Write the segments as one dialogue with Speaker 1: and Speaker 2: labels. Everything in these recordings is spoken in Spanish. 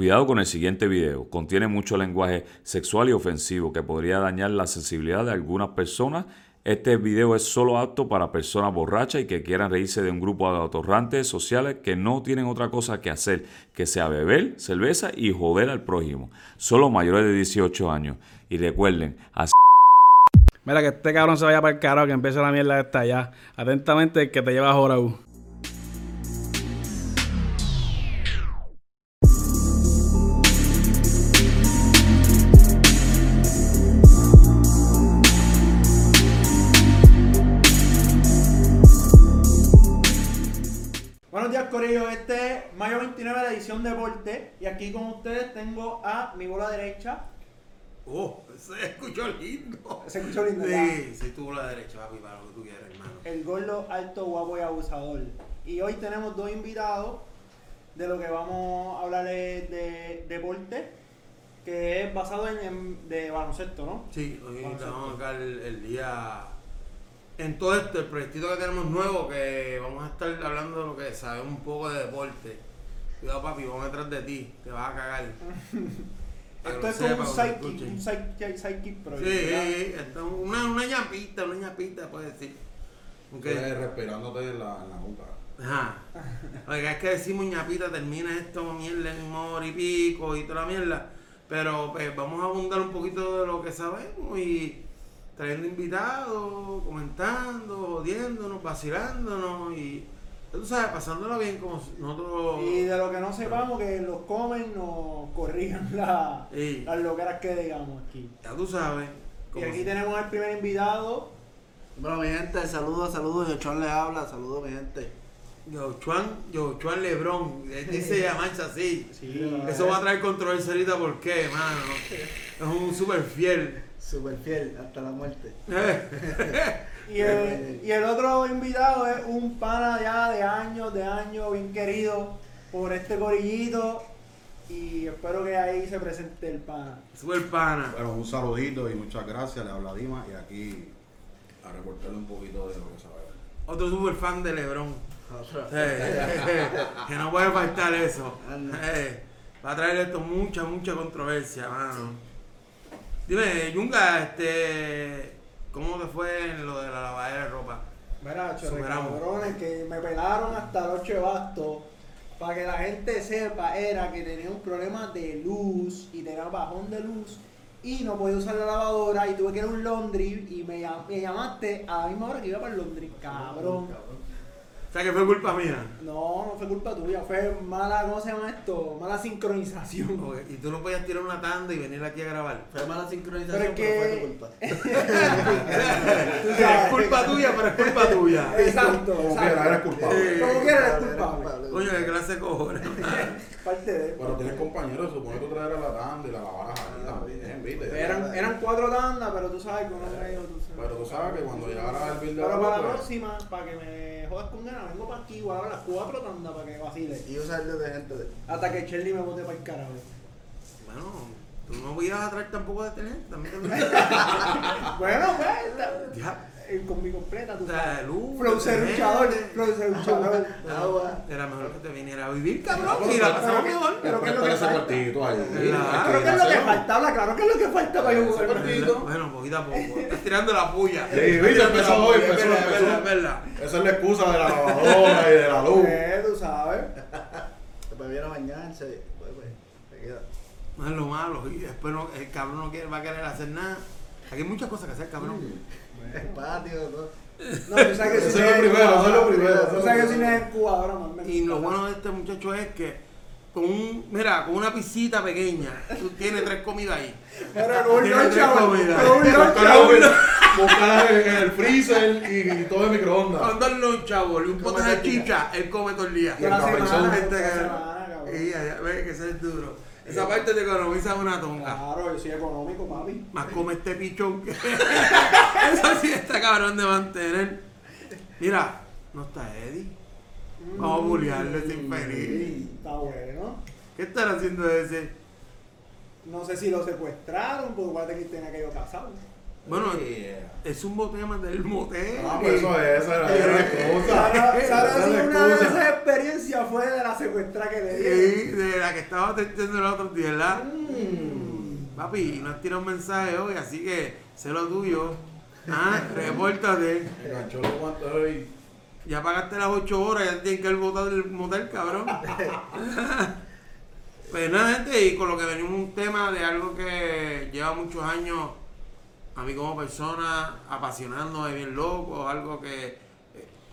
Speaker 1: Cuidado con el siguiente video. Contiene mucho lenguaje sexual y ofensivo que podría dañar la sensibilidad de algunas personas. Este video es solo apto para personas borrachas y que quieran reírse de un grupo de atorrantes sociales que no tienen otra cosa que hacer que sea beber cerveza y joder al prójimo. Solo mayores de 18 años. Y recuerden, así
Speaker 2: Mira, que este cabrón se vaya para el carajo, que empiece la mierda esta ya. Atentamente, el que te lleva a Jorau.
Speaker 3: Buenos días, Corillo. Este es mayo 29, la edición Deporte. Y aquí con ustedes tengo a mi bola derecha.
Speaker 4: Oh, se escuchó lindo.
Speaker 3: Se escuchó lindo,
Speaker 4: Sí,
Speaker 3: ¿verdad?
Speaker 4: sí, tuvo la derecha, papi, para lo que tú quieras, hermano.
Speaker 3: el gordo alto, guapo y abusador. Y hoy tenemos dos invitados de lo que vamos a hablar es de deporte, que es basado en, en- de baloncesto, ¿no?
Speaker 4: Sí, hoy
Speaker 3: Vamos a
Speaker 4: estamos acá el, el día. En todo esto, el proyectito que tenemos nuevo, que vamos a estar hablando de lo que sabemos un poco de deporte. Cuidado, papi, vamos detrás de ti, te vas a cagar. Para que
Speaker 3: Esto
Speaker 4: lo
Speaker 3: es como un
Speaker 4: sepas, para que
Speaker 3: psychic,
Speaker 4: lo
Speaker 3: un
Speaker 4: escuchen.
Speaker 3: psychic, psychic pro.
Speaker 4: Sí,
Speaker 3: ¿verdad?
Speaker 4: esto es una, una ñapita, una ñapita, puedes decir. Aunque-
Speaker 5: Eh, respirándote en la, en la boca.
Speaker 4: Ajá. Oiga, es que decimos ñapita, termina esto, mierda, en mor y pico y toda la mierda. Pero pues vamos a abundar un poquito de lo que sabemos y trayendo invitados, comentando, jodiéndonos, vacilándonos y, ya tú sabes, pasándola bien como si nosotros...
Speaker 3: Y de lo que no sepamos, que los comen nos corrijan la-
Speaker 4: Sí.
Speaker 3: las loqueras que digamos aquí.
Speaker 4: Ya tú sabes.
Speaker 3: Y
Speaker 4: como
Speaker 3: aquí
Speaker 4: si-
Speaker 3: tenemos al primer invitado,
Speaker 6: Bueno, mi gente, saludos, saludos. Yo Chon les habla, saludos, mi gente.
Speaker 4: Yo, Chuan, yo, Chuan Lebrón, él dice llamarse así.
Speaker 3: Sí.
Speaker 4: Eso va a traer controversia ahorita, ¿por qué, mano? Es un super fiel.
Speaker 6: Super fiel hasta la muerte.
Speaker 3: Y el, y el otro invitado es un pana ya de años, de años, bien querido por este corillito. Y espero que ahí se presente el pana.
Speaker 4: Super pana.
Speaker 5: Bueno, un saludito y muchas gracias. Le habla Dima y aquí a reportarle un poquito de lo que sabemos.
Speaker 4: Otro super fan de Lebron. Eh,
Speaker 6: Otra.
Speaker 4: que no puede faltar eso.
Speaker 6: Anda.
Speaker 4: Eh, va a traer esto mucha, mucha controversia, mano. Dime, Yunga, este. ¿Cómo te fue en lo de la lavadera de ropa?
Speaker 3: Verá, chorre,
Speaker 4: Superamos.
Speaker 3: cabrones, que me pelaron hasta el 8 de basto. Para que la gente sepa, era que tenía un problema de luz y tenía un bajón de luz. Y no podía usar la lavadora y tuve que ir a un laundry y me, llam- me llamaste a la misma hora que iba para el laundry, cabrón.
Speaker 4: O sea que fue culpa mía.
Speaker 3: No, no fue culpa tuya, fue mala, ¿cómo se llama esto? Mala sincronización.
Speaker 4: Ok, Y tú no podías tirar una tanda y venir aquí a grabar.
Speaker 6: Fue mala sincronización,
Speaker 3: Pero
Speaker 6: pero,
Speaker 3: es que-
Speaker 6: fue tu culpa.
Speaker 4: es culpa tuya, pero es culpa tuya.
Speaker 3: Exacto.
Speaker 5: Como
Speaker 3: exacto.
Speaker 5: quiera, eres culpable.
Speaker 4: Sí.
Speaker 3: Como quiera, eres culpable.
Speaker 4: Coño, qué clase de cojones.
Speaker 3: Parte de
Speaker 5: Pero tienes compañeros, supone que tú traeras la tanda y la lavaras ahí también, ¿viste?
Speaker 3: eran, eran cuatro tandas, pero tú sabes que uno me dijo, tú sabes.
Speaker 5: eh, Pero tú sabes que cuando llegara el bill de
Speaker 3: Pero para la
Speaker 5: pues,
Speaker 3: próxima, para que me jodas con ganas, vengo para aquí igual a las cuatro tandas para que vacile.
Speaker 6: Y usar el detergente de.
Speaker 3: Hasta que Chelly me bote para el carajo.
Speaker 4: Bueno, tú no podías atraer tampoco de tener. También
Speaker 5: Ah.
Speaker 3: Bueno, pues, ta-
Speaker 4: Ya.
Speaker 3: eh, con mi completa, tú sabes.
Speaker 4: Salud.
Speaker 3: Flow serruchador, flow serruchador.
Speaker 5: Ah.
Speaker 6: Agua.
Speaker 4: Era mejor que te viniera a vivir, cabrón.
Speaker 5: Pero,
Speaker 4: Y la
Speaker 3: pero
Speaker 4: pasamos
Speaker 3: que-
Speaker 4: mejor.
Speaker 3: pero
Speaker 5: pero
Speaker 3: ¿qué
Speaker 5: que
Speaker 3: es lo que
Speaker 5: ese
Speaker 3: falta?
Speaker 5: cuartito ahí.
Speaker 4: Claro.
Speaker 3: Creo que es lo que
Speaker 5: hacer-
Speaker 3: faltaba, claro que es lo que falta para yo
Speaker 5: Ese
Speaker 3: jugar.
Speaker 5: cortito.
Speaker 4: Bueno, poquito a poco. Estás tirando la puya.
Speaker 5: Sí, viste, empezó hoy,
Speaker 4: Es
Speaker 5: empezó,
Speaker 4: verdad, es
Speaker 5: empezó.
Speaker 4: verdad, es verdad.
Speaker 5: Esa es la excusa de la lavadora y de la luz.
Speaker 3: Eh, tú sabes.
Speaker 6: Después viene a bañarse. Pues, pues, se queda.
Speaker 4: No es lo malo. Y después no- el cabrón no quiere, va a querer hacer nada. Aquí hay muchas cosas que hacer, cabrón.
Speaker 6: El patio, todo.
Speaker 3: No, tú sabes que
Speaker 5: Eso
Speaker 3: si
Speaker 5: es
Speaker 3: no
Speaker 5: lo
Speaker 3: eres
Speaker 5: primero, eso es lo
Speaker 3: cubano,
Speaker 5: primero. eso es
Speaker 3: Tú
Speaker 5: lo
Speaker 3: sabes que si no
Speaker 5: primero.
Speaker 3: eres cubano, man, me
Speaker 4: Y lo
Speaker 3: gusta.
Speaker 4: bueno de este muchacho es que con un, mira, con una pisita pequeña, tú tienes tres comidas ahí.
Speaker 3: Pero no un
Speaker 4: Tiene
Speaker 3: lonche,
Speaker 4: tres
Speaker 3: abuelo,
Speaker 4: comidas.
Speaker 3: pero un lonche,
Speaker 5: Buscar
Speaker 3: abuelo.
Speaker 5: agua, buscar en el freezer y, y todo el microondas.
Speaker 4: Con dos lonchas, bol, y un
Speaker 3: Como
Speaker 4: pote de
Speaker 3: tortilla.
Speaker 4: chicha, él come todo el día.
Speaker 3: Y la
Speaker 5: Cabrón,
Speaker 3: semana,
Speaker 4: Gente
Speaker 3: la
Speaker 4: que-
Speaker 3: semana, cabrón.
Speaker 4: Y ya, ya, ve que ese es duro. Esa parte te economiza una tonga.
Speaker 3: Claro, yo soy económico, papi.
Speaker 4: Más come este pichón que. Eso sí está cabrón de mantener. Mira, no está Eddie. Vamos a bullearle ese infeliz.
Speaker 3: Está bueno.
Speaker 4: ¿Qué estará haciendo ese?
Speaker 3: No sé si lo secuestraron, porque igual que tenía que yo casado.
Speaker 4: Bueno,
Speaker 5: Yeah.
Speaker 4: es un botema del motel.
Speaker 5: No, pero Ah, pues eso es, esa era- era la excusa.
Speaker 3: Eh, Sara, Sara,
Speaker 5: Esa
Speaker 3: sí, una
Speaker 5: es
Speaker 3: de
Speaker 5: la
Speaker 3: esas
Speaker 5: excusa.
Speaker 3: experiencias fue de la secuestra que le
Speaker 4: Sí,
Speaker 3: dieron.
Speaker 4: de la que estaba testeando el otro día, ¿verdad?
Speaker 5: Mm.
Speaker 4: Papi, nos tira un mensaje hoy, así que sé lo tuyo. Ah, repórtate.
Speaker 5: Enganchó los guantes hoy.
Speaker 4: Ya pagaste las 8 horas, ya tienes que ir votar el motel, cabrón. pues nada, gente, y con lo que venimos un tema de algo que lleva muchos años a mí como persona apasionándome bien loco, algo que eh,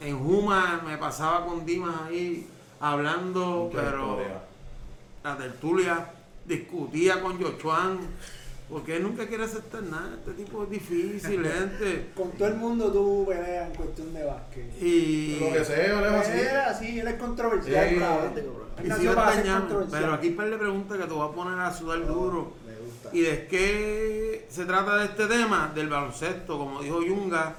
Speaker 4: en Juma me pasaba con Dimas ahí hablando,
Speaker 5: Mucha
Speaker 4: pero
Speaker 5: historia.
Speaker 4: la tertulia discutía con Yochuan, porque él nunca quiere aceptar nada, este tipo es difícil, gente.
Speaker 3: Con todo el mundo tú peleas en cuestión de básquet.
Speaker 4: Y
Speaker 5: Lo que sea, él es así.
Speaker 3: Era así, él es controversial,
Speaker 5: Sí.
Speaker 3: cabrón. Él
Speaker 4: Y si
Speaker 3: nació
Speaker 4: yo
Speaker 3: para ser
Speaker 4: dañan,
Speaker 3: controversial.
Speaker 4: pero aquí par de preguntas que te voy a poner a sudar duro.
Speaker 6: Me gusta.
Speaker 4: ¿Y de qué se trata de este tema? Del baloncesto, como dijo Yunga.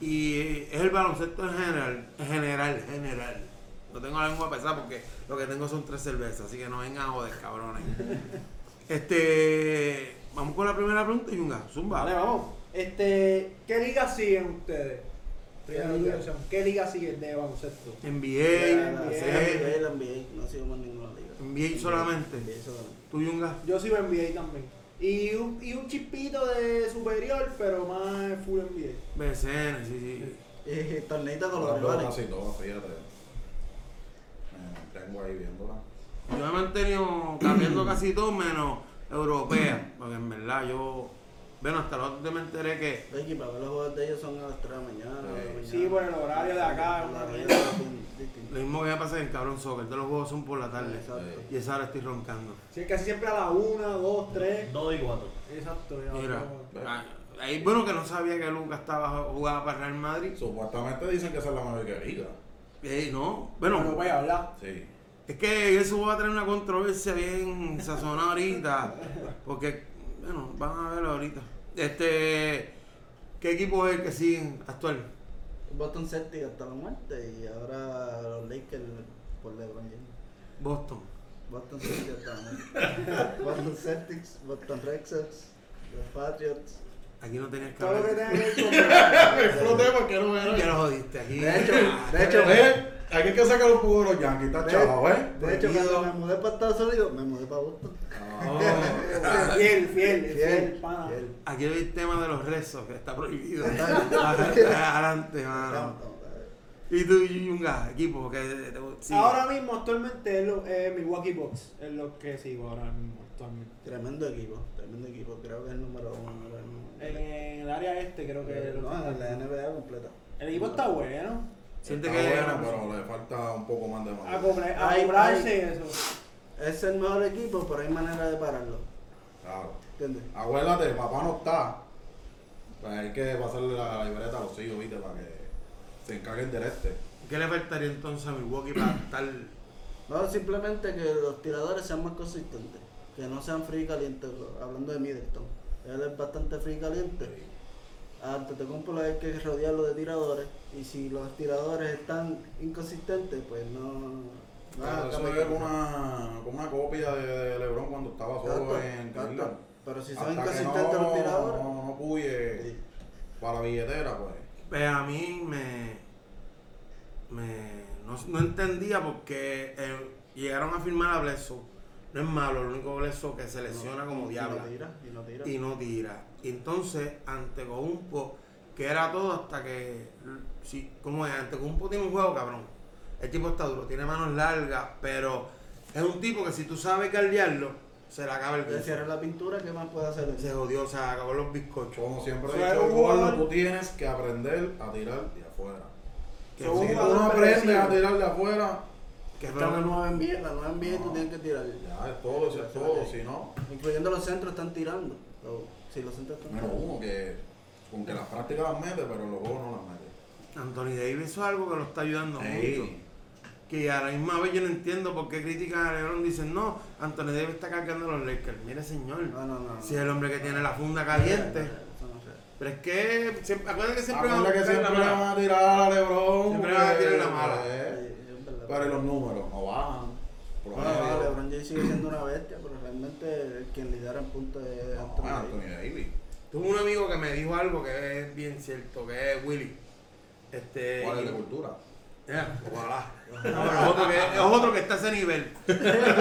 Speaker 4: Y es el baloncesto en general, en general, general. No tengo la lengua pesada porque lo que tengo son tres cervezas, así que no vengan a joder, cabrones. este, vamos con la primera pregunta, Yunga. Zumba.
Speaker 3: Vale, vamos. Este, ¿qué liga siguen ustedes? Primero,
Speaker 6: liga?
Speaker 3: o sea, ¿Qué liga siguen de baloncesto?
Speaker 4: NBA,
Speaker 6: La- la-
Speaker 4: NBA,
Speaker 6: la NBA, no sigo más ninguna liga.
Speaker 4: NBA solamente.
Speaker 6: NBA solamente.
Speaker 4: Tú, Yunga.
Speaker 3: Yo sigo NBA también. Y un, y un chispito de superior, pero más full NBA.
Speaker 4: BCN, sí, sí.
Speaker 6: Eh, torneita con los
Speaker 5: Las veo
Speaker 6: rivales.
Speaker 5: casi todas, fíjate. Me tengo ahí viéndola.
Speaker 4: Yo me he mantenido cambiando casi todo menos europea, porque en verdad yo, bueno, hasta el otro día me enteré que
Speaker 6: Ricky, para ver los juegos de ellos son a las 3 de la mañana. a las de la mañana.
Speaker 3: Sí, por el horario de acá, una
Speaker 6: La
Speaker 3: mierda.
Speaker 6: realidad es bien distinta.
Speaker 4: lo mismo que me pasa en Cabrón Soccer, de los juegos son por la tarde.
Speaker 6: Exacto.
Speaker 4: Y esa hora estoy roncando.
Speaker 3: Sí, casi siempre a la 1, 2, 3.
Speaker 7: Dos y cuatro.
Speaker 3: Exacto, ya.
Speaker 4: Mira, ah,
Speaker 3: no.
Speaker 4: ahí bueno que no sabía que Lucas estaba jugaba para Real Madrid.
Speaker 5: Supuestamente dicen que esa es la mejor que liga.
Speaker 4: Eh, no,
Speaker 3: Bueno,
Speaker 4: bueno,
Speaker 3: voy a hablar.
Speaker 5: Sí.
Speaker 4: es que eso va a tener una controversia bien sazonada ahorita, porque, bueno, van a verlo ahorita. Este, ¿qué equipo es el que siguen actual?
Speaker 6: Boston Celtics hasta la muerte y ahora los Lakers por LeBron James.
Speaker 4: Boston.
Speaker 6: Boston Celtics hasta la muerte. Boston Celtics, Boston Red Sox, los Patriots.
Speaker 4: Aquí no tenías que
Speaker 3: Todo lo que
Speaker 4: hablar.
Speaker 3: tenga que ver con.
Speaker 5: Exploté porque no me
Speaker 4: Ya lo jodiste aquí.
Speaker 6: De hecho, de
Speaker 4: ah,
Speaker 5: De
Speaker 6: hecho,
Speaker 5: hecho,
Speaker 6: de,
Speaker 5: ¿eh? Aquí hay que sacar los jugos de los Yankees, está chavo, ¿eh?
Speaker 6: de hecho cuando me mudé para Estados Unidos, me mudé para Boston.
Speaker 5: Ah,
Speaker 3: Fiel, fiel,
Speaker 6: Fiel,
Speaker 3: fiel, fiel, pana.
Speaker 6: fiel.
Speaker 4: Aquí hay el tema de los rezos que está prohibido.
Speaker 6: Está
Speaker 4: Adelante,
Speaker 5: Ah,
Speaker 6: Estamos,
Speaker 4: mano.
Speaker 6: estamos, eh.
Speaker 4: Y tú, Yunga, equipo que te- te- sí.
Speaker 3: Ahora mismo, actualmente, es lo- eh, Milwaukee Bucks es lo que sigo ahora mismo, actualmente.
Speaker 6: Tremendo equipo, tremendo equipo, creo que es el número uno. ahora mismo.
Speaker 3: En el área este, creo que. es lo que
Speaker 6: No, en
Speaker 3: está-
Speaker 6: la NBA completa.
Speaker 3: El equipo está bueno.
Speaker 4: siente
Speaker 5: Está
Speaker 4: que pues.
Speaker 5: bueno, pero le falta un poco más de
Speaker 3: A
Speaker 5: mano.
Speaker 3: comprar- a
Speaker 6: Ay,
Speaker 3: comprarse eso.
Speaker 6: Es el mejor equipo, pero hay manera de pararlo.
Speaker 5: Claro.
Speaker 6: ¿Entiendes?
Speaker 5: Acuérdate, papá no está. Pues hay que pasarle la libreta a los hijos, ¿viste? Para que se encarguen del este.
Speaker 4: ¿Qué le faltaría entonces a Milwaukee para estar?
Speaker 6: No, simplemente que los tiradores sean más consistentes. Que no sean frío y caliente, hablando de Middleton. Él es bastante frío y caliente. Antes te compro hay que rodearlo de tiradores. Y si los tiradores están inconsistentes, pues no. no
Speaker 5: Claro, eso
Speaker 6: acaba
Speaker 5: es
Speaker 6: con-
Speaker 5: como una, como una copia de LeBron cuando estaba solo
Speaker 6: Exacto,
Speaker 5: en
Speaker 6: exacto.
Speaker 5: Cleveland.
Speaker 6: Pero si son
Speaker 5: Hasta que
Speaker 6: inconsistentes los tiradores.
Speaker 5: No, no puye
Speaker 6: sí.
Speaker 5: para la billetera, pues.
Speaker 4: Pues a mí me. me no, no entendía porque llegaron a firmar a Blesso. No es malo, el único Blesso que se lesiona como diablo.
Speaker 6: Y no tira, y no tira.
Speaker 4: y no tira. Y entonces, ante Cogumpo, que era todo hasta que. Sí, ¿Cómo es? Ante Cogumpo tiene un juego, cabrón. El tipo está duro, tiene manos largas, pero es un tipo que si tú sabes caldearlo, se le acaba el
Speaker 6: Le
Speaker 4: piso.
Speaker 6: cierra la pintura, ¿qué más puede hacer?
Speaker 4: Se jodió, se acabó los bizcochos.
Speaker 5: Como siempre he
Speaker 3: Fue
Speaker 5: dicho,
Speaker 3: un
Speaker 5: Eduardo,
Speaker 3: jugador-
Speaker 5: tú tienes que aprender a tirar de afuera.
Speaker 4: Que,
Speaker 3: Fue un
Speaker 5: Si tú
Speaker 3: jugador
Speaker 5: no aprendes
Speaker 3: predecible.
Speaker 5: a tirar de afuera,
Speaker 4: que
Speaker 6: Está la
Speaker 4: fueron-
Speaker 6: nueva NBA, la nueva NBA tú tienes que tirar.
Speaker 5: ya es todo, eso es todo. Si no,
Speaker 6: Incluyendo los centros están tirando. So, si los centros están
Speaker 5: menos
Speaker 6: tirando.
Speaker 5: uno que con que las prácticas las mete, pero en los juegos no las mete.
Speaker 4: Anthony Davis hizo algo que lo está ayudando mucho.
Speaker 5: Ey,
Speaker 4: Que a la misma vez yo no entiendo por qué critican a LeBron. Dicen, no, Anthony Davis está cargando a los Lakers. Mire, señor,
Speaker 6: Ah, No, no, no.
Speaker 4: si es el hombre que tiene la funda
Speaker 6: No,
Speaker 4: caliente.
Speaker 6: no, no, eso no es real.
Speaker 4: Pero es que, siempre, acuérdate que siempre
Speaker 5: Acuérdate que
Speaker 4: buscar
Speaker 5: siempre
Speaker 4: la
Speaker 5: le
Speaker 4: mala.
Speaker 5: van a tirar a LeBron.
Speaker 4: Siempre le van a tirar la
Speaker 5: porque,
Speaker 4: mala.
Speaker 5: eh,
Speaker 6: Sí, es verdad.
Speaker 5: Pero los números no bajan.
Speaker 6: Bueno, no, LeBron James sigue siendo una bestia, pero realmente el quien lidera en puntos es
Speaker 5: No,
Speaker 6: Anthony
Speaker 5: Anthony
Speaker 6: Davis.
Speaker 5: Davis.
Speaker 4: Tuve un amigo que me dijo algo que es bien cierto, que es Willy. Este,
Speaker 5: ¿Cuál es la
Speaker 4: y-
Speaker 5: cultura?
Speaker 4: Ya, ojalá. No, pero es otro que, es otro que está a ese nivel.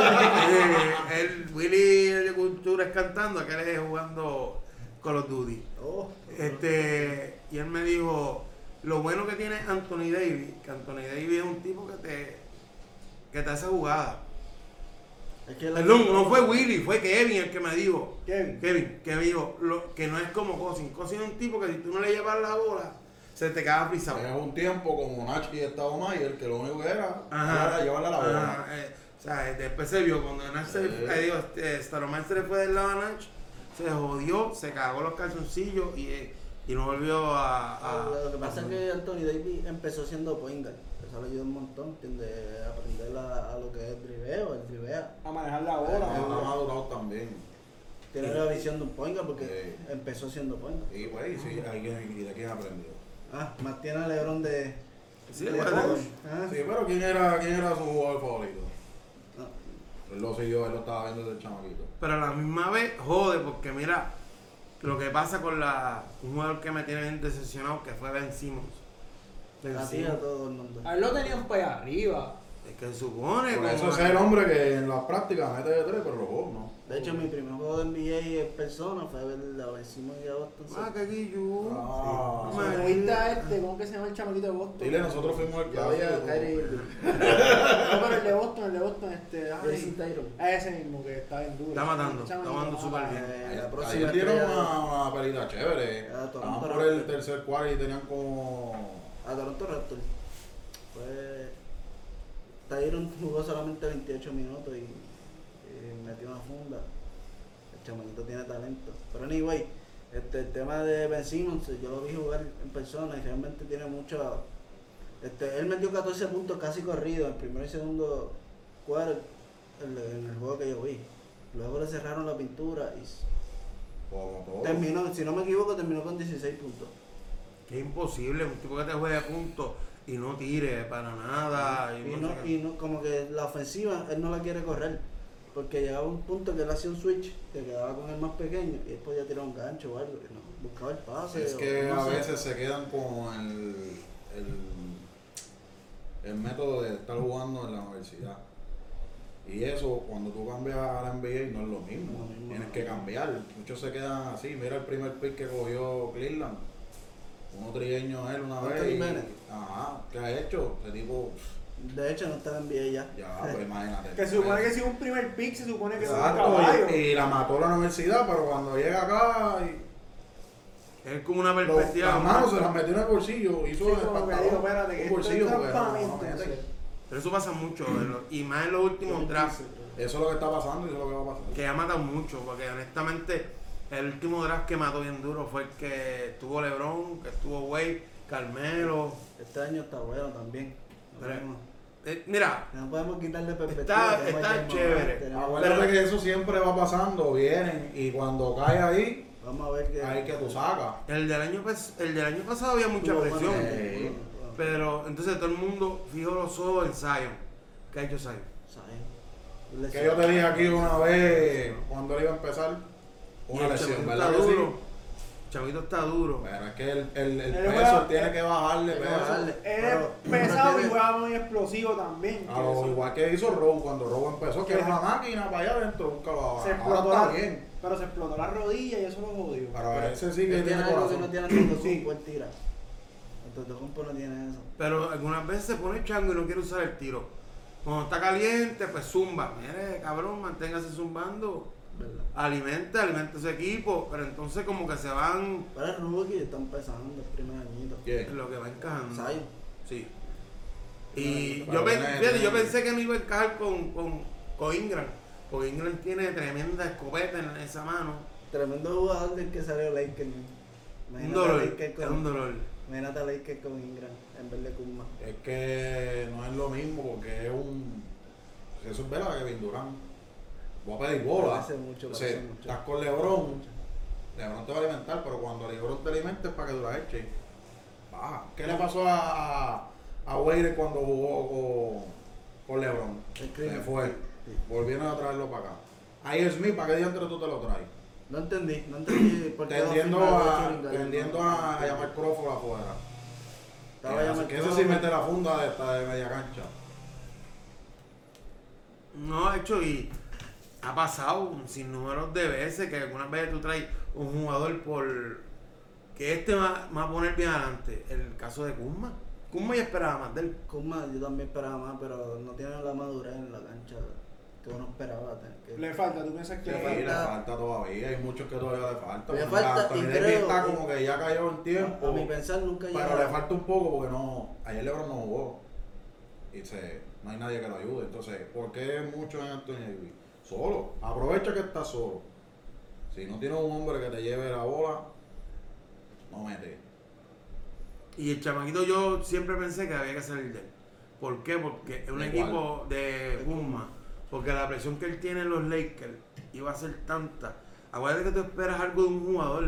Speaker 4: Eh, el Willy de Cultura es cantando, aquel es jugando Call of Duty.
Speaker 6: Oh,
Speaker 4: Este, y él me dijo, lo bueno que tiene Anthony Davis, que Anthony Davis es un tipo que te, que te hace jugada.
Speaker 6: es que la-
Speaker 4: Perdón, no fue Willy, fue Kevin el que me dijo.
Speaker 3: Kevin.
Speaker 4: Kevin, que me dijo, lo, que no es como Cosin. Cosin es un tipo que si tú no le llevas la bola, se te queda frisado.
Speaker 5: Había un tiempo como Nachi estaba Mayer, que lo único que era
Speaker 4: Ajá.
Speaker 5: era llevarle a la bola.
Speaker 4: Ajá, eh, o sea, eh, después se vio cuando Nach se,
Speaker 5: Sí.
Speaker 4: eh, digo, este, Staromar se le fue del lado a Nach, se jodió, se cagó los calzoncillos y, eh, y no volvió a. a-
Speaker 6: Lo que pasa
Speaker 4: a-
Speaker 6: es que Anthony Davis empezó siendo point guard. Eso le ayudó un montón, ¿entiendes? Aprender a, a lo que es driveo, el drivea.
Speaker 3: A manejar la
Speaker 5: Ahora
Speaker 3: bola.
Speaker 5: ha
Speaker 3: ¿no?
Speaker 5: madurado también.
Speaker 6: Tiene la visión de un point guard porque
Speaker 5: Sí.
Speaker 6: empezó siendo point guard.
Speaker 5: Y pues, y sí, ahí es- y de quién aprendió.
Speaker 6: Ah, más tiene a Lebron de...
Speaker 4: Sí,
Speaker 6: de
Speaker 4: bueno,
Speaker 6: coach. Ah,
Speaker 5: Sí, pero ¿quién era, quién era su jugador favorito?
Speaker 6: no. Ah.
Speaker 5: Él lo siguió, él lo estaba viendo desde el chamaquito.
Speaker 4: Pero a la misma vez jode, porque mira lo que pasa con la, un jugador que me tiene bien decepcionado, que fue Ben Simmons. Ben
Speaker 6: Así a
Speaker 4: Simmons.
Speaker 6: todo el mundo.
Speaker 3: A él lo tenían para arriba.
Speaker 4: Es que supone.
Speaker 5: Por
Speaker 4: como-
Speaker 5: eso es el hombre que en las prácticas mete de tres, pero los juegos no.
Speaker 6: De hecho, mi primer juego de NBA en persona fue ver a Ben Simmons y a Boston.
Speaker 4: Ah, que guillo.
Speaker 5: Ah.
Speaker 4: Sí.
Speaker 3: Como viste a este, ¿cómo que se llama el chamaquito de Boston?
Speaker 5: Dile, nosotros fuimos el
Speaker 6: Ya había
Speaker 5: clásico.
Speaker 6: Kyrie Irving.
Speaker 3: No, pero el de Boston, el de Boston, este. ay,
Speaker 6: Jason Tatum.
Speaker 3: a ese mismo que está bien duro.
Speaker 4: Está matando,
Speaker 3: Chamaquito,
Speaker 4: está matando
Speaker 3: ah,
Speaker 4: súper bien.
Speaker 6: Eh,
Speaker 5: Ayer-
Speaker 6: La próxima
Speaker 5: Ayer dieron
Speaker 6: estrella de-
Speaker 5: una, una pelita chévere.
Speaker 6: Ah, Toronto
Speaker 5: Estaban por
Speaker 6: Raptors.
Speaker 5: el tercer cuarto y tenían como...
Speaker 6: a Toronto Raptors. Pues Tyron jugó solamente 28 minutos y, y metió una funda. El chamaquito tiene talento. Pero anyway, este, el tema de Ben Simmons, yo lo vi jugar en persona y realmente tiene mucho... Este, él metió 14 puntos casi corrido en primero y segundo cuadro en, en el juego que yo vi. Luego le cerraron la pintura y s-
Speaker 5: Como todo.
Speaker 6: terminó, si no me equivoco, terminó con 16 puntos.
Speaker 4: Que es imposible, un tipo que te juegue de punto y no tire para nada.
Speaker 6: Y
Speaker 4: no
Speaker 6: no,
Speaker 4: sé qué.
Speaker 6: y no, como que la ofensiva él no la quiere correr. Porque llegaba un punto que él hacía un switch, te quedaba con el más pequeño y él podía tirar un gancho o algo, que no, buscaba el pase.
Speaker 5: Es
Speaker 6: o
Speaker 5: que
Speaker 6: no
Speaker 5: a
Speaker 6: sé.
Speaker 5: veces se quedan con el, el, el método de estar jugando en la universidad. Y eso, cuando tú cambias a la NBA, no es lo mismo.
Speaker 6: No es lo mismo.
Speaker 5: Tienes que cambiar. Muchos se quedan así. Mira el primer pick que cogió Cleveland. Uno trigueño él una
Speaker 6: Anthony
Speaker 5: vez. y-
Speaker 6: Bennett.
Speaker 5: ajá, ¿qué ha hecho? Ese tipo,
Speaker 6: De hecho, no está en NBA ya.
Speaker 5: ya, pues imagínate.
Speaker 3: Que se supone que si un primer pick se supone que es un caballo.
Speaker 5: Exacto, eh, y, y la mató la universidad, pero cuando llega acá, y-
Speaker 4: Es como una
Speaker 5: Lo-
Speaker 4: perspectiva.
Speaker 5: Las
Speaker 4: ¿no?
Speaker 5: manos se las metió en el bolsillo, hizo
Speaker 3: Sí, como
Speaker 5: el
Speaker 3: que
Speaker 5: pantalón,
Speaker 3: digo, espérate, que
Speaker 5: un
Speaker 3: esto es
Speaker 5: bolsillo, porque,
Speaker 3: campamento,
Speaker 5: no, imagínate.
Speaker 3: no sé.
Speaker 4: Pero eso pasa mucho, en los- y más en los últimos drafts,
Speaker 5: Eso es lo que está pasando y eso es lo que va a pasar.
Speaker 4: que ha matado mucho, porque honestamente el último draft que mató bien duro fue el que estuvo Lebron, que estuvo Wade, Carmelo.
Speaker 6: Este año está bueno también. No
Speaker 4: Pero-
Speaker 6: podemos-
Speaker 4: Eh, mira,
Speaker 6: No podemos quitarle perspectiva. tenemos
Speaker 4: está
Speaker 6: a James
Speaker 4: chévere.
Speaker 6: Harden, tenemos-
Speaker 5: Acuérdate
Speaker 4: Pero-
Speaker 5: que eso siempre va pasando, vienen y cuando cae ahí,
Speaker 6: Vamos a ver que.
Speaker 5: ahí que tú sacas.
Speaker 4: el del año, pas- el del año pasado había mucha
Speaker 6: tuvo
Speaker 4: presión,
Speaker 6: buena-
Speaker 5: Sí.
Speaker 6: tuvo-
Speaker 4: pero entonces todo el mundo fijó los ojos en Zion. ¿Qué ha hecho Zion?
Speaker 6: ¿sabes?
Speaker 5: Que yo te dije aquí una vez, cuando él iba a empezar,
Speaker 4: Y
Speaker 5: una
Speaker 4: el
Speaker 5: lesión,
Speaker 4: chavito Este está
Speaker 5: ¿verdad? que sí?
Speaker 4: duro. El chavito está duro.
Speaker 5: Pero es que el, el, el
Speaker 3: Él
Speaker 5: peso
Speaker 3: juega-
Speaker 5: tiene que bajarle
Speaker 6: tiene que
Speaker 5: peso.
Speaker 6: bajarle.
Speaker 3: Era
Speaker 6: Pero-
Speaker 3: pesado y
Speaker 6: pero-
Speaker 3: jugaba muy explosivo también.
Speaker 5: A lo Ah, igual que hizo Rowe, cuando Rowe empezó, que era una máquina para allá adentro, nunca lo
Speaker 3: se
Speaker 5: bajaba.
Speaker 3: explotó
Speaker 5: Ahora
Speaker 3: la,
Speaker 5: está bien.
Speaker 3: pero se explotó la rodilla y eso lo jodió.
Speaker 5: Pero ese sí que
Speaker 6: Él tiene
Speaker 5: tiene
Speaker 6: algo que no
Speaker 5: corazón.
Speaker 6: tiene Antetokounmpo, él tira. Antetokounmpo no tiene eso.
Speaker 4: Pero algunas veces se pone chango y no quiere usar el tiro. Cuando está caliente, pues zumba. Mire, cabrón, manténgase zumbando.
Speaker 6: ¿Verdad?
Speaker 4: Alimenta, alimenta a su equipo. Pero entonces como que se van
Speaker 6: Para el rookie está empezando el primer añito.
Speaker 5: ¿Quién?
Speaker 4: en lo que va encajando.
Speaker 6: Zion.
Speaker 4: Sí. Y
Speaker 5: Pero
Speaker 4: yo, pen-
Speaker 5: tiene-
Speaker 4: fíjate, yo
Speaker 5: tiene-
Speaker 4: pensé que no iba a encajar con, con, con Ingram. Porque Ingram tiene tremenda escopeta en esa mano.
Speaker 6: Tremendo jugador del que salió Laker. ¿no?
Speaker 4: Un
Speaker 6: Imagínate a
Speaker 4: dolor.
Speaker 6: Laker
Speaker 4: Es un
Speaker 6: con,
Speaker 4: dolor.
Speaker 6: imagínate a Laker con Ingram en vez de Kuzma.
Speaker 5: Es que no es lo mismo porque es un. Eso es verdad que Durant. Voy a pedir bola.
Speaker 6: Parece mucho,
Speaker 5: O
Speaker 6: parece
Speaker 5: sea,
Speaker 6: mucho.
Speaker 5: Estás con Lebron. Lebron te va a alimentar, pero cuando Lebron te alimente es para que tú la eches. Baja. ¿Qué le pasó a, a, a Wade cuando jugó con, con Lebron?
Speaker 6: El
Speaker 5: Se
Speaker 6: crimen.
Speaker 5: fue.
Speaker 6: Sí.
Speaker 5: Volvieron a traerlo para acá. Ahí es mi, ¿para qué diantre tú te lo traes?
Speaker 6: No entendí, no entendí por qué.
Speaker 5: Tendiendo
Speaker 6: firmaron a
Speaker 5: a,
Speaker 6: Chirringale,
Speaker 5: tendiendo
Speaker 6: no.
Speaker 5: a, a llamar Crawford afuera.
Speaker 6: Estaba
Speaker 5: Que-
Speaker 6: llamando
Speaker 5: que eso sí mete la funda de esta de media cancha.
Speaker 4: No, de hecho, y ha pasado sin números de veces que algunas veces tú traes un jugador por. que este va, va a poner bien adelante. El caso de Kuzma. Kuzma ya esperaba más de él.
Speaker 6: Kuzma, yo también esperaba más, pero no tiene la madurez en la cancha que uno esperaba. tener que-
Speaker 3: Le falta, ¿tú piensas que
Speaker 5: Sí, le
Speaker 6: falta-
Speaker 5: falta, todavía, hay muchos que todavía le falta.
Speaker 6: Le
Speaker 5: Bueno,
Speaker 6: falta,
Speaker 5: Anthony
Speaker 6: y
Speaker 5: Davis
Speaker 6: creo-
Speaker 5: está como que ya cayó el tiempo.
Speaker 6: A mi pensar nunca
Speaker 5: Pero le
Speaker 6: llega.
Speaker 5: falta un poco porque no. Ayer Lebron no jugó. Y se, no hay nadie que lo ayude. Entonces, ¿por qué mucho en Anthony Davis? Solo. Aprovecha que está solo. Si no tienes un hombre que te lleve la bola, no mete.
Speaker 4: Y el chamaquito yo siempre pensé que había que salir de él. ¿Por qué? Porque es un
Speaker 5: Igual.
Speaker 4: equipo de Guzmán. Porque la presión que él tiene en los Lakers iba a ser tanta. Acuérdate que tú esperas algo de un jugador.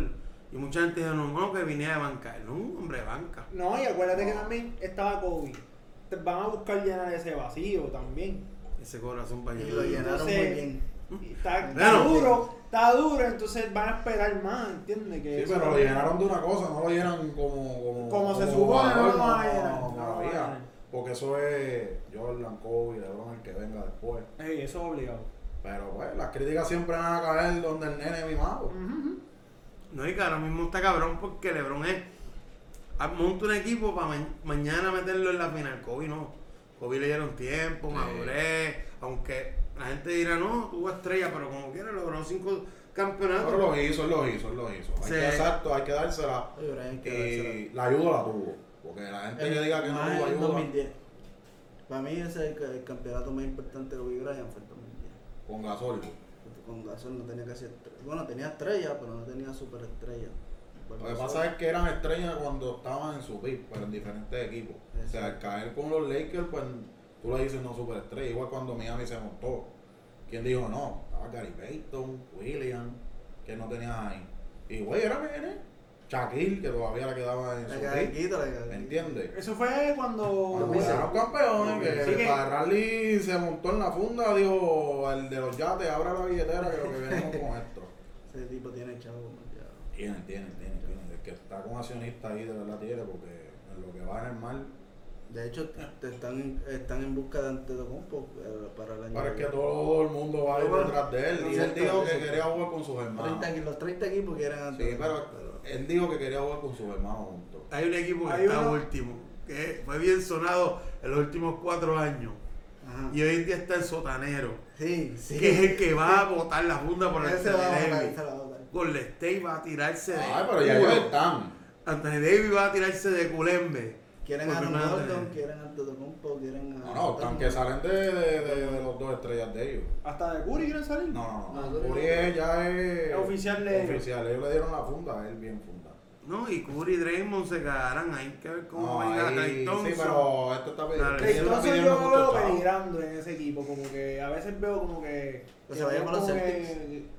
Speaker 4: Y mucha gente dice, no, no, que viniera de banca. Él No, es un hombre de banca.
Speaker 3: No, y acuérdate que también estaba Kobe. Te Van a buscar llenar ese vacío también.
Speaker 4: Ese corazón para
Speaker 6: Y
Speaker 4: allá.
Speaker 6: lo llenaron muy
Speaker 3: Entonces-
Speaker 6: bien.
Speaker 3: Y Está, está
Speaker 4: Claro.
Speaker 3: duro, está duro, entonces van a esperar más, ¿entiendes? Que
Speaker 5: Sí,
Speaker 3: eso
Speaker 5: pero lo
Speaker 3: también-
Speaker 5: llenaron de una cosa, no lo llenan como. Como,
Speaker 3: Como se supone, no lo van a llenar,
Speaker 5: no,
Speaker 3: no lo
Speaker 5: todavía.
Speaker 3: van a llenar.
Speaker 5: Porque eso es Jordan, Kobe, LeBron, el que venga después.
Speaker 3: Ey, eso es obligado.
Speaker 5: Pero bueno, las críticas siempre van a caer donde el nene pues. es mimado.
Speaker 4: No, y que ahora mismo está cabrón porque LeBron es. ah, Monta un equipo para mañana meterlo en la final. Kobe no. Kobe le dieron tiempo,
Speaker 5: Sí.
Speaker 4: madurez. Aunque la gente dirá, no, tuvo estrella, pero como quiera logró cinco campeonatos.
Speaker 5: Pero lo hizo, él lo hizo, él lo hizo. Hay
Speaker 4: Sí.
Speaker 5: que exacto, hay que dársela.
Speaker 6: Oye, Brian, que
Speaker 4: Eh,
Speaker 6: dársela.
Speaker 5: Y la ayuda la tuvo. Porque la gente que diga que no
Speaker 6: Eh, Más
Speaker 5: tuvo
Speaker 6: en
Speaker 5: ayuda
Speaker 6: 2010. Para mí ese es el, el campeonato más importante de Kobe Bryant fue el 2010.
Speaker 5: con gasol.
Speaker 6: Con Gasol no tenía casi estrella. Bueno, tenía estrella, pero no tenía superestrella.
Speaker 5: Lo que pasa es que eran estrellas cuando estaban en su pick, pero en diferentes equipos. O sea, al caer con los Lakers, pues tú le dices no superestrella. Igual cuando Miami se montó. ¿Quién dijo no? Estaba Gary Payton, William, que no tenía ahí. Y güey, era Mene. Shaquille, que todavía le quedaba en
Speaker 6: La
Speaker 5: su pick.
Speaker 6: caguita, la
Speaker 5: ¿Me
Speaker 6: caguita.
Speaker 5: entiendes?
Speaker 3: Eso fue cuando.
Speaker 5: Cuando quedaron campeones, que
Speaker 3: Sí que-
Speaker 5: para Rally se montó en la funda, dijo el de los yates, abra la billetera que lo que venimos con esto.
Speaker 6: Ese tipo tiene chavo. man, ya.
Speaker 5: Tienen, tienen, tienen, tienen. El que está con accionista ahí de verdad tiene, porque en lo que va en el mal.
Speaker 6: De hecho, te- te están, están en busca de Antetokounmpo eh, para el año
Speaker 5: Pero es que
Speaker 6: que viene.
Speaker 5: todo el mundo va a ir
Speaker 6: Pero bueno,
Speaker 5: detrás de él. Y
Speaker 6: no
Speaker 5: él
Speaker 6: sé,
Speaker 5: dijo
Speaker 6: no sé.
Speaker 5: que quería jugar con sus hermanos.
Speaker 6: 30 equipos- los 30 equipos que
Speaker 5: Sí,
Speaker 6: eran
Speaker 5: pero
Speaker 6: Antetokounmpo,
Speaker 5: él dijo que quería jugar con sus hermanos juntos.
Speaker 4: Hay un equipo que
Speaker 3: Hay
Speaker 4: está
Speaker 3: uno-
Speaker 4: último, que fue bien sonado en los últimos cuatro años.
Speaker 5: eh,
Speaker 6: Ajá.
Speaker 4: Y hoy en día está el sotanero,
Speaker 6: Sí, sí.
Speaker 4: que es el que va a botar la funda por el
Speaker 6: Ese va a botar, ese
Speaker 4: Davis.
Speaker 6: la va a botar.
Speaker 4: Golden State va a tirarse de.
Speaker 5: Ay, pero ya ellos están.
Speaker 4: Anthony Davis va a tirarse de culembe.
Speaker 6: Quieren
Speaker 4: Por
Speaker 6: a Aaron
Speaker 4: Fernández.
Speaker 6: Gordon, quieren a Antetokounmpo, quieren a...
Speaker 5: No, no, están que salen de, de, de- de los dos estrellas de ellos.
Speaker 3: Hasta de Curry quieren salir.
Speaker 5: No, no, no.
Speaker 6: No,
Speaker 5: Uri es- ya es.
Speaker 3: Es oficial de-
Speaker 5: Oficial, ellos le dieron la funda, él bien funda.
Speaker 4: No, y Curry y Draymond se quedarán. Hay que ver cómo
Speaker 5: No,
Speaker 4: venga
Speaker 5: ahí-
Speaker 4: Clay Thompson.
Speaker 5: Sí, pero esto está pidiendo.
Speaker 4: Dale.
Speaker 3: Clay
Speaker 5: pidiendo-
Speaker 3: Thompson
Speaker 5: pidiendo
Speaker 3: yo lo
Speaker 5: mucho
Speaker 3: veo
Speaker 5: chavo.
Speaker 3: peligrando en ese equipo, como que a veces veo como que.
Speaker 6: Que Pues se vayan
Speaker 3: como
Speaker 6: para los
Speaker 3: que-
Speaker 6: Celtics.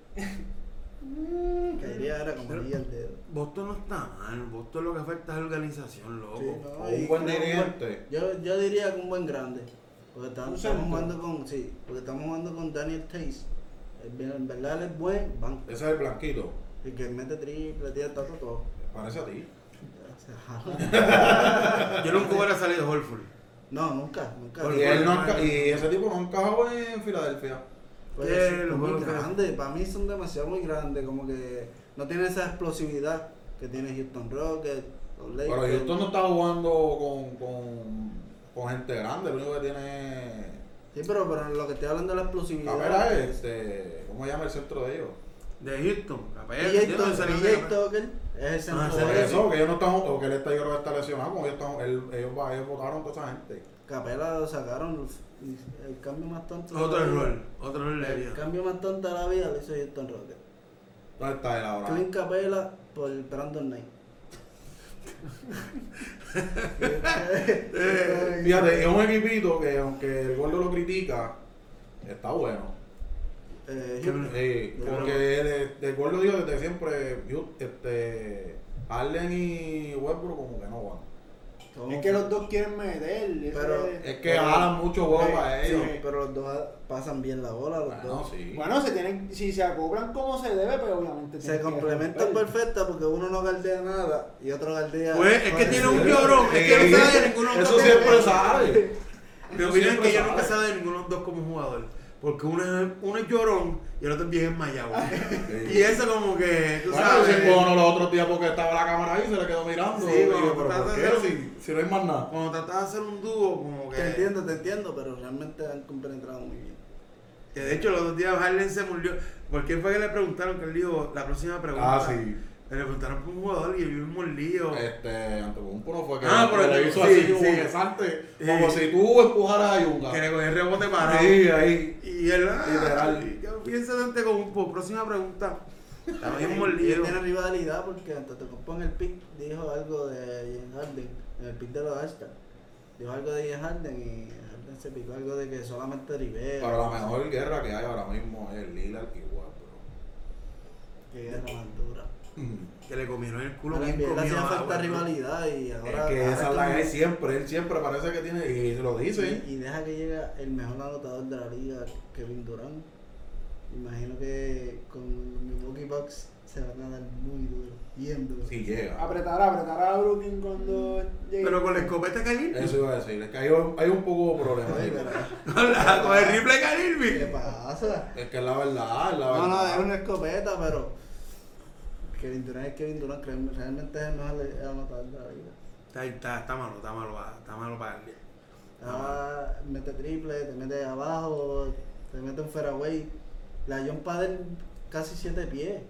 Speaker 6: Caería era como
Speaker 4: Pero-
Speaker 6: el dedo.
Speaker 4: Boston no está mal. Boston lo que falta es organización, loco.
Speaker 6: Sí, no,
Speaker 5: Un
Speaker 6: y
Speaker 5: buen
Speaker 6: creo que
Speaker 5: dirigente.
Speaker 6: Yo, yo diría que un buen grande. Porque
Speaker 3: Un
Speaker 6: estamos,
Speaker 3: centro.
Speaker 6: estamos jugando con. Sí, porque estamos jugando con Daniel Tays. En verdad él es buen banco.
Speaker 5: Ese es el blanquito.
Speaker 6: El que mete triple, tira tato todo.
Speaker 5: Parece a ti.
Speaker 6: O sea,
Speaker 4: Yo nunca hubiera salido de Holford.
Speaker 6: no, nunca, nunca.
Speaker 4: Por
Speaker 5: Y,
Speaker 4: el-
Speaker 6: Porque
Speaker 5: él no enca- y ese tipo no encajó en Filadelfia.
Speaker 6: es
Speaker 4: el
Speaker 6: muy
Speaker 4: juego que-
Speaker 6: grande. Para mí son demasiado muy grandes. Como que no tienen esa explosividad que tiene Houston Rockets, los
Speaker 5: Pero
Speaker 6: Lakers.
Speaker 5: Houston no está jugando con, con, con gente grande. Lo único que tiene.
Speaker 6: Sí, pero, pero lo que estoy hablando es la explosividad.
Speaker 5: Capela es este. ¿Cómo se llama el centro de ellos?
Speaker 4: De Houston. Capaz,
Speaker 6: DJ
Speaker 4: yo no
Speaker 6: Tucker-
Speaker 4: salí de
Speaker 6: DJ
Speaker 4: Capaz.
Speaker 6: Tucker es el
Speaker 4: Ah,
Speaker 6: centro
Speaker 4: ese
Speaker 5: Por
Speaker 4: Pero-
Speaker 6: de
Speaker 5: eso, que ellos no están. O que él está, yo creo que está lesionado. Como ellos, están, él- ellos, va- ellos votaron toda esa gente.
Speaker 6: Capela lo sacaron el cambio más tonto. de la
Speaker 4: Otro
Speaker 6: vida.
Speaker 4: error. Otro error le
Speaker 6: El
Speaker 4: dio.
Speaker 6: cambio más tonto de la vida lo hizo Houston Rockets.
Speaker 5: ¿Dónde está él
Speaker 3: Ah.
Speaker 5: ahora?
Speaker 6: Clint Capela por Brandon Knight.
Speaker 5: Fíjate,
Speaker 4: eh,
Speaker 6: Eh,
Speaker 5: es un equipito que, aunque el gordo lo critica, está bueno.
Speaker 6: Eh,
Speaker 4: Qué-
Speaker 5: Sí,
Speaker 6: Yo
Speaker 5: porque de, de Gordo dijo desde siempre, yo, este, Harden y Westbrook como que no van.
Speaker 6: Todo
Speaker 3: Es que
Speaker 6: un-
Speaker 3: los dos quieren meter. eso
Speaker 6: Pero-
Speaker 3: es- eh,
Speaker 5: Es que jalan mucho huevo
Speaker 3: Sí,
Speaker 5: para
Speaker 3: sí.
Speaker 5: ellos.
Speaker 6: Sí, pero los dos pasan bien la bola, los
Speaker 5: Ah, no,
Speaker 6: dos.
Speaker 5: sí.
Speaker 3: Bueno, se tienen, si se acoplan como se debe, pues obviamente
Speaker 6: Se
Speaker 3: tienen que
Speaker 6: complementan
Speaker 3: romper.
Speaker 6: perfecta porque uno no galdea nada y otro galdea.
Speaker 4: Pues, es que
Speaker 6: Joder,
Speaker 4: tiene
Speaker 6: sí.
Speaker 4: un llorón, es que no sabe de ninguno de los
Speaker 5: Eso
Speaker 4: dos.
Speaker 5: siempre sabe.
Speaker 4: Mi
Speaker 5: Eso
Speaker 4: opinión es que
Speaker 5: siempre
Speaker 4: yo nunca
Speaker 5: sabe.
Speaker 4: sabe de ninguno de los dos como jugador. Porque uno es, uno es llorón y el otro es bien enmayado. y eso como que, tú
Speaker 5: Bueno,
Speaker 4: sabes...
Speaker 5: se fue uno los otros días porque estaba la cámara ahí y se le quedó mirando.
Speaker 4: Sí,
Speaker 5: Y
Speaker 4: bueno,
Speaker 5: yo, pero
Speaker 4: tratas
Speaker 5: ¿por
Speaker 4: de
Speaker 5: qué?
Speaker 4: hacer-
Speaker 5: Si, si no hay más nada.
Speaker 4: Cuando tratas de hacer un dúo, como que...
Speaker 6: Te entiendo, te entiendo, pero realmente han compenetrado muy bien.
Speaker 4: Que de hecho los dos días Harden se murió. ¿Por qué fue que le preguntaron que él dijo la próxima pregunta?
Speaker 5: Ah, sí.
Speaker 4: Le preguntaron por un jugador y el mismo lío.
Speaker 5: Este, Antetokounmpo no fue que
Speaker 4: Ah,
Speaker 5: que
Speaker 4: pero
Speaker 5: le
Speaker 4: tú-
Speaker 5: hizo
Speaker 4: sí,
Speaker 5: así como
Speaker 4: sí.
Speaker 5: que salte,
Speaker 4: Sí.
Speaker 5: como si tú empujaras a Yunga.
Speaker 4: Que le cogió el rebote para.
Speaker 5: Sí, ahí.
Speaker 4: Y él. ah,
Speaker 5: Literal.
Speaker 4: yo pienso dante este con un poco. Próxima pregunta. Está
Speaker 6: Y
Speaker 4: bien
Speaker 6: él
Speaker 4: mordido.
Speaker 6: tiene rivalidad porque Antetokounmpo en el pick dijo algo de James Harden, en el pick de los Astros. Dijo algo de James Harden y Harden se picó algo de que solamente Rivera.
Speaker 5: Pero la mejor guerra que hay ahora mismo es Lillard y Ward, bro.
Speaker 6: Que era más dura.
Speaker 4: Que le comieron el culo
Speaker 6: Pero en
Speaker 4: bien
Speaker 6: verdad
Speaker 4: comido.
Speaker 6: hacía
Speaker 4: ah,
Speaker 6: falta
Speaker 4: bueno.
Speaker 6: rivalidad y ahora.
Speaker 5: es Eh, que
Speaker 6: ahora
Speaker 5: esa es
Speaker 6: tú-
Speaker 5: la que hay siempre, él siempre parece que tiene, y lo dice, ¿eh?
Speaker 6: Y, y deja que llegue el mejor anotador de la liga, Kevin Durant. Imagino que con Milwaukee Bucks se van a dar muy duro, bien duro.
Speaker 5: si llega.
Speaker 3: Apretará, apretará a Brooklyn cuando llegue.
Speaker 4: Pero con la escopeta Khalil.
Speaker 5: Eso iba a decir, es que hay, un- hay un poco de problema.
Speaker 6: Ay,
Speaker 5: ahí.
Speaker 6: pero,
Speaker 4: Con, la- con el rifle Khalil.
Speaker 6: ¿Qué
Speaker 4: vi.
Speaker 6: pasa?
Speaker 5: Es que es la verdad, es la
Speaker 6: No,
Speaker 5: verdad.
Speaker 6: no, es una escopeta, pero Kevin Durant es Kevin Durant, créeme, realmente es el mejor anotador de la liga.
Speaker 4: Está, está, está malo, está malo. ah, Está malo para Khalil.
Speaker 6: Ah, mete triple, te mete abajo, te mete un fairway. La John Padel casi 7 pies.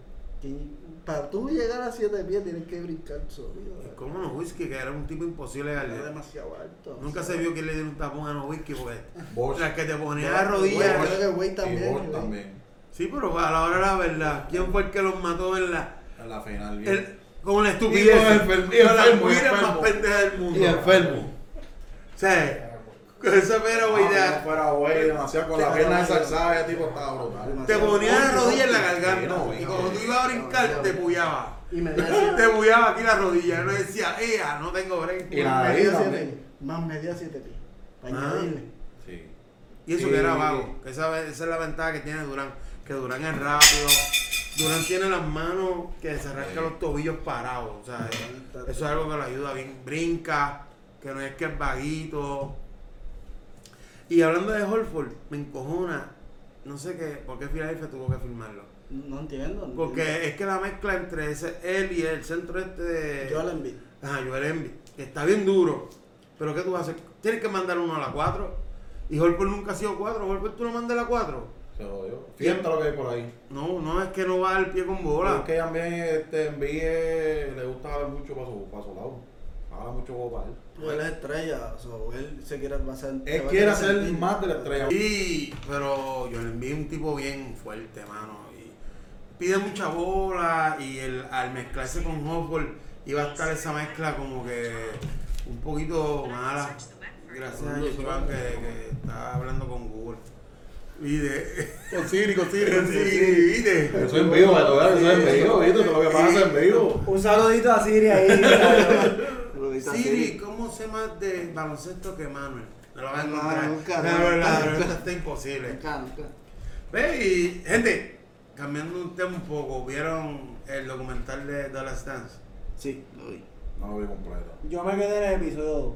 Speaker 6: Tien- Para tú llegar a 7 pies tienes que brincar sólido.
Speaker 4: ¿Y ¿Cómo no whisky? Que era un tipo imposible de
Speaker 6: Era
Speaker 4: Khalil.
Speaker 6: demasiado alto.
Speaker 4: Nunca se vio que le dieron un tapón a no whisky porque.
Speaker 5: Bosch.
Speaker 4: Las que te ponía
Speaker 6: Yo-
Speaker 4: las rodillas.
Speaker 6: Yo creo que Wade
Speaker 5: Y
Speaker 6: también,
Speaker 5: Bosch
Speaker 6: Wade.
Speaker 5: también,
Speaker 4: Sí, pero a la hora de la verdad, ¿quién fue el que los mató en la.
Speaker 5: en la final. bien.
Speaker 4: el- con la
Speaker 5: Y
Speaker 4: estupidez?
Speaker 5: con enfer- y
Speaker 4: con la
Speaker 5: enfermo, y
Speaker 4: estupidez más
Speaker 5: enfermo.
Speaker 4: pendeja del mundo.
Speaker 5: Y enfermo.
Speaker 4: O sea, esa era
Speaker 5: Ah,
Speaker 4: idea.
Speaker 5: no fuera güey, demasiado con
Speaker 6: Sí,
Speaker 5: la pierna
Speaker 6: pero-
Speaker 5: esa alzada, ese tipo estaba brutal.
Speaker 4: te ponía la rodilla en la
Speaker 5: Sí,
Speaker 4: garganta.
Speaker 5: no,
Speaker 4: y
Speaker 5: no,
Speaker 4: cuando tú
Speaker 5: no.
Speaker 4: ibas a brincar, te puyaba.
Speaker 6: Y me
Speaker 4: Te puyaba aquí la rodilla. Yo decía, ¡ea! No tengo break.
Speaker 5: Y la- ahí también.
Speaker 6: Más media 7 pies. Para
Speaker 4: Ah.
Speaker 6: añadirle.
Speaker 5: Sí.
Speaker 4: Y eso
Speaker 5: Sí.
Speaker 4: que era vago. que Esa, esa es la ventaja que tiene Durán. Que Durán es rápido. Durán tiene las manos que se arranca
Speaker 5: Sí.
Speaker 4: los tobillos parados. O sea, eso es algo que lo ayuda bien. Brinca, que no es que es vaguito. Y hablando de Holford, me encojona. No sé qué, por qué Philadelphia tuvo que firmarlo.
Speaker 6: No entiendo. no
Speaker 4: Porque
Speaker 6: entiendo.
Speaker 4: es que la mezcla entre ese él y el centro este de.
Speaker 6: Yo la envidio.
Speaker 4: Ajá, Joel Embiid, que está bien duro. Pero ¿qué tú vas a hacer? Tienes que mandar uno a la 4. Y Holford nunca ha sido 4. Holford tú lo mandas a la 4.
Speaker 5: Se jodió. Fíjate lo que hay por ahí.
Speaker 4: No, no es que no va al pie con
Speaker 5: Porque Es
Speaker 4: bola.
Speaker 5: que también este envíe, le gusta hablar mucho para su, para su lado. Habla mucho huevo para él.
Speaker 6: Él es estrella, o sea, él se quiere basar. se
Speaker 5: Él
Speaker 6: va a
Speaker 5: quiere
Speaker 6: querer
Speaker 5: hacer
Speaker 6: sentir.
Speaker 5: más de la estrella.
Speaker 4: Y, pero Joel Embiid es un tipo bien fuerte, mano. Y pide mucha bola. Y el, al mezclarse con Holford iba a estar esa mezcla como que un poquito mala. Gracias a Joshua que, que está hablando con Google. Y de...
Speaker 5: Con Siri, con
Speaker 4: Sí,
Speaker 5: con Siri.
Speaker 4: ¿viste?
Speaker 5: Eso es en vivo, para tocar, eso es en vivo, ¿viste? Lo que pasa es en vivo.
Speaker 3: Un saludito a Siri ahí.
Speaker 4: Siri, ¿cómo sé más de baloncesto que Manuel? No lo vas a
Speaker 6: No,
Speaker 4: encontrar.
Speaker 6: Ah, nunca,
Speaker 4: La
Speaker 6: nunca,
Speaker 4: verdad, la
Speaker 6: nunca.
Speaker 4: verdad está imposible.
Speaker 6: Nunca, nunca.
Speaker 4: Ve, y gente, cambiando un tema un poco, ¿vieron el documental de Dallas Dance?
Speaker 6: Sí, lo vi.
Speaker 5: No lo vi completo.
Speaker 3: Yo me quedé en el episodio 2.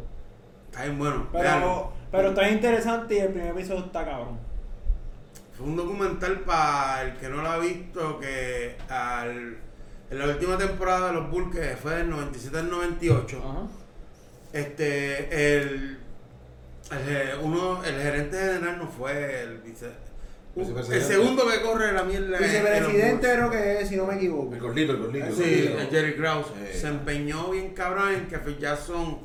Speaker 4: Está bien bueno.
Speaker 3: Pero,
Speaker 4: véanlo.
Speaker 3: pero está interesante y el primer episodio está cabrón.
Speaker 4: Fue un documental para el que no lo ha visto, que al- en la última temporada de los Bulls, que fue del 97 al 98, este el, el ge- uno el gerente general no fue el vice un- el
Speaker 5: Vicepresidente.
Speaker 4: segundo que corre la mierda es- eh,
Speaker 3: Vicepresidente creo que es, si no me equivoco.
Speaker 5: El gordito, el gordito.
Speaker 4: es-
Speaker 5: el
Speaker 4: sí
Speaker 5: gordito.
Speaker 4: el Jerry Krause
Speaker 5: Sí.
Speaker 4: se empeñó bien cabrón en que Phil Jackson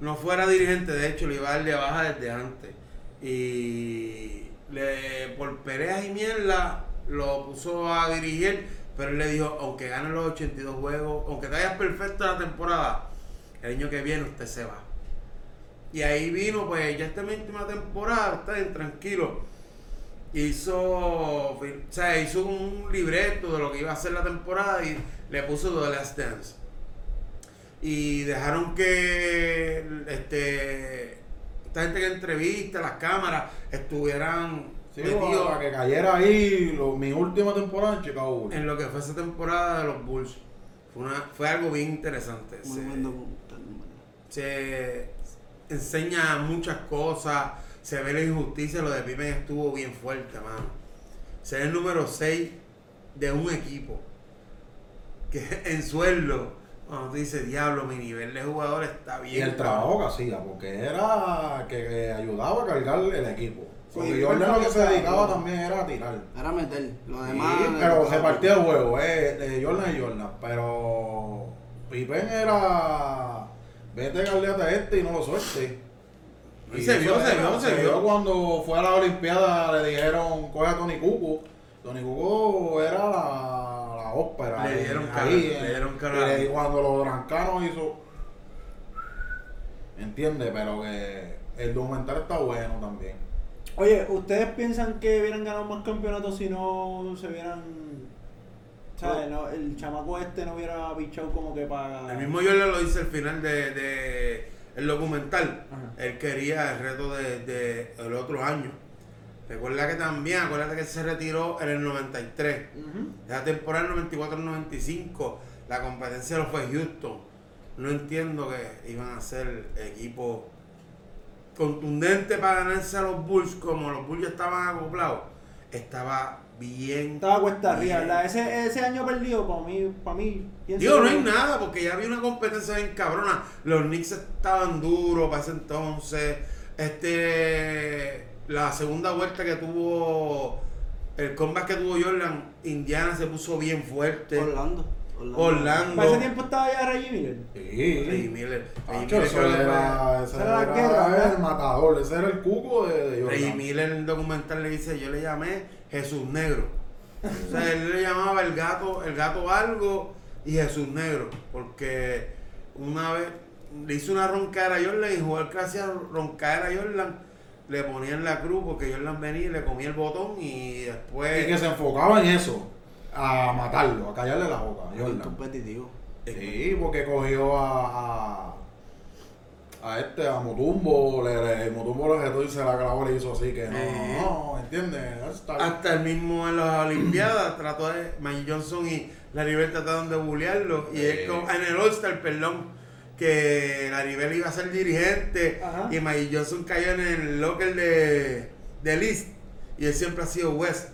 Speaker 4: no fuera dirigente de hecho le iba a dar de baja desde antes y le por pereas y mierda lo puso a dirigir pero él le dijo aunque gane los 82 juegos aunque te vayas perfecto la temporada el año que viene usted se va Y ahí vino, pues ya esta última temporada, está bien tranquilo. Hizo, o sea, hizo un libreto de lo que iba a ser la temporada y le puso The Last Dance. y dejaron que este esta gente que entrevista, las cámaras, estuvieran
Speaker 5: Sí,
Speaker 4: metidos
Speaker 5: para que cayera ahí lo- mi última temporada en Chicago Bulls.
Speaker 4: en lo que fue esa temporada de los Bulls. Fue, una, fue algo bien interesante.
Speaker 6: Muy
Speaker 4: Se-
Speaker 6: buen documental, en verdad.
Speaker 4: se enseña muchas cosas, se ve la injusticia, lo de Pippen estuvo bien fuerte, mano. Ser el número 6 de un equipo que en sueldo, cuando tú dices, diablo, mi nivel de jugador está bien.
Speaker 5: Y el trabajo que hacía, porque era que, que ayudaba a cargar el equipo. Porque
Speaker 3: Sí,
Speaker 5: yo
Speaker 3: pero
Speaker 5: lo que
Speaker 3: no
Speaker 5: se
Speaker 3: sabe.
Speaker 5: dedicaba también era a tirar.
Speaker 6: Ahora meter, lo
Speaker 5: Sí,
Speaker 6: demás.
Speaker 5: pero
Speaker 6: eh,
Speaker 5: se partía el juego, eh, de Jordan y Jordan. Pero Pippen era. Vete, carleate a este y no lo suelte.
Speaker 4: Y se vio,
Speaker 5: eso
Speaker 4: se
Speaker 5: era,
Speaker 4: vio, se vio.
Speaker 5: cuando fue a la Olimpiada, le dijeron, coge a Tony Cuco. Tony Cuco era la, la ópera.
Speaker 4: Le
Speaker 5: eh,
Speaker 4: dieron
Speaker 5: ahí,
Speaker 4: cara,
Speaker 5: eh,
Speaker 4: le dieron cara.
Speaker 5: y le- cuando lo trancaron hizo. ¿Entiendes? Pero que el documental está bueno también.
Speaker 3: Oye, ¿ustedes piensan que hubieran ganado más campeonatos si no se hubieran. ¿Sabes? No, el chamaco este no hubiera pichado como que para.
Speaker 4: El mismo Jordan lo dice al final de, de el documental.
Speaker 3: Ajá.
Speaker 4: Él quería el reto del de, el otro año. Recuerda que también, acuérdate que se retiró en el 93.
Speaker 3: Ujú.
Speaker 4: La temporada 94-95, la competencia lo fue Houston. No entiendo que iban a ser equipo contundente para ganarse a los Bulls, como los Bulls ya estaban acoplados. Estaba bien.
Speaker 3: Estaba cuesta arriba,
Speaker 4: bien.
Speaker 3: ¿verdad? Ese, ese año perdido, para mí, para mí. pienso
Speaker 4: Digo, no
Speaker 3: que-
Speaker 4: hay nada, porque ya había una competencia bien cabrona. Los Knicks estaban duros para ese entonces. Este, la segunda vuelta que tuvo, el comeback que tuvo Jordan, Indiana se puso bien
Speaker 5: Este,
Speaker 4: fuerte.
Speaker 6: Orlando. Orlando.
Speaker 4: Orlando.
Speaker 3: Para ese tiempo estaba ya Reggie Miller.
Speaker 5: Sí. Ah,
Speaker 4: Reggie Miller. Reggie
Speaker 5: Tacho,
Speaker 4: Miller,
Speaker 5: eso
Speaker 4: creo que
Speaker 3: esa
Speaker 5: era, ese
Speaker 3: era la
Speaker 5: era
Speaker 3: guerra, ¿verdad?
Speaker 5: el matador, ese era el cuco de, de
Speaker 4: fue-
Speaker 5: Jordan.
Speaker 4: Reggie Miller en el documental le dice, yo le llamé Jesús Negro. o sea, él le llamaba el gato, el gato algo y Jesús Negro. Porque una vez le hizo una roncadera a Jordan y jugar casi a roncadera a Jordan. Le ponían la cruz porque Jordan venía y le comía el botón y después...
Speaker 5: Y que se enfocaba en eso, a matarlo, a callarle la boca a
Speaker 6: Bien
Speaker 5: Jordan.
Speaker 6: competitivo.
Speaker 5: Sí, porque cogió a, a, a este, a Mutumbo, le, le- Mutumbo lo jetó y se la clavó y le hizo así que no,
Speaker 4: Sí.
Speaker 5: no, ¿entiendes? Está-
Speaker 4: Hasta el mismo en las Olimpiadas trató de Magic Johnson y Laribel trataron de bullearlo. Y él
Speaker 5: Sí.
Speaker 4: con- en el All-Star, perdón, que Laribel iba a ser dirigente
Speaker 3: Ajá.
Speaker 4: y Magic Johnson cayó en el locker de, de List. Y él siempre ha sido West.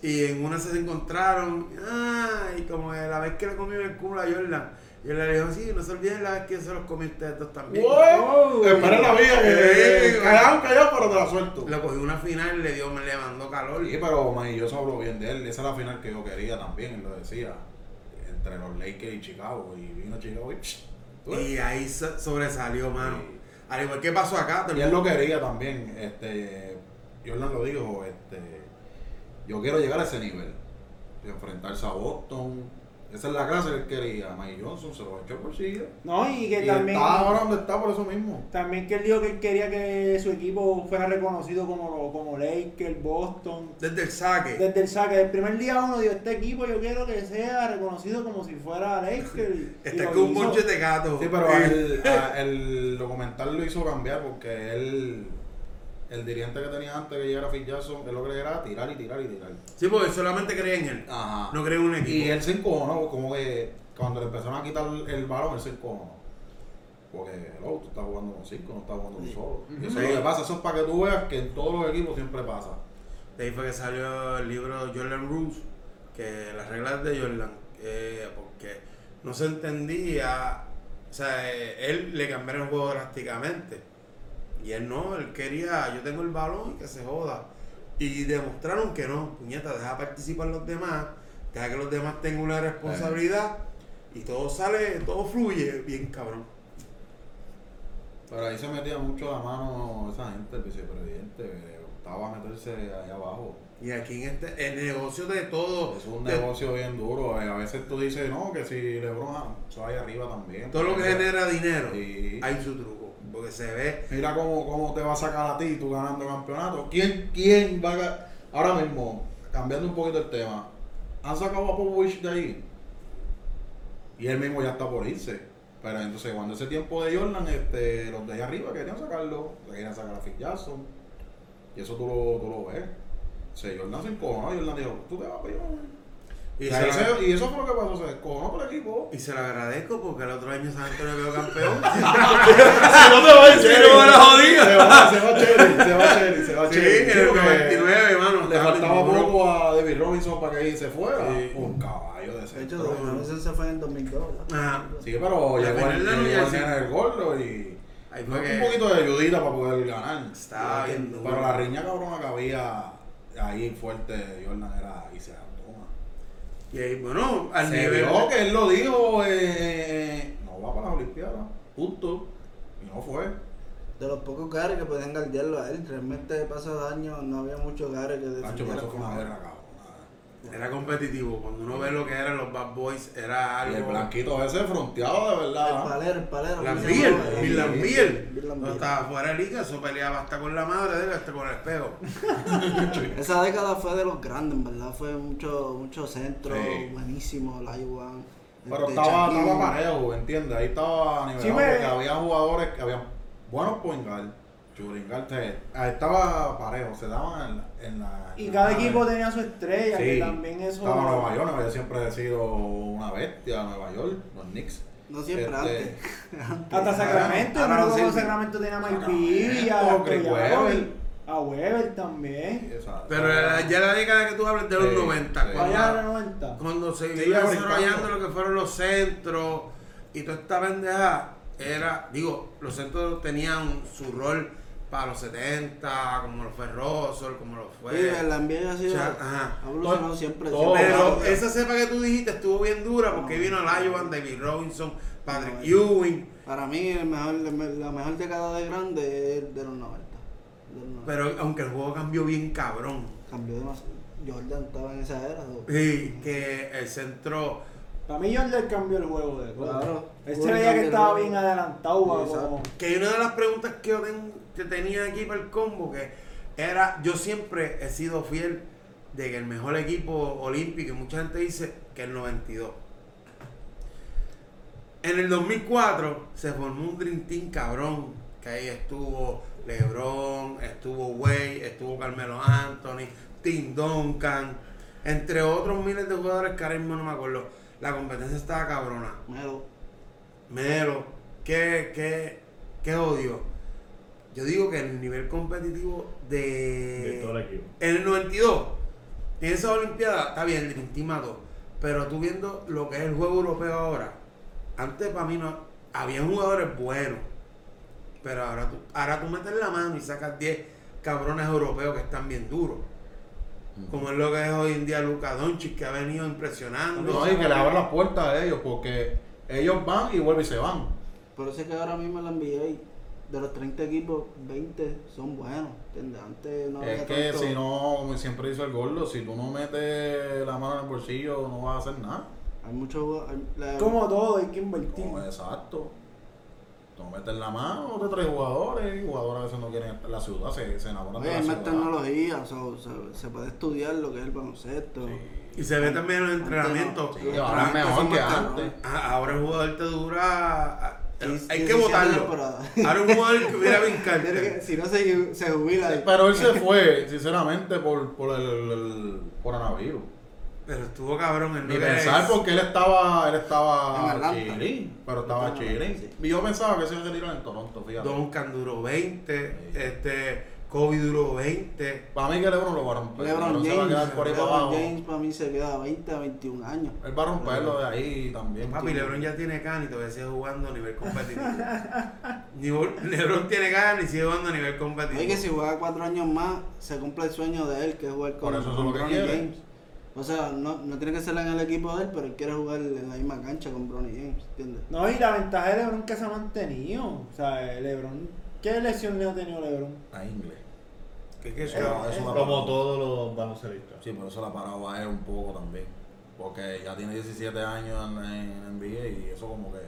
Speaker 4: Y en una se encontraron. Ah, y como de la vez que le comió el culo a Jordan. Y él le dijo, sí, no se olviden la vez que se los comí a ustedes dos también.
Speaker 5: ¡Wow! Espera la vida, que
Speaker 4: Sí.
Speaker 5: callado, callado, pero te la suelto.
Speaker 4: Lo cogió una final, le dio, le mandó calor.
Speaker 5: Sí, pero Maravilloso habló bien de él. Esa es la final que yo quería también, lo decía. Entre los Lakers y Chicago. Y vino Chicago y... psh, tú ves.
Speaker 4: Y ahí so- sobresalió, mano.
Speaker 5: Sí.
Speaker 4: Al igual que pasó acá,
Speaker 5: Y
Speaker 4: también
Speaker 5: él lo quería también. Este, Jordan lo dijo, este, yo quiero llegar a ese nivel. De enfrentarse a Boston. Esa es la clase que él quería. Mike Johnson se lo echó por sí.
Speaker 3: No, y
Speaker 5: Y
Speaker 3: que también.
Speaker 5: está ahora donde está por eso mismo.
Speaker 3: También que él dijo que él quería que su equipo fuera reconocido como, como Lakers, Boston.
Speaker 4: desde el saque.
Speaker 3: Desde el saque, del primer día uno dio este equipo, yo quiero que sea reconocido como si fuera Lakers. y- y
Speaker 4: Está
Speaker 3: lo
Speaker 4: con Este un
Speaker 3: hizo.
Speaker 4: bonche de gato.
Speaker 5: Sí, pero
Speaker 4: Eh,
Speaker 5: el, a- el documental lo hizo cambiar porque él, el dirigente que tenía antes que llegara Phil Jackson, él lo que era tirar y tirar y tirar.
Speaker 4: sí, porque solamente cree en él.
Speaker 5: Ajá.
Speaker 4: No cree en un equipo.
Speaker 5: Ah. Y él se encojonó, como que cuando le empezaron a quitar el balón, él se encojonó. Porque, hello, tú estás jugando con cinco, no estás jugando con solo. Y eso es lo que pasa, eso es para que tú veas que en todos los equipos siempre pasa.
Speaker 4: De ahí fue que salió el libro Jordan Rules, que las reglas de Jordan, eh, porque no se entendía, o sea, eh, él le cambiaron el juego drásticamente. Y él no, él quería, yo tengo el balón y que se joda. Y demostraron que no, puñeta, deja participar los demás, deja que los demás tengan una responsabilidad y todo sale, todo fluye bien cabrón.
Speaker 5: Pero ahí se metía mucho la mano esa gente, el vicepresidente, que le gustaba meterse allá abajo.
Speaker 4: Y aquí en este, el negocio de todo,
Speaker 5: Es un
Speaker 4: de
Speaker 5: negocio bien duro. eh, A veces tú dices, no, que si Lebron se va ahí arriba también.
Speaker 4: todo lo que genera dinero,
Speaker 5: Sí.
Speaker 4: hay su truco, porque se ve
Speaker 5: Mira cómo, cómo te va a sacar a ti tú ganando campeonato. ¿Quién, quién va a ga- Ahora mismo, cambiando un poquito el tema, han sacado a Popovich de ahí. Y él mismo ya está por irse. Pero entonces cuando ese tiempo de Jordan, este, los de allá arriba querían sacarlo, le querían sacar a Phil Jackson. Y eso tú lo, tú lo ves. O sea, Jordan se encojonó, Jordan dijo, tú te vas para Jordan.
Speaker 4: Y,
Speaker 5: Y,
Speaker 4: se lo-
Speaker 5: y eso fue lo que pasó, se descojonó por el equipo.
Speaker 4: y se lo agradezco porque el otro año San Antonio quedó campeón.
Speaker 5: no te voy a
Speaker 4: decir, no me lo jodí.
Speaker 5: Se va, se va Cherry, se va Cherry, se va
Speaker 4: sí,
Speaker 5: Cherry.
Speaker 4: en el 99, hermano.
Speaker 5: Le faltaba
Speaker 4: ninguno.
Speaker 5: poco a David Robinson para que ahí se fuera.
Speaker 4: Sí.
Speaker 5: Un caballo de ese.
Speaker 6: De hecho,
Speaker 5: tronco.
Speaker 6: Don Robinson se fue en 2002. ¿verdad?
Speaker 4: Ajá.
Speaker 5: Sí, pero
Speaker 4: La
Speaker 5: llegó
Speaker 4: final
Speaker 5: el,
Speaker 4: de la
Speaker 5: llegó
Speaker 4: Universidad.
Speaker 5: el nene del gordo y
Speaker 4: Ahí fue
Speaker 5: un
Speaker 4: que-
Speaker 5: poquito de ayudita para poder ganar.
Speaker 4: Estaba bien duro.
Speaker 5: Pero la riña cabrona que había ahí fuerte de Jordan era y se la toma.
Speaker 4: Y ahí, bueno, al
Speaker 5: Se
Speaker 4: nivel.
Speaker 5: vio que él lo dijo, eh, no va para las Olimpiadas, punto. Y no fue.
Speaker 6: De los pocos gares que podían guardiarlo a él. Realmente, pasados años, no había muchos gares que
Speaker 5: Nacho, pero
Speaker 6: defendieran
Speaker 5: eso fue una
Speaker 6: como él.
Speaker 5: guerra cabrona.
Speaker 4: Era competitivo. Cuando uno ve lo que eran los Bad Boys, era
Speaker 5: Y el
Speaker 4: algo.
Speaker 5: blanquito ese fronteado de
Speaker 6: El
Speaker 5: verdad.
Speaker 6: palero, el palero. ¿cómo se
Speaker 4: Lambiel,
Speaker 6: llamaba?
Speaker 4: Bill Lambiel.
Speaker 6: Bill Lambiel.
Speaker 4: No estaba fuera de liga, eso peleaba hasta con la madre de él, hasta con el espejo.
Speaker 6: Esa década fue de los grandes, en verdad. Fue mucho, mucho centro,
Speaker 5: Sí.
Speaker 6: buenísimo, Laiwan.
Speaker 5: Pero
Speaker 6: este,
Speaker 5: estaba,
Speaker 6: Shaquille.
Speaker 5: estaba parejo, ¿entiendes? Ahí estaba nivelado
Speaker 3: Sí, pues. me-
Speaker 5: porque había jugadores que habían buenos point guard, shooting guard, te- ah, estaba parejo, se daban en la... En la
Speaker 3: Y
Speaker 5: en
Speaker 3: cada
Speaker 5: la-
Speaker 3: equipo tenía su estrella, que
Speaker 5: Ah, eh. Sí.
Speaker 3: también eso.
Speaker 5: Estaba Nueva York, Nueva York siempre he sido una bestia, Nueva York, los Knicks.
Speaker 6: No siempre
Speaker 5: Este,
Speaker 6: antes.
Speaker 3: Hasta Sacramento, yo
Speaker 4: Ahora
Speaker 3: me
Speaker 4: no
Speaker 3: acuerdo cuando
Speaker 4: sirve.
Speaker 3: Sacramento tenía a Mike
Speaker 5: Sacramento,
Speaker 3: Bibby, a
Speaker 5: Chris
Speaker 3: Dr.
Speaker 5: Weber. eh,
Speaker 3: a Weber también.
Speaker 5: esa-
Speaker 4: Pero la- ya la década que tú hablas de los
Speaker 5: Ah. Sí,
Speaker 4: 90,
Speaker 5: sí.
Speaker 3: Vaya a la
Speaker 4: cuando,
Speaker 3: 90.
Speaker 4: cuando se
Speaker 5: Sí,
Speaker 4: iba
Speaker 5: ya
Speaker 4: desarrollando
Speaker 5: brincando.
Speaker 4: lo que fueron los centros y toda esta pendeja, era, digo, los centros tenían su rol para los 70, como lo fue Russell, como lo fue.
Speaker 6: Sí, el ambiente ha sido.
Speaker 4: Ya, ajá.
Speaker 6: Ha evolucionado siempre.
Speaker 5: todo,
Speaker 6: siempre.
Speaker 4: Pero
Speaker 5: claro.
Speaker 4: esa cepa que tú dijiste estuvo bien dura porque vino Lyon, David Robinson, Patrick
Speaker 6: No,
Speaker 4: Ewing.
Speaker 6: Para mí, el mejor, la mejor década de grande es de los 90. De los 90.
Speaker 4: Pero aunque el juego cambió bien cabrón.
Speaker 6: Cambió demasiado. Jordan estaba en esa era. ¿no?
Speaker 4: Y que el centro.
Speaker 3: Para mí Jordan cambió el juego de
Speaker 6: Claro.
Speaker 3: Él se
Speaker 6: Jordan
Speaker 3: veía que
Speaker 6: cambió
Speaker 3: estaba
Speaker 6: el
Speaker 3: bien
Speaker 6: juego.
Speaker 3: adelantado.
Speaker 6: Sí,
Speaker 3: como-
Speaker 4: Que hay una de las preguntas que yo ten- que tenía aquí para el combo, que era, yo siempre he sido fiel de que el mejor equipo olímpico, y mucha gente dice que el 92. En el 2004 se formó un Dream Team cabrón, que ahí estuvo LeBron, estuvo Wade, estuvo Carmelo Anthony, Tim Duncan, entre otros miles de jugadores que ahora mismo no me acuerdo. La competencia estaba cabrona.
Speaker 6: Melo.
Speaker 4: Melo, qué, qué, qué odio. Yo digo que el nivel competitivo de.
Speaker 7: de todo el equipo.
Speaker 4: En el 92, en esa Olimpiada, está bien, el Dream Team mató, Pero tú viendo lo que es el juego europeo ahora, antes para mí no. Había jugadores buenos. Pero ahora tú, ahora tú metes la mano y sacas 10 cabrones europeos que están bien duros.
Speaker 5: Mm.
Speaker 4: Como es lo que es hoy en día Luca Doncic, que ha venido impresionando.
Speaker 5: No, y que le abran las puertas a ellos porque ellos van y vuelven y se van.
Speaker 6: Por eso es que ahora mismo en la NBA, de los 30 equipos, 20 son buenos. ¿entiendes? Antes no había
Speaker 5: Es que
Speaker 6: tanto-
Speaker 5: si no, como siempre dice el gordo, si tú no metes la mano en el bolsillo no vas a hacer nada.
Speaker 6: Hay muchos jugadores- hay- la-
Speaker 3: Como todo, hay que invertir.
Speaker 5: No, exacto. No metes la mano, otros tres jugadores, y jugadores a veces no quieren estar en la ciudad, se, se enamoran
Speaker 6: Oye,
Speaker 5: de la
Speaker 6: hay más
Speaker 5: ciudad.
Speaker 6: tecnología, o sea, se, se puede estudiar lo que es el baloncesto.
Speaker 4: Y se ve también en los entrenamientos.
Speaker 6: Sí,
Speaker 5: Sí, ahora es mejor que antes.
Speaker 4: Ah, Ahora el jugador te dura. ah,
Speaker 6: Quince-
Speaker 4: Hay que
Speaker 6: 17
Speaker 4: votarlo.
Speaker 6: temporadas.
Speaker 4: Ahora un jugador que hubiera
Speaker 6: Tiene que-
Speaker 4: brincarte.
Speaker 6: si no se, se jubila,
Speaker 5: Pero él se fue, sinceramente, por, por el, el coronavirus.
Speaker 4: Pero estuvo cabrón el
Speaker 5: Ni
Speaker 4: nivel.
Speaker 5: pensar porque él estaba, él
Speaker 6: En
Speaker 5: estaba
Speaker 6: Atlanta.
Speaker 5: chilín, pero estaba
Speaker 6: Estaba en
Speaker 5: chilín.
Speaker 6: Atlanta,
Speaker 5: Y yo pensaba que se iba a salir en Toronto, fíjate.
Speaker 4: Duncan duró 20.
Speaker 5: Sí.
Speaker 4: Este, Kobe duró 20.
Speaker 5: Para mí que LeBron lo va a romper.
Speaker 6: LeBron
Speaker 5: se va a quedar
Speaker 6: James,
Speaker 5: por ahí para
Speaker 6: LeBron
Speaker 5: abajo.
Speaker 6: James para mí se queda a 20 a 21 años.
Speaker 5: Él va a romperlo de ahí también.
Speaker 4: Papi, LeBron ya tiene can y todavía sigue jugando a nivel competitivo. Ni- LeBron tiene can y sigue jugando a nivel competitivo.
Speaker 6: Oye, que si juega cuatro años más, se cumple el sueño de él, que es jugar con,
Speaker 5: Por eso es
Speaker 6: con
Speaker 5: lo que
Speaker 6: Bronny
Speaker 5: quiere.
Speaker 6: James. O sea, no, no tiene que ser en el equipo de él, pero él quiere jugar en la misma cancha con Bronny James, ¿entiendes?
Speaker 3: No, y la ventaja de LeBron que se ha mantenido. O sea, LeBron, ¿qué lesión le ha tenido LeBron?
Speaker 5: A inglés.
Speaker 4: Que- que eso-
Speaker 5: Pero eso la
Speaker 7: Como
Speaker 5: paró.
Speaker 7: todos los baloncelistas.
Speaker 5: Sí, pero eso la paraba a él un poco también. Porque ya tiene 17 años en, en NBA y eso como que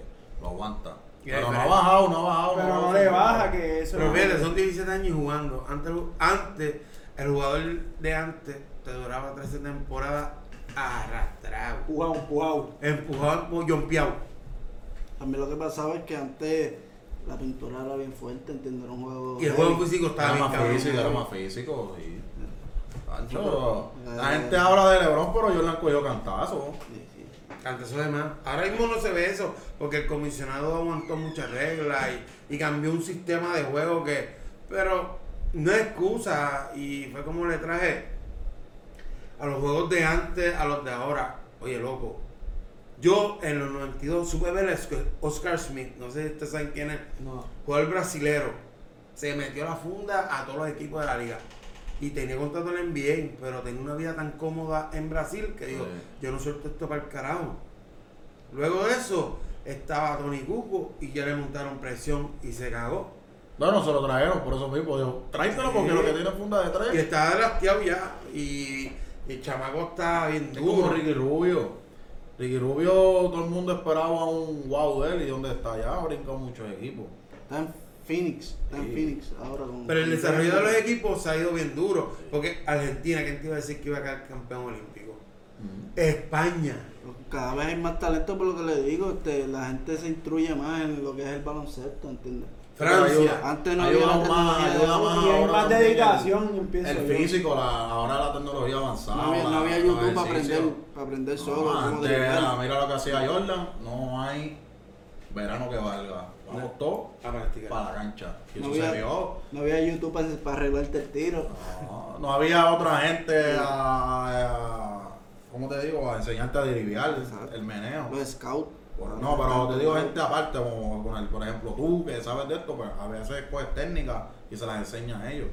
Speaker 5: lo aguanta.
Speaker 4: Y hay
Speaker 5: Pero no ha
Speaker 4: diferencia.
Speaker 5: bajado, no ha bajado. ha
Speaker 3: Pero no
Speaker 5: bajado.
Speaker 3: le baja que eso.
Speaker 4: Pero fíjate, son 17 años jugando. Antes, antes, el jugador de antes te duraba 13 temporadas arrastrado.
Speaker 3: Empujado, empujado.
Speaker 4: empujado por John Piau.
Speaker 6: También lo que pasaba es que antes la pintura era bien fuerte, ¿entiendes? Era un juego.
Speaker 4: Y el juego físico estaba bien
Speaker 5: más
Speaker 4: cabrón.
Speaker 5: físico, era
Speaker 4: cabrón.
Speaker 5: más físico, sí. Pancho,
Speaker 6: pero-
Speaker 5: la gente habla de Lebron, pero yo le han cogido cantazo.
Speaker 6: Sí, sí.
Speaker 4: Antes eso de más. Ahora mismo no se ve eso, porque el comisionado aguantó muchas reglas y, y cambió un sistema de juego que. Pero no es excusa. Y fue como le traje a los juegos de antes, a los de ahora. Oye, loco. Yo en los 92 supe ver a Oscar- Oscar Smith, no sé si ustedes saben quién es,
Speaker 6: No.
Speaker 4: jugador brasilero. Se metió la funda a todos los equipos de la liga. Y tenía contrato en la NBA, pero tenía una vida tan cómoda en Brasil que digo,
Speaker 5: Sí.
Speaker 4: yo no suelto esto para el carajo. Luego de eso, estaba Tony Cuco y ya le montaron presión y se cagó.
Speaker 5: Bueno, se lo trajeron, por eso mismo. Dijo, tráetelo porque
Speaker 4: Sí.
Speaker 5: lo que tiene es funda de
Speaker 4: Y
Speaker 5: tres.
Speaker 4: estaba lastiado ya. Y, y el chamaco estaba bien
Speaker 5: Es como
Speaker 4: duro.
Speaker 5: Ricky Rubio. Ricky Rubio, todo el mundo esperaba un wow de él y donde está ya, ha brincado muchos equipos.
Speaker 6: Está en Phoenix, está
Speaker 5: Sí.
Speaker 6: en Phoenix ahora. Con,
Speaker 4: Pero el desarrollo de los equipos se ha ido bien duro. Porque Argentina, ¿quién te iba a decir que iba a quedar campeón olímpico? España.
Speaker 6: Cada vez hay más talento, por lo que le digo, este, la gente se instruye más en lo que es el baloncesto, ¿entiendes?
Speaker 4: Francia.
Speaker 6: Antes no había
Speaker 5: ayuda más,
Speaker 6: la tecnología de
Speaker 5: ayuda
Speaker 6: ahora.
Speaker 5: más.
Speaker 3: Y hay
Speaker 5: ahora
Speaker 3: más
Speaker 5: también el-
Speaker 3: dedicación, empiezo
Speaker 5: El
Speaker 3: yo.
Speaker 5: físico, la, ahora la tecnología avanzada.
Speaker 6: No había, no
Speaker 5: la-
Speaker 6: había
Speaker 5: los
Speaker 6: YouTube para
Speaker 5: ejercicios.
Speaker 6: aprender, para aprender solo.
Speaker 5: No,
Speaker 6: cómo
Speaker 5: antes
Speaker 6: driblar.
Speaker 5: era, mira lo que hacía Jordan, no hay verano que valga. Vamos todos
Speaker 4: A practicar.
Speaker 5: para la cancha. Y
Speaker 6: No
Speaker 5: eso se
Speaker 6: había-
Speaker 5: vio.
Speaker 6: No había YouTube para, para arreglarte el tiro.
Speaker 5: No, no había otra gente a, a- ¿cómo te digo? A enseñarte a derivar
Speaker 6: Exacto.
Speaker 5: el meneo.
Speaker 6: Los scouts.
Speaker 5: Bueno, no, pero te digo gente aparte, como con el- por ejemplo tú que sabes de esto, pues a veces coges técnicas y se las enseñas a ellos.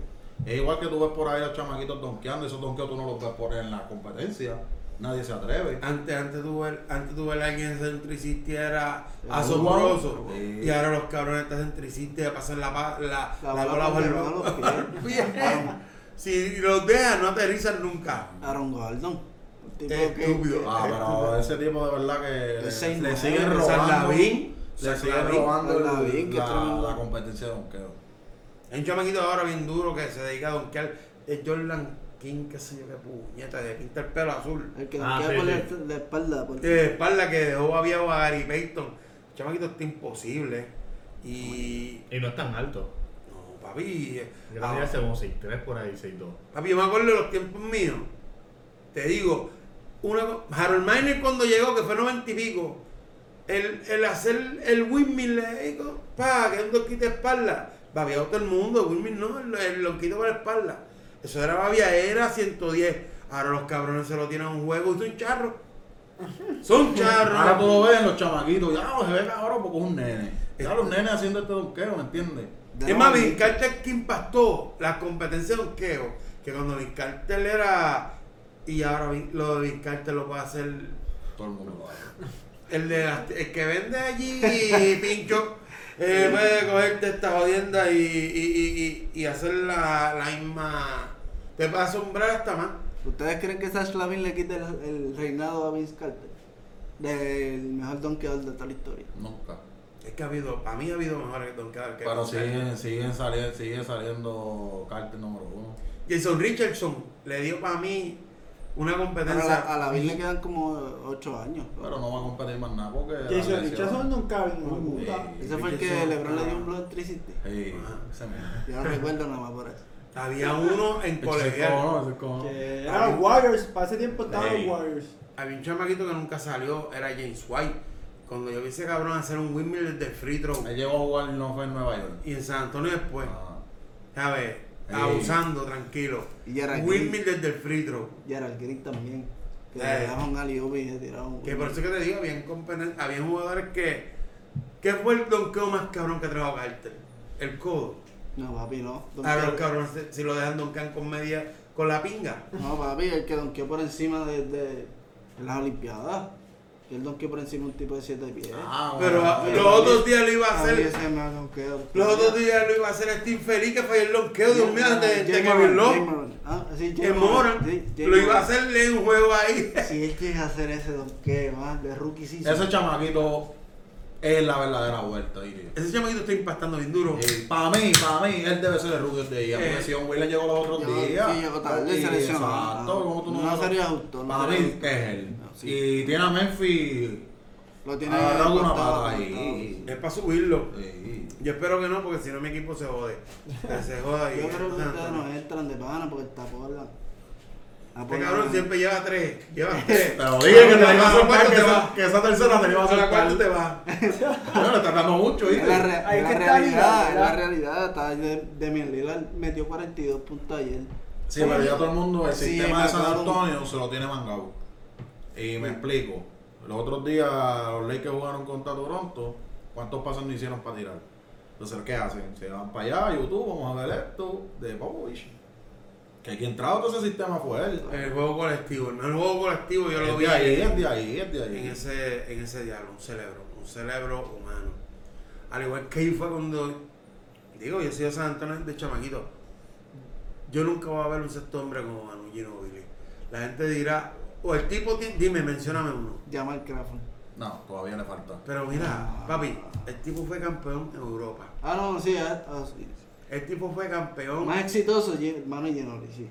Speaker 5: Es igual que tú ves por ahí a los chamaquitos donkeando, esos donkeos tú no los ves por ahí en la competencia. Nadie se atreve.
Speaker 4: Antes, antes tuve, antes tuve a alguien hacer un 360 era
Speaker 6: Eh,
Speaker 4: asombroso.
Speaker 5: sí.
Speaker 4: Y ahora los cabrones están en 360 y pasan la, pa- la,
Speaker 6: La
Speaker 4: la
Speaker 6: bola
Speaker 4: bola
Speaker 6: por
Speaker 4: por
Speaker 6: debajo de los
Speaker 4: los pies. Si los dejan, no aterrizan nunca.
Speaker 6: Aaron Gordon. Un tipo que-
Speaker 4: Estúpido.
Speaker 5: Ah, pero ese tipo de verdad que
Speaker 6: Ese
Speaker 5: le, le
Speaker 6: inmaduro,
Speaker 5: siguen
Speaker 6: San
Speaker 5: robando.
Speaker 4: Lavín,
Speaker 5: le
Speaker 4: San
Speaker 5: siguen
Speaker 4: Lavín,
Speaker 5: robando
Speaker 6: San Lavín,
Speaker 5: el-
Speaker 6: que
Speaker 5: la,
Speaker 6: tremendo.
Speaker 5: la competencia de donkeo.
Speaker 4: Hay un chamaquito ahora bien duro que se dedica a donkear. Es Jordan King, qué sé yo, qué puñeta, de pinta el pelo azul.
Speaker 6: El que
Speaker 7: Ah,
Speaker 6: nos queda
Speaker 7: sí,
Speaker 6: por la-
Speaker 7: sí.
Speaker 6: la espalda. por-
Speaker 4: De espalda que dejó babiado a Gary Payton. El chamaquito está imposible. Y.
Speaker 7: Y no es tan alto.
Speaker 4: No, papi. eh,
Speaker 7: Yo
Speaker 4: ah,
Speaker 7: tenía hace como 6'3 por ahí, 6'2.
Speaker 4: Papi, yo me acuerdo de los tiempos míos. Te digo, una, co- Harold Miner cuando llegó, que fue noventa y pico, el, el hacer el windmill, le digo, pa, que es un donquito de espalda. Babiado todo el mundo, el windmill no, el, el donquito para la espalda. Eso era babiadera 110. Ahora los cabrones se lo tienen a un juego y son charros. Son charros.
Speaker 5: Ahora tú lo ves en los chamaquitos, ya se ve cabrón porque es un nene. Ya los nenes haciendo este donqueo, ¿me entiendes?
Speaker 6: de
Speaker 4: Es más,
Speaker 6: nuevo,
Speaker 4: Vin Carter que impactó la competencia de donqueo, que cuando Vin Carter era. Y ahora Vin- lo de Vin Carter lo puede hacer
Speaker 5: Todo el mundo lo hace.
Speaker 4: el, de las- el que vende allí pincho. eh, puede cogerte esta jodienda y, y- y- y- y hacer la, la misma. Te va a asombrar hasta más.
Speaker 6: ¿Ustedes creen que Sash Lavin le quite el, el reinado a Vince Carter? Del mejor donkeador de toda la historia.
Speaker 5: Nunca.
Speaker 4: Es que ha habido, para mí ha habido mejores donkeadores que
Speaker 5: Pero
Speaker 4: Vin Carter.
Speaker 5: siguen, siguen saliendo, sigue saliendo cartel número uno.
Speaker 4: Jason Richardson le dio para mí una
Speaker 6: Ahora
Speaker 4: competencia.
Speaker 6: la- a Lavin le quedan como 8 años.
Speaker 5: Pero no va a competir más nada porque. la
Speaker 3: Jason
Speaker 5: lesión-
Speaker 3: Richardson nunca vino a
Speaker 5: Sí,
Speaker 3: puta.
Speaker 6: Ese fue el que
Speaker 4: Richardson,
Speaker 6: LeBron le dio
Speaker 4: ah.
Speaker 6: un blow 360.
Speaker 5: Sí,
Speaker 6: Ah.
Speaker 5: ese mismo.
Speaker 6: Yo no recuerdo nada más por eso.
Speaker 4: Había uno en
Speaker 5: Ese es
Speaker 4: colegial.
Speaker 5: como, no, ese es como-
Speaker 3: Que eran Eh, los Warriors, para ese tiempo estaban
Speaker 5: Sí.
Speaker 3: los Warriors.
Speaker 4: Había un chamaquito que nunca salió, era James White. Cuando yo vi ese cabrón hacer un windmill desde el free throw
Speaker 5: Él llegó a jugar y no fue en Nueva York.
Speaker 4: y en San Antonio después,
Speaker 5: Ah,
Speaker 4: ¿sabes?
Speaker 5: Sí.
Speaker 4: Abusando, tranquilo.
Speaker 6: Y era
Speaker 4: Windmill desde el free throw.
Speaker 6: Gerald Green también. Que
Speaker 4: Eh.
Speaker 6: le daba un alley-oop y le tiraba un.
Speaker 4: Que por eso que te digo, habían, competen- habían jugadores que. ¿Qué fue el donkeo más cabrón que trajo Carter? El codo.
Speaker 6: No, papi, no.
Speaker 4: Ahora los
Speaker 6: Donkeó-
Speaker 4: cabrones, si- si lo dejan donkean con media, con la pinga.
Speaker 6: No, papi, el que donkeó por encima de, de las Olimpiadas. Y el donkeó por encima de un tipo de 7 pies.
Speaker 5: Ah,
Speaker 4: Pero
Speaker 5: bueno,
Speaker 4: ah,
Speaker 5: sí.
Speaker 4: los otros días lo iba a
Speaker 6: A mí
Speaker 4: hacer.
Speaker 6: ese me ha donkeado.
Speaker 4: Los otros días lo iba a hacer Steve Feliz, que fue el donqueo, Dios mío, antes de de Kevin Love.
Speaker 6: Ah, sí,
Speaker 4: Que
Speaker 6: James
Speaker 4: Moran
Speaker 6: Sí, James
Speaker 4: lo iba a
Speaker 6: Moran.
Speaker 4: hacerle un juego ahí.
Speaker 6: Si él llega a hacer ese donkeo, ah, de rookie sí.
Speaker 5: Ese chamaquito es la verdadera vuelta, diría.
Speaker 4: Ese chamaquito está impactando bien duro.
Speaker 5: Para mí, para mí, él debe ser el rookie de día. Porque
Speaker 4: Eh.
Speaker 5: si John Williams llegó los otros
Speaker 6: Llegó-
Speaker 5: días. pues,
Speaker 6: sí, llegó tarde,
Speaker 5: y-
Speaker 6: se lesionó.
Speaker 5: Exacto,
Speaker 6: No,
Speaker 5: como tú
Speaker 6: no sería justo, no
Speaker 5: Para mí
Speaker 6: sería
Speaker 5: es
Speaker 6: justo.
Speaker 5: él.
Speaker 6: No, sí.
Speaker 5: Y tiene a Memphis
Speaker 6: Lo tiene
Speaker 5: Agarrado con una
Speaker 6: cortado,
Speaker 5: pata
Speaker 6: cortado.
Speaker 5: ahí.
Speaker 4: Es para subirlo.
Speaker 5: Sí.
Speaker 4: Yo espero que no, porque si no mi equipo se jode. Que se joda y.
Speaker 6: Yo creo que ustedes no entran de pana porque tapón la.
Speaker 4: Este cabrón siempre lleva tres. Lleva tres.
Speaker 5: Te lo dije que te
Speaker 4: la
Speaker 5: la iba a soltar, que
Speaker 4: te
Speaker 5: esa-
Speaker 4: va.
Speaker 5: que esa tercera te la iba a
Speaker 4: A la cuarta
Speaker 5: soltar.
Speaker 4: te va.
Speaker 5: No, le está dando mucho,
Speaker 6: Es
Speaker 5: ¿viste?
Speaker 6: la, re-
Speaker 3: Ahí
Speaker 6: es la
Speaker 3: que está
Speaker 6: realidad,
Speaker 3: ligado,
Speaker 6: es la
Speaker 3: ¿verdad?
Speaker 6: realidad. Está de, Demian Lillard metió 42 puntos ayer.
Speaker 5: Sí, pero ya todo el mundo, el
Speaker 6: Sí,
Speaker 5: sistema de San
Speaker 6: mangaron.
Speaker 5: Antonio se lo tiene mangado. Y me explico. Los otros días los Lakers jugaron contra Toronto. ¿Cuántos pasos no hicieron para tirar? Entonces, ¿qué hacen? Se van para allá, YouTube, vamos a ver esto de Popovich. Que quien trajo todo ese sistema fue él.
Speaker 4: El juego colectivo, el mejor juego colectivo yo lo
Speaker 5: Es
Speaker 4: vi
Speaker 5: de ahí,
Speaker 4: ahí.
Speaker 5: es de ahí, es de
Speaker 4: en
Speaker 5: ahí.
Speaker 4: ese, en ese diablo, un cerebro, un cerebro humano. Al igual que ahí fue cuando, digo, yo soy de San Antonio de chamaquito. Yo nunca voy a ver un sexto hombre como Manu Ginobili. La gente dirá, o el tipo, ti- dime, mencióname uno.
Speaker 6: Llama al Crawford.
Speaker 5: No, todavía le falta.
Speaker 4: Pero mira,
Speaker 5: Ah.
Speaker 4: papi, el tipo fue campeón en Europa.
Speaker 6: Ah, no, sí, ah, ah, sí.
Speaker 4: El tipo fue campeón.
Speaker 6: Más exitoso, Ye- hermano Genori, sí.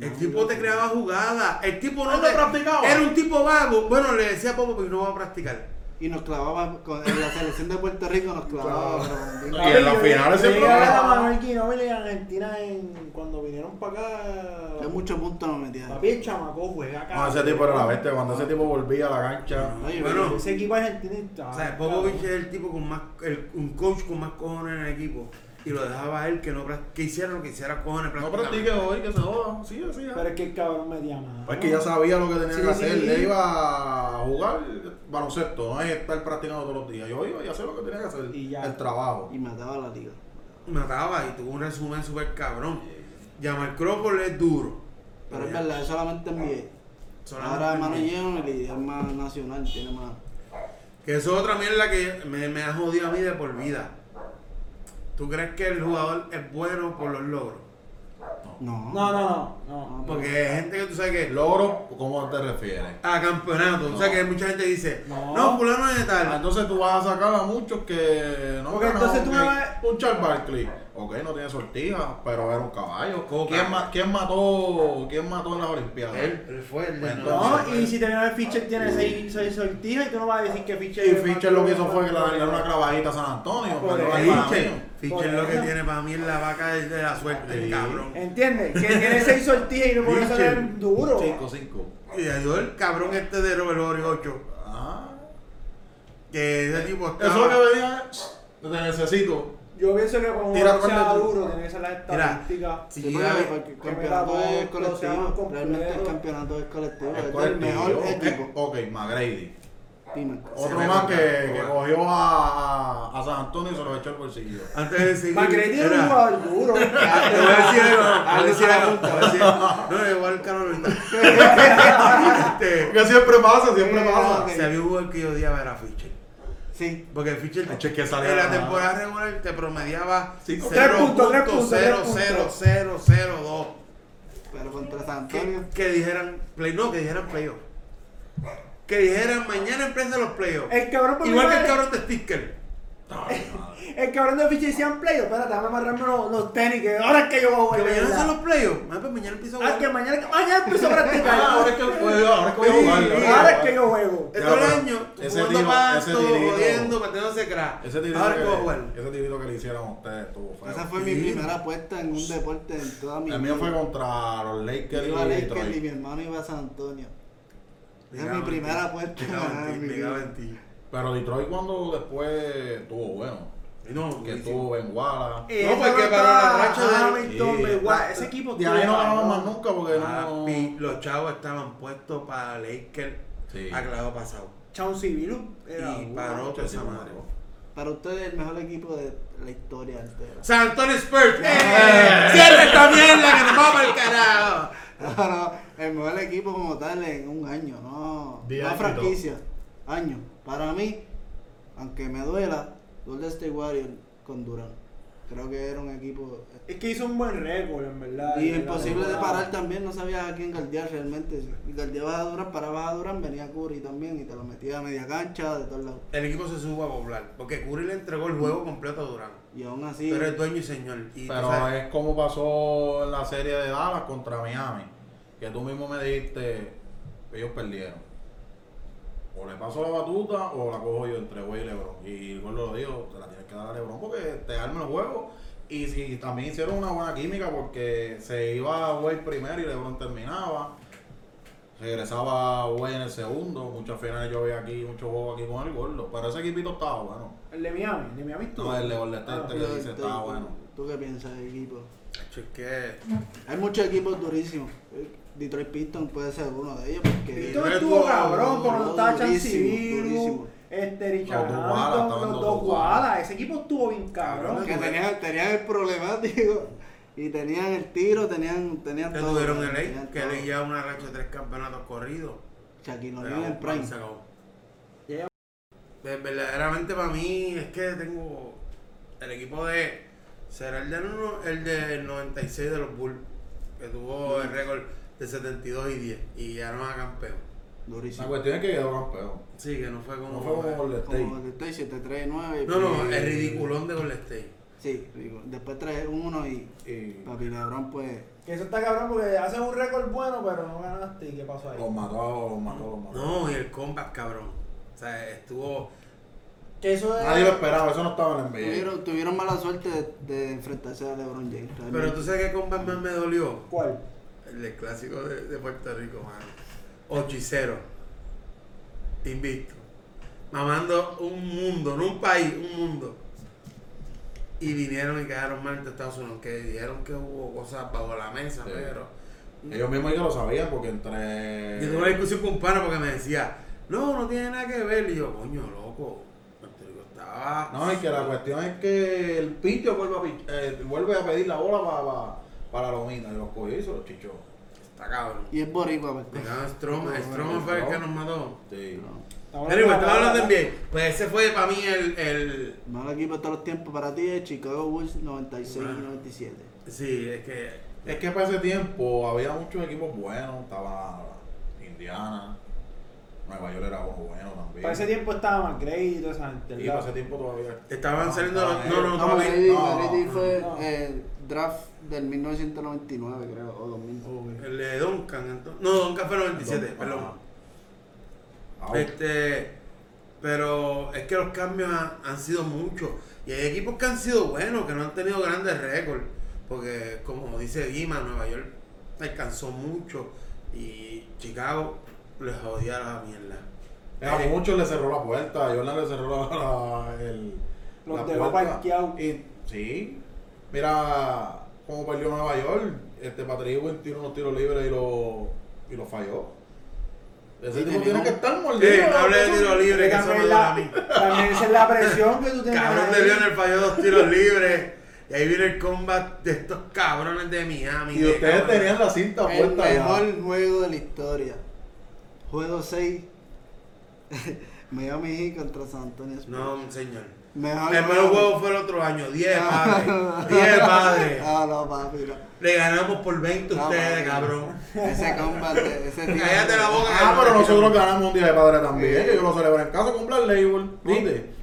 Speaker 4: El tipo te creaba jugadas. El tipo no
Speaker 5: no
Speaker 4: te-
Speaker 5: Ah, practicaba.
Speaker 4: Era un tipo vago. Bueno, le decía a Popo, pero no va a practicar.
Speaker 6: Y nos clavaba, con, en la selección de Puerto Rico nos clavaba. pero con-
Speaker 5: Y en las finales
Speaker 3: se
Speaker 5: siempre
Speaker 3: Yo llegué a ver a
Speaker 5: ganaba.
Speaker 3: Manuel Ginóbili en Argentina en, cuando vinieron para acá.
Speaker 6: Yo muchos puntos no metía.
Speaker 3: Papi, el chamaco juega acá.
Speaker 5: No, Ah, ese tipo era la bestia. Cuando ese tipo volvía a la cancha.
Speaker 6: Oye,
Speaker 4: Bueno,
Speaker 3: Ese equipo argentino está.
Speaker 4: O sea, Popovich es el tipo con más, el- un coach con más cojones en el equipo. Y lo dejaba a él que no prac- que hiciera lo que hiciera cojones
Speaker 5: No
Speaker 4: prácticamente.
Speaker 5: practique hoy, que se joda. Sí, sí.
Speaker 3: Pero es que el cabrón metía más.
Speaker 5: Pues que ya sabía lo que tenía
Speaker 3: Sí,
Speaker 5: que hacer.
Speaker 3: sí.
Speaker 5: Le iba a jugar baloncesto, no es estar practicando todos los días. Yo iba y hacía lo que tenía que hacer.
Speaker 3: Y ya.
Speaker 5: El trabajo.
Speaker 6: Y mataba la liga.
Speaker 4: Mataba y tuvo un resumen súper cabrón. Llamar Crawford es duro.
Speaker 6: Pero es
Speaker 4: ya,
Speaker 6: verdad, es solamente NBA.
Speaker 4: solamente
Speaker 6: Ahora hermano
Speaker 4: NBA.
Speaker 6: Genori es más nacional, tiene más.
Speaker 4: Que eso es otra mierda que me, me ha jodido a mí de por vida. ¿Tú crees que el jugador es bueno por los logros?
Speaker 6: No.
Speaker 3: No, no, no. no.
Speaker 4: Porque hay gente que tú sabes que
Speaker 5: Logro, ¿cómo te refieres?
Speaker 4: a campeonato, tú
Speaker 5: No.
Speaker 4: sabes que mucha gente dice,
Speaker 3: No.
Speaker 4: no, fulano es de
Speaker 5: Ah,
Speaker 4: tal.
Speaker 5: Entonces tú vas a sacar a muchos que no
Speaker 3: Porque
Speaker 5: ganaron,
Speaker 3: entonces tú
Speaker 5: que-
Speaker 3: me vas-
Speaker 5: un Charles Barkley. Ok, no tiene sortija, pero era un caballo.
Speaker 4: Coca.
Speaker 5: ¿Quién, ma- quién mató, ¿Quién mató en las Olimpiadas?
Speaker 3: Eh,
Speaker 4: Él, él fue el de
Speaker 5: Bueno,
Speaker 4: Nueva
Speaker 3: No, y si te viene el Fischer tiene seis, seis sortijas y tú no vas a decir que Ah, Fischer.
Speaker 5: Ah, Y
Speaker 3: es más
Speaker 5: Fischer lo que hizo
Speaker 3: duro.
Speaker 5: fue que le dio una clavadita a San Antonio.
Speaker 3: Por
Speaker 5: pero
Speaker 3: ahí,
Speaker 5: para
Speaker 4: Fischer,
Speaker 5: mí.
Speaker 4: Fischer lo que tiene para mí es la vaca de de la suerte,
Speaker 5: Sí.
Speaker 4: cabrón.
Speaker 3: ¿Entiendes? Que tiene seis sortijas y no puede
Speaker 4: Fischer.
Speaker 3: ser duro.
Speaker 5: Cinco, cinco.
Speaker 4: Y le dio el cabrón este de Robert Boris 8.
Speaker 5: Ah.
Speaker 4: Que ese tipo
Speaker 5: Eso es lo
Speaker 4: estaba.
Speaker 5: que venía. Te necesito.
Speaker 3: Yo pienso que como
Speaker 5: Tira
Speaker 3: no sea
Speaker 5: cuando tú-
Speaker 3: duro, tiene que ser la estadística.
Speaker 4: Si
Speaker 6: Sí,
Speaker 4: llega-
Speaker 6: porque- porque el
Speaker 3: que me
Speaker 6: campeonato
Speaker 3: la
Speaker 6: es
Speaker 3: voz, lo se llama
Speaker 6: colectivo. Realmente el
Speaker 3: completo.
Speaker 6: campeonato es colectivo.
Speaker 5: El
Speaker 6: Es el
Speaker 5: colectivo,
Speaker 6: mejor
Speaker 5: ok,
Speaker 6: equipo.
Speaker 5: Ok, McGrady.
Speaker 6: Dime.
Speaker 5: Otro
Speaker 4: ve
Speaker 5: más que,
Speaker 4: brutal,
Speaker 5: que
Speaker 4: brutal.
Speaker 5: cogió a, a San Antonio y se lo echó al bolsillo.
Speaker 4: Antes de seguir.
Speaker 3: Macretti es un
Speaker 4: era- Ah,
Speaker 3: jugador duro.
Speaker 5: Ah,
Speaker 4: Te voy a decir algo, te voy a decir algo, te voy a decir algo. No, igual Carolina. Este,
Speaker 5: Porque siempre pasa, siempre
Speaker 6: Eh,
Speaker 5: pasa.
Speaker 6: ok.
Speaker 4: Si había un jugador que yo odiaba era Fischer.
Speaker 6: Sí.
Speaker 4: Porque el Fischer
Speaker 5: Ay, che, que sale
Speaker 4: en la
Speaker 5: a-
Speaker 4: temporada regular te promediaba
Speaker 5: Cinco.
Speaker 3: puntos, tres puntos, tres puntos.
Speaker 4: 0.0002.
Speaker 6: Pero contra San Antonio.
Speaker 4: Que, que dijeran play, no, que dijeran playoff. Que dijeran mañana empiezan los playoffs.
Speaker 3: El cabrón por mi
Speaker 4: Igual que el
Speaker 3: madre.
Speaker 4: cabrón de sticker.
Speaker 3: El cabrón de Fischer decía en play. Espérate, déjame amarrarme los, los tenis. Que ahora es que yo voy a
Speaker 4: Que
Speaker 3: jugar.
Speaker 4: mañana
Speaker 3: ¿verdad?
Speaker 4: son los playoffs. Ah, pues mañana empieza a
Speaker 3: Ah, que
Speaker 4: jugar.
Speaker 3: mañana, mañana empiezo a practicar.
Speaker 5: Ah, ahora es que juego, ahora es que voy a
Speaker 4: Sí,
Speaker 5: jugar.
Speaker 4: sí,
Speaker 3: Ahora es que yo juego.
Speaker 5: Ya,
Speaker 4: Todo el
Speaker 5: pero
Speaker 4: año,
Speaker 5: ese
Speaker 4: jugando
Speaker 5: tiro-
Speaker 4: pasto,
Speaker 5: ese tirito-
Speaker 4: jodiendo, metiéndose crack.
Speaker 5: Ese tirito,
Speaker 4: Ahora
Speaker 5: que,
Speaker 4: que va a jugar.
Speaker 5: ese tirito que le hicieron a ustedes estuvo feo.
Speaker 6: Esa fue mi
Speaker 4: Sí.
Speaker 6: primera apuesta en un deporte en toda mi
Speaker 5: El mío fue contra los Lakers
Speaker 6: Iba a
Speaker 5: y
Speaker 6: Lakers y mi
Speaker 5: Detroit.
Speaker 6: hermano iba a San Antonio. Esa es
Speaker 4: Ligaba
Speaker 6: mi
Speaker 4: en ti,
Speaker 6: primera apuesta.
Speaker 4: ligaba
Speaker 6: en
Speaker 4: en ti,
Speaker 6: mi
Speaker 4: ligaba
Speaker 6: vida.
Speaker 4: en ti.
Speaker 5: Pero Detroit cuando después estuvo bueno.
Speaker 4: Y No,
Speaker 5: Que
Speaker 4: durísimo.
Speaker 5: estuvo Ben Wallace.
Speaker 4: Eh, No, porque para la racha de-
Speaker 3: Hamilton,
Speaker 5: Sí.
Speaker 3: Maguire, ese equipo.
Speaker 5: De ahí no ganamos
Speaker 3: ganó
Speaker 5: más nunca porque no...
Speaker 4: Papi, los chavos estaban puestos para Lakers
Speaker 5: Sí.
Speaker 4: a clavo pasado.
Speaker 3: Chauncey Civilu.
Speaker 4: Y paró toda
Speaker 5: Ese
Speaker 4: esa
Speaker 5: tipo
Speaker 4: madre.
Speaker 5: mató.
Speaker 6: Para ustedes el mejor equipo de la historia entera.
Speaker 4: San Antonio Spurs. ¡Eh! ¡Cierra esta mierda que nos vamos al carajo!
Speaker 6: No, no, el mejor equipo como tal en un año, no.
Speaker 7: Diez
Speaker 6: no
Speaker 7: años y
Speaker 6: franquicia, año. Para mí, aunque me duela, Golden State Warriors con Durant. Creo que era un equipo...
Speaker 3: Es que hizo un buen récord, en verdad.
Speaker 6: Y
Speaker 3: en la
Speaker 6: imposible de
Speaker 3: temporada.
Speaker 6: parar también, no sabías a quién guardiar realmente. Y guardiabas a Durant, parabas a Durant, venía Curry también y te lo metía a media cancha, de todos lados.
Speaker 4: El equipo se supo a poblar porque Curry le entregó el juego completo a Durán.
Speaker 6: Y aún así...
Speaker 4: Pero es dueño y señor. Y tú
Speaker 5: Pero
Speaker 4: sabes,
Speaker 5: es como pasó en la serie de Dallas contra Miami, que tú mismo me dijiste, ellos perdieron. o le paso la batuta o la cojo yo entre Wey y Lebron. Y el gordo lo dijo, te la tienes que dar a Lebron porque te arma el juego. Y si también hicieron una buena química porque se iba Wey primero y Lebron terminaba. Regresaba Wey en el segundo. Muchas finales yo veía aquí, muchos juegos aquí con el gordo. Pero ese equipito estaba bueno.
Speaker 3: El de Miami, el de Miami estuvo.
Speaker 5: No, el de Golden State,
Speaker 3: Ah,
Speaker 5: te- dice, está
Speaker 6: ¿tú-
Speaker 5: bueno.
Speaker 6: ¿Tú qué piensas del equipo?
Speaker 4: Hecho, es que
Speaker 6: Hay muchos equipos durísimos. Eh, Detroit Pistons puede ser uno de ellos porque...
Speaker 4: Detroit
Speaker 3: Víctor
Speaker 4: estuvo
Speaker 3: estuvo cabrón,
Speaker 4: cabrón,
Speaker 3: por no estaba
Speaker 6: durísimo,
Speaker 3: Chanciviru,
Speaker 6: durísimo.
Speaker 3: este
Speaker 5: Los
Speaker 3: Richard
Speaker 5: dos Wallace,
Speaker 3: Hampton,
Speaker 5: estaban
Speaker 3: los
Speaker 5: los
Speaker 3: dos
Speaker 5: dos Wallace.
Speaker 3: Wallace. Ese equipo estuvo bien
Speaker 4: Ah,
Speaker 3: cabrón.
Speaker 6: Que tenían, tenían el problemático y tenían el tiro, tenían, tenían
Speaker 4: que
Speaker 6: todo.
Speaker 4: tuvieron el
Speaker 6: tenían
Speaker 4: ley, que
Speaker 6: todo.
Speaker 4: le Ah, lleva una racha de tres campeonatos corridos.
Speaker 6: Shaquille
Speaker 4: Se
Speaker 6: O'Neal en
Speaker 4: acabó,
Speaker 6: prime.
Speaker 4: se acabó.
Speaker 3: Llega-
Speaker 4: Ver- Verdaderamente para mí es que tengo el equipo de. Será el del, uno- el del 96 de los Bulls, que tuvo el récord de 72 y 10 y ya no era campeón.
Speaker 5: La
Speaker 6: Durísimo.
Speaker 5: cuestión es que quedó campeón.
Speaker 4: Sí, que no fue como.
Speaker 5: No fue como Golden State.
Speaker 6: Como que estoy 7-3-9.
Speaker 4: no, no,
Speaker 6: pues,
Speaker 4: el ridiculón de Golden State.
Speaker 6: Sí, ridículo. después 3-1 y
Speaker 5: Y
Speaker 6: Papi Lebron pues...
Speaker 3: Que eso está cabrón porque haces un récord bueno, pero no ganaste. ¿Y qué pasó ahí?
Speaker 5: los mató, los mató, los mató.
Speaker 4: No, y el combat, cabrón. O sea, estuvo.
Speaker 3: Que eso es.
Speaker 5: Nadie lo esperaba, eso no estaba en el NBA.
Speaker 6: Tuvieron, tuvieron mala suerte de, de enfrentarse a LeBron James. realmente.
Speaker 4: Pero tú sabes qué combat más me dolió.
Speaker 3: ¿Cuál?
Speaker 4: El del clásico de, de Puerto Rico, mano. 8 y 0. Invicto. Mamando un mundo, no un país, un mundo. Y vinieron y quedaron mal ante Estados Unidos, que dijeron que hubo cosas bajo la mesa,
Speaker 5: Sí.
Speaker 4: pero.
Speaker 5: Ellos mismos ellos lo sabían porque Eh.
Speaker 4: Yo tuve una
Speaker 5: entre.
Speaker 4: discusión con un pana porque me decía, no, no tiene nada que ver. Y yo, coño, loco, Puerto Rico estaba.
Speaker 5: No, y que la cuestión es que el Pincho vuelve a, pich- eh, vuelve a pedir la bola para, para, para los minas, y los cogió y se los chichó.
Speaker 4: Está cabrón.
Speaker 6: Y es boricua, pues, aparte.
Speaker 4: Dejaron a Stroman,
Speaker 5: No,
Speaker 4: Stroman fue el que nos mató.
Speaker 5: Sí.
Speaker 4: Pero igual, estaba hablando de NBA. Pues ese fue para mí el- el
Speaker 6: Mal equipo de todos los tiempos para ti es Chicago Bulls 96
Speaker 4: Ah.
Speaker 6: y 97.
Speaker 4: Sí, es que.
Speaker 5: Es que para ese tiempo había muchos equipos buenos, estaba Indiana, Nueva York era bueno también.
Speaker 3: Para ese tiempo estaba McGrady y toda esa gente.
Speaker 5: y para ese tiempo todavía.
Speaker 4: Estaban
Speaker 5: Ah,
Speaker 4: saliendo
Speaker 5: estaba
Speaker 4: los- no, no,
Speaker 5: él.
Speaker 6: No, Brady,
Speaker 5: no,
Speaker 6: Brady fue
Speaker 3: no.
Speaker 6: el draft del 1999, creo, o 2000.
Speaker 3: Oh.
Speaker 5: eh.
Speaker 4: El de Duncan, entonces. No, Duncan fue 97,
Speaker 5: Ajá.
Speaker 4: perdón.
Speaker 5: Ah,
Speaker 4: Este. Pero es que los cambios han, han sido muchos. Y hay equipos que han sido buenos, que no han tenido grandes récords. Porque, como dice Dima, Nueva York alcanzó mucho. Y Chicago les jodía la mierda.
Speaker 5: A
Speaker 4: Eh,
Speaker 5: muchos le cerró la puerta, a Jordan le cerró la, la- el,
Speaker 3: Los
Speaker 5: la
Speaker 3: dejó
Speaker 5: puerta.
Speaker 3: parqueados.
Speaker 5: Y, sí, mira cómo perdió Nueva York. Este Patrick Ewing tiró unos tiros libres y lo, y lo falló. Ese
Speaker 6: Y
Speaker 5: tipo
Speaker 6: tenía
Speaker 5: tiene
Speaker 6: un-
Speaker 5: que estar mordido.
Speaker 4: Eh, no hable de tiro libre, que eso me
Speaker 3: También,
Speaker 4: duele a
Speaker 3: la,
Speaker 4: mí.
Speaker 3: también esa es la presión que tú tenías.
Speaker 4: Cabrón de
Speaker 3: ahí.
Speaker 4: Lionel falló dos tiros libres. Y ahí viene el combat de estos cabrones de Miami.
Speaker 5: Y
Speaker 4: de
Speaker 5: ustedes
Speaker 4: cabrones.
Speaker 5: tenían la cinta
Speaker 6: El
Speaker 5: puesta ya.
Speaker 6: mejor juego de la historia. Juego 6. Miami Heat contra San Antonio Spurs.
Speaker 4: No, señor.
Speaker 6: Mejor
Speaker 4: El mejor juego fue el otro año. 10
Speaker 6: Ah.
Speaker 4: padres. 10 padres.
Speaker 6: Ah, no, papi, no.
Speaker 4: Le ganamos por 20
Speaker 5: Ah,
Speaker 6: No,
Speaker 4: ustedes,
Speaker 6: papi.
Speaker 4: cabrón.
Speaker 6: Ese combate, ese tío.
Speaker 4: Cállate la boca.
Speaker 5: Ah, pero nosotros ganamos un día de padre también. que yo lo celebré en casa con Black Label. ¿Viste?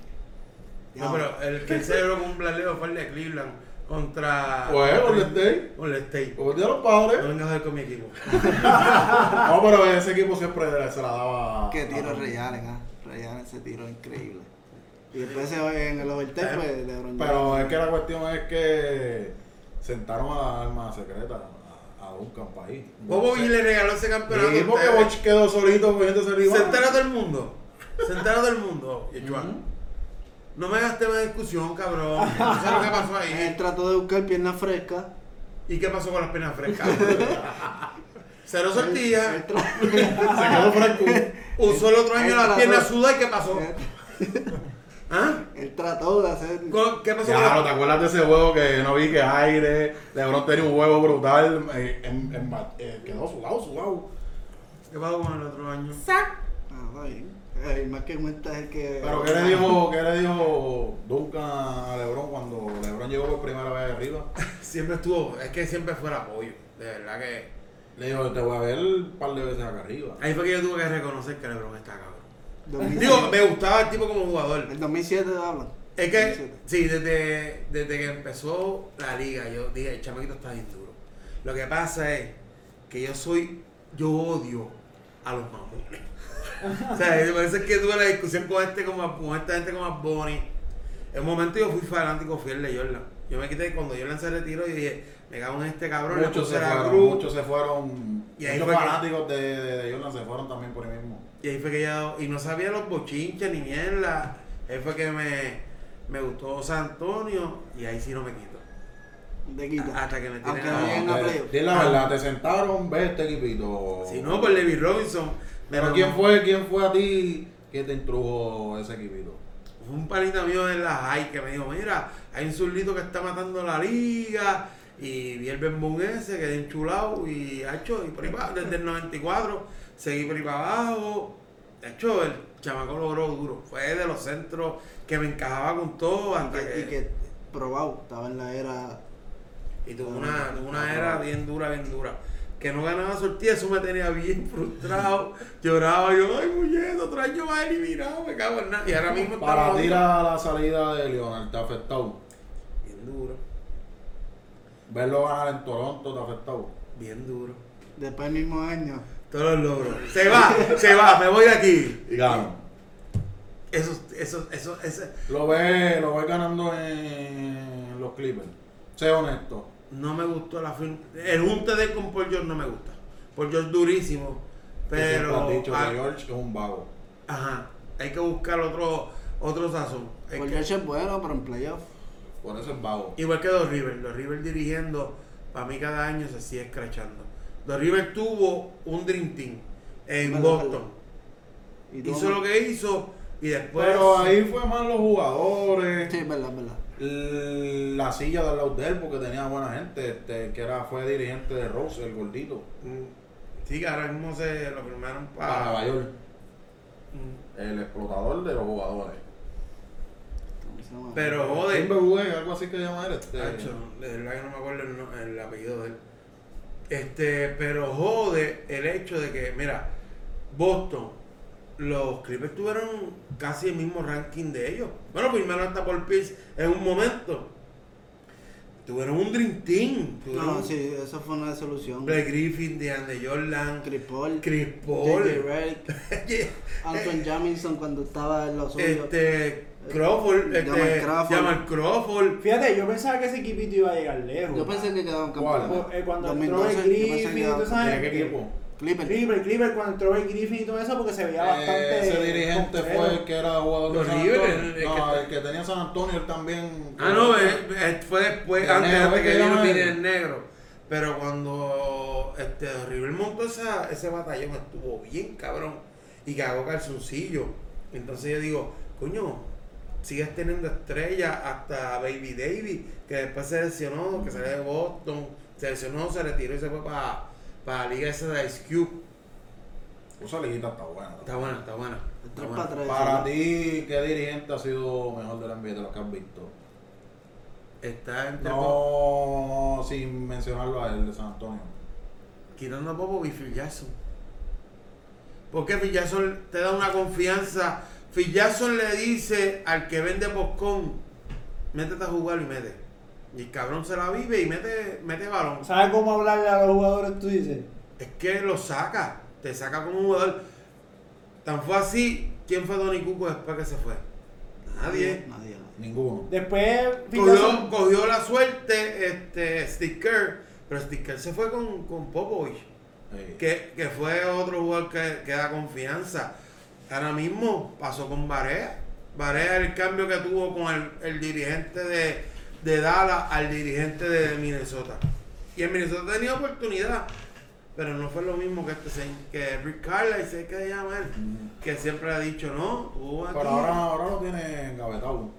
Speaker 4: No, pero el que celebró con un blaleo fue el de Cleveland contra.
Speaker 5: Pues, Golden State. Pues.
Speaker 4: Golden State.
Speaker 5: Como el día de
Speaker 4: No
Speaker 5: los padres.
Speaker 4: vengas a ver con mi equipo.
Speaker 5: No, pero ese equipo siempre se la daba.
Speaker 6: Qué
Speaker 5: a-
Speaker 6: tiros Reyales, ah. Reyales, ese tiro increíble. Y después se- en el overtime, pues, LeBron
Speaker 5: Pero
Speaker 6: James.
Speaker 5: es que la cuestión es que sentaron a la arma secreta, a, a Duncan para ahí.
Speaker 4: Bobby le regaló ese campeonato.
Speaker 5: Y
Speaker 4: a
Speaker 5: porque
Speaker 4: ustedes.
Speaker 5: Boch quedó solito cogiendo ese rival.
Speaker 4: Sentar a todo el mundo. Sentar a todo el mundo. Y Joan, No me gasté más discusión, cabrón. ¿Tú sabes lo que pasó
Speaker 6: Él
Speaker 4: ahí?
Speaker 6: trató de buscar piernas frescas.
Speaker 4: ¿Y qué pasó con las piernas frescas? Cero
Speaker 6: Él
Speaker 5: Este
Speaker 4: sortilla.
Speaker 6: tra-
Speaker 5: Se quedó fresco.
Speaker 4: Usó el otro
Speaker 6: Él
Speaker 4: año
Speaker 6: trató-
Speaker 4: las piernas sudadas y ¿qué pasó?
Speaker 6: eh,
Speaker 4: ¿Ah?
Speaker 6: Él trató de hacer.
Speaker 4: ¿Con- ¿Qué pasó con
Speaker 5: Claro, ¿te
Speaker 4: la...
Speaker 5: acuerdas de ese juego que no vi que aire? Lebron tenía un juego brutal. eh, en- en ba- eh, quedó sudado, sudado.
Speaker 4: ¿Qué pasó con el otro año?
Speaker 6: Ah, está bien. Eh, más que cuenta es el que.
Speaker 5: Pero ¿qué le dijo, qué le dijo Duncan a Lebron cuando Lebron llegó por primera vez arriba?
Speaker 4: Siempre estuvo, es que siempre fue el apoyo. De verdad que.
Speaker 5: Le dijo, te voy a ver un par de veces acá arriba.
Speaker 4: Ahí fue que yo tuve que reconocer que Lebron está cabrón.
Speaker 6: 2007.
Speaker 4: Digo, me gustaba el tipo como jugador.
Speaker 6: El 2007 hablan.
Speaker 4: Es que,
Speaker 6: 2007.
Speaker 4: sí, desde, desde que empezó la liga, yo dije, el chamaquito está bien duro. Lo que pasa es que yo soy, yo odio a los mamones. O sea, me parece que tuve la discusión con, este, como, con esta gente como a Bonnie. En un momento yo fui fanático fiel de Jordan. Yo me quité cuando Jordan se retiró y dije, me cago en este cabrón, le
Speaker 5: Muchos
Speaker 4: puse
Speaker 5: se
Speaker 4: la
Speaker 5: fueron,
Speaker 4: cruz.
Speaker 5: muchos se fueron.
Speaker 4: Y ahí
Speaker 5: muchos
Speaker 4: fue que-
Speaker 5: fanáticos de, de, de Jordan se fueron también por ahí mismo.
Speaker 4: Y ahí fue que ya, y no sabía los bochinches ni mierda. Ahí fue que me, me gustó San Antonio y ahí sí no me quito.
Speaker 6: De quita.
Speaker 4: Hasta que me tienen
Speaker 6: Aunque
Speaker 4: a-
Speaker 6: no lleguen a
Speaker 5: Eh,
Speaker 6: playoff.
Speaker 5: Dile la verdad, te sentaron, ve este equipito.
Speaker 4: Si Ah. no, por Levi Robinson.
Speaker 5: Pero
Speaker 4: me-
Speaker 5: ¿quién fue, quién fue a ti que te introdujo ese equipito?
Speaker 4: Fue un panita mío en la high que me dijo, mira, hay un zurdito que está matando la liga. Y vi el Bembón ese, quedé enchulado y hecho, y por ahí pa- desde el 94, seguí por ahí para abajo. De hecho, el chamaco logró duro. Fue de los centros que me encajaba con todo
Speaker 6: Y
Speaker 4: hasta
Speaker 6: que, y que probado, estaba en la era.
Speaker 4: Y tuvo una, tuvo una era bien dura, bien dura. Que no ganaba sortilla, eso me tenía bien frustrado. Lloraba yo, ay, muñeco, otra vez yo va eliminado, me cago en nada. Y ahora mismo
Speaker 5: Para
Speaker 4: estamos
Speaker 5: ti la, la salida de Leonard te ha afectado.
Speaker 4: bien duro,
Speaker 5: Verlo ganar en Toronto te ha afectado.
Speaker 4: bien duro.
Speaker 6: Después del mismo año.
Speaker 4: Todos los logros. Se va, se va, me voy de aquí.
Speaker 5: Y ganó.
Speaker 4: Eso, eso, eso, eso.
Speaker 5: Lo ves lo ve ganando en los Clippers. Sé honesto.
Speaker 4: No me gustó la film. El junte de él con Paul George no me gusta. Paul George durísimo.
Speaker 5: Que siempre
Speaker 4: Pero.
Speaker 5: han dicho
Speaker 4: ah,
Speaker 5: que George es un vago.
Speaker 4: ajá. Hay que buscar otro, otro sazón. Hay
Speaker 6: Porque
Speaker 4: que-
Speaker 6: es bueno, pero en playoff.
Speaker 5: Por eso es vago.
Speaker 4: Igual que Dos River, Dos River dirigiendo, para mí cada año se sigue escrachando. Dos River tuvo un Dream Team en
Speaker 6: Vale,
Speaker 4: Boston.
Speaker 6: Y tú-
Speaker 4: Hizo lo que hizo y después.
Speaker 5: Pero ahí fue más los jugadores.
Speaker 6: Sí, verdad, verdad.
Speaker 5: La silla del lado de él porque tenía buena gente. Este, que era, fue dirigente de Rose, el gordito.
Speaker 4: Mm, Sí, que ahora mismo se lo firmaron
Speaker 5: Para
Speaker 4: para.
Speaker 5: Nueva York.
Speaker 4: Mm,
Speaker 5: El explotador de los jugadores.
Speaker 6: Entonces, no me-
Speaker 4: Pero joder.
Speaker 5: Timberwolves, algo así que llama él. Este,
Speaker 6: Ah,
Speaker 4: Tacho, de verdad que no me acuerdo el, no- el apellido de él. Este, pero jode el hecho de que, mira, Boston, los Clippers tuvieron casi el mismo ranking de ellos. Bueno, primero hasta por Pierce en un momento. Tuvieron un Dream Team. Tuvieron
Speaker 6: No, sí, eso fue una solución.
Speaker 4: Blake Griffin, DeAndre Jordan,
Speaker 6: Chris Paul,
Speaker 4: Chris
Speaker 6: J.J.
Speaker 4: Paul, Eh,
Speaker 6: Redick, Anton Jamison cuando estaba en los suyos.
Speaker 4: este, Crawford, este,
Speaker 6: Jamal Crawford.
Speaker 4: Jamal Crawford.
Speaker 3: Fíjate, yo pensaba que ese equipito iba a llegar lejos.
Speaker 6: Yo pensé que quedaban
Speaker 5: ¿Cuál?
Speaker 6: campeones.
Speaker 3: Eh, cuando entró el
Speaker 6: yo pensé que
Speaker 3: Griffin,
Speaker 6: quedaban
Speaker 3: ¿tú sabes?
Speaker 5: ¿De qué equipo?
Speaker 6: Clippers.
Speaker 3: Clipper, Clipper, cuando entró el Griffin y todo eso, porque se
Speaker 4: Eh,
Speaker 3: veía bastante.
Speaker 5: Ese dirigente
Speaker 3: completo.
Speaker 5: fue el que era jugador
Speaker 4: Los
Speaker 5: de San
Speaker 4: River,
Speaker 5: Antonio.
Speaker 4: el- el
Speaker 5: no,
Speaker 4: que-
Speaker 5: el que tenía San Antonio, él también.
Speaker 4: Ah, no, eh, eh, fue después,
Speaker 5: El
Speaker 4: antes,
Speaker 5: negro,
Speaker 4: antes que
Speaker 5: ¿qué
Speaker 4: vino
Speaker 5: llama él?
Speaker 4: el negro. Pero cuando este River montó esa- ese batallón, estuvo bien cabrón. Y cagó calzoncillo. Entonces yo digo, coño, sigues teniendo estrellas hasta Baby Davis, que después se lesionó, que salió de Boston, se lesionó, se retiró y se fue para la liga esa de Ice Cube.
Speaker 5: Esa liguita está buena.
Speaker 4: Está buena, está buena.
Speaker 6: El
Speaker 4: está
Speaker 6: tres
Speaker 4: buena.
Speaker 6: para tres.
Speaker 5: Para ti, ¿qué dirigente ha sido mejor de la NBA de los que has visto?
Speaker 4: Está entre
Speaker 5: No, no, sin mencionarlo a él de San Antonio.
Speaker 4: quitando a Popovich, Phil Jackson. Porque Phil Jackson te da una confianza. Phil Jackson le dice al que vende postcón, métete a jugar y mete. Y el cabrón se la vive y mete, mete balón.
Speaker 3: ¿Sabes cómo hablarle a los jugadores, tú dices?
Speaker 4: Es que lo saca, te saca como un jugador. Tan fue así, ¿quién fue Donny Cuco después que se fue? Nadie.
Speaker 6: Nadie. nadie.
Speaker 5: Ninguno.
Speaker 3: Después,
Speaker 4: Cogió,
Speaker 3: Jackson-
Speaker 4: cogió la suerte este, Steve Kerr, pero Steve Kerr se fue con, con Popovich.
Speaker 5: Sí.
Speaker 4: que, que fue otro jugador que, que da confianza. Ahora mismo pasó con Barea. Barea el cambio que tuvo con el, el dirigente de, de Dallas al dirigente de Minnesota. Y en Minnesota tenía oportunidad, pero no fue lo mismo que este señor- que Rick Carlisle, sé que se llama él, que siempre ha dicho, no, tú aquí,
Speaker 5: Pero ahora, ahora lo tiene engavetado.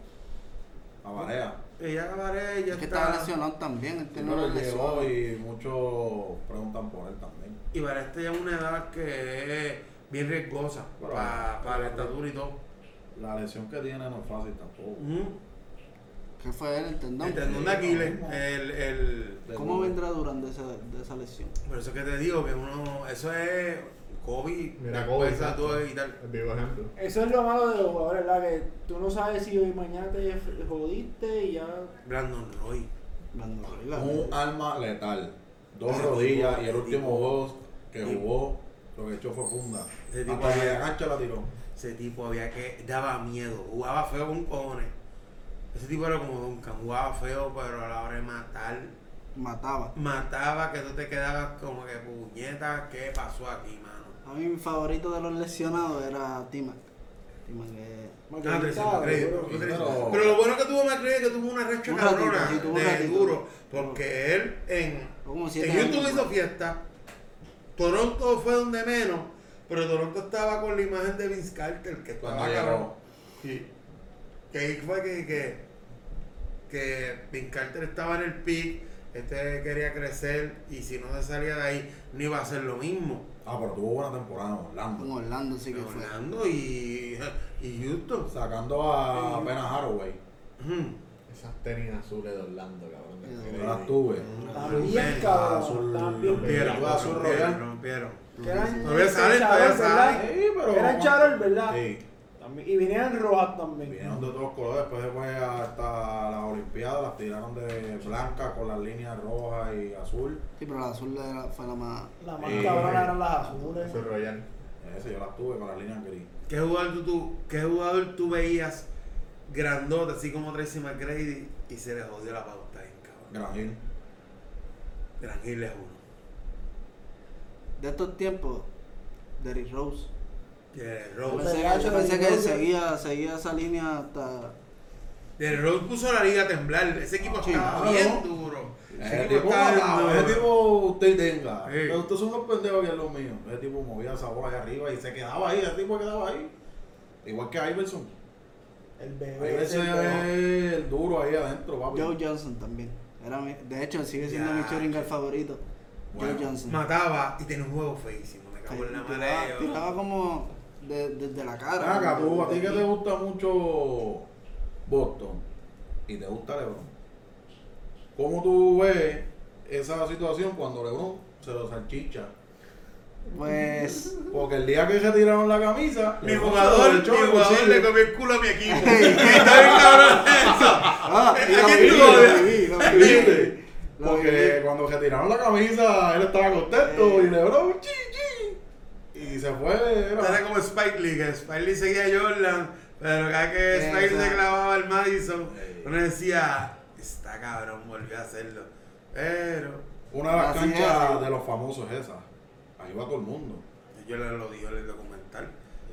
Speaker 5: A Varea.
Speaker 4: que ya Barea ya
Speaker 6: Es que estaba
Speaker 4: está.
Speaker 6: lesionado también. este Él tiene
Speaker 5: Pero
Speaker 6: una
Speaker 5: él llegó
Speaker 6: lesión.
Speaker 5: y muchos preguntan por él también.
Speaker 4: Y Barea está ya en una edad que es bien riesgosa
Speaker 5: Bueno,
Speaker 4: para la
Speaker 5: bueno.
Speaker 4: estatura y todo.
Speaker 5: La lesión que tiene no es fácil tampoco.
Speaker 4: Ujú.
Speaker 6: ¿Qué fue él? El tendón.
Speaker 4: el tendón de Aquiles, el, el-
Speaker 6: ¿Cómo vendrá durante esa, de esa lesión?
Speaker 4: Por eso que te digo que uno... Eso es COVID.
Speaker 7: Mira,
Speaker 4: después
Speaker 7: COVID,
Speaker 4: esa
Speaker 7: exacto.
Speaker 4: tú evitar.
Speaker 7: El vivo ejemplo.
Speaker 3: Eso es lo malo de los jugadores, ¿verdad? Que tú no sabes si hoy mañana te jodiste y ya.
Speaker 4: Brandon Roy.
Speaker 6: Cuando
Speaker 4: Uh,
Speaker 5: Un arma letal. Dos rodillas y el último dos que jugó Lo que echó fue funda.
Speaker 4: El tipo
Speaker 5: Hasta
Speaker 4: había-
Speaker 5: la cancha la tiró.
Speaker 4: Ese tipo había que. daba miedo, jugaba feo con cojones. Ese tipo era como Duncan, jugaba feo, pero a la hora de matar,
Speaker 6: Mataba.
Speaker 4: mataba que tú te quedabas como que puñeta, ¿qué pasó aquí, mano?
Speaker 6: A mí mi favorito de los lesionados era Timac. Timac eh,
Speaker 4: Ah,
Speaker 3: Madrid,
Speaker 4: pero sí,
Speaker 3: cabrón,
Speaker 4: Macri,
Speaker 3: bro.
Speaker 4: Macri.
Speaker 5: Pero-
Speaker 4: Pero lo bueno que tuvo Macri es que tuvo una racha
Speaker 6: Un ratito,
Speaker 4: cabrona
Speaker 6: sí, tuvo un
Speaker 4: de
Speaker 6: ratito.
Speaker 4: duro. Porque él en,
Speaker 6: Como siete
Speaker 4: en YouTube
Speaker 6: años,
Speaker 4: hizo
Speaker 6: bro.
Speaker 4: fiesta. Toronto fue donde menos. Pero Toronto estaba con la imagen de Vince Carter, que
Speaker 5: Cuando
Speaker 4: estaba cabrón.
Speaker 5: llegó.
Speaker 4: Que ahí fue que, que, que Vince Carter estaba en el pick. Este quería crecer. Y si no se salía de ahí, no iba a ser lo mismo.
Speaker 5: Ah, pero tuvo buena temporada en Orlando.
Speaker 6: con Orlando sí que fue.
Speaker 4: Orlando y, y Houston.
Speaker 5: Sacando a apenas Haraway.
Speaker 4: Ujú.
Speaker 7: Esas tenis azules de Orlando, cabrón.
Speaker 6: Sí.
Speaker 5: Yo las tuve.
Speaker 3: También,
Speaker 5: Azul-
Speaker 3: cabrón. También.
Speaker 4: Rompieron,
Speaker 5: Azul
Speaker 4: rompieron,
Speaker 5: Royal.
Speaker 4: rompieron.
Speaker 3: Que eran
Speaker 4: Todavía salen,
Speaker 3: este, charol,
Speaker 4: todavía
Speaker 3: ¿verdad?
Speaker 5: Sí, pero-
Speaker 3: Eran charol, ¿verdad?
Speaker 5: Sí.
Speaker 3: También- Y venían rojas también.
Speaker 5: Vinieron de todos colores, después se fue hasta las Olimpiadas, las tiraron de blanca con las líneas rojas y azul.
Speaker 6: Sí, pero la azul era- fue la más.
Speaker 3: La más
Speaker 5: Eh,
Speaker 3: cabrona eran las azules.
Speaker 7: Su Royal.
Speaker 5: Ese yo las tuve con las líneas gris.
Speaker 4: ¿Qué jugador tú, tú- qué jugador tú veías grandote, así como Tracy McGrady, y se le jodió la pauta ahí, cabrón?
Speaker 5: Gran Hill.
Speaker 4: Gran Hill es uno.
Speaker 6: De estos tiempos, Derrick Rose.
Speaker 4: Jerry
Speaker 6: Yo
Speaker 4: Rose.
Speaker 6: pensé, que- yo pensé que seguía, seguía esa línea hasta.
Speaker 4: Jerry Rose puso la liga a temblar. Ese equipo
Speaker 6: Sí,
Speaker 4: estaba
Speaker 5: claro.
Speaker 4: bien duro. Ese
Speaker 5: Ese
Speaker 4: equipo
Speaker 5: tipo
Speaker 4: estaba
Speaker 5: mataba,
Speaker 4: bien
Speaker 5: ese
Speaker 4: duro.
Speaker 5: tipo usted tenga.
Speaker 4: Sí.
Speaker 5: Pero ustedes son los pendejos que es lo mío. Ese tipo movía esa bola allá arriba y se quedaba ahí, ese tipo quedaba ahí. Igual que Iverson.
Speaker 3: El bebé.
Speaker 5: Iverson
Speaker 3: ese,
Speaker 5: es el duro ahí adentro, papi.
Speaker 6: Joe Johnson también. Era mi- de hecho, sigue siendo
Speaker 4: Ya.
Speaker 6: mi Choringal favorito. Joe
Speaker 5: Bueno,
Speaker 6: Johnson.
Speaker 4: Mataba y tenía un juego feísimo. Me
Speaker 6: Sí,
Speaker 4: cago en la
Speaker 6: tiraba,
Speaker 4: madre.
Speaker 6: tiraba como de- desde la cara.
Speaker 5: Acá,
Speaker 6: como
Speaker 5: tú, Ah, a ti
Speaker 6: desde
Speaker 5: que te
Speaker 6: aquí.
Speaker 5: gusta mucho Boston y te gusta LeBron. ¿Cómo tú ves esa situación cuando LeBron se lo salchicha?
Speaker 6: Pues.
Speaker 5: Porque el día que se tiraron la camisa,
Speaker 4: Mi
Speaker 5: LeBron
Speaker 4: jugador,
Speaker 5: se
Speaker 4: mi
Speaker 5: lo echó al
Speaker 4: jugador
Speaker 5: bolsillo.
Speaker 4: le comió el culo a mi equipo. Está bien cabrón eso.
Speaker 6: Ah, y
Speaker 4: ¿A
Speaker 6: lo
Speaker 4: quién
Speaker 6: viví,
Speaker 4: tú
Speaker 6: lo
Speaker 4: odias?
Speaker 6: viví, lo
Speaker 5: ¿Me
Speaker 6: viví.
Speaker 5: entiendes?
Speaker 6: Lo
Speaker 5: Porque
Speaker 6: viví.
Speaker 5: cuando se tiraron la camisa, él estaba contento
Speaker 6: Eh.
Speaker 5: y LeBron, chi, chi. Y se fue,
Speaker 4: Era
Speaker 5: era.
Speaker 4: como Spike Lee, que Spike Lee seguía a Jordan, pero cada que Spike Lee se
Speaker 6: Exacto.
Speaker 4: clavaba al Madison, uno decía, está cabrón, volvió a hacerlo. Pero
Speaker 5: Una de las
Speaker 6: Así
Speaker 5: canchas
Speaker 6: es.
Speaker 5: de los famosos es esa. Ahí va todo el mundo.
Speaker 4: Jordan lo dijo en el documental,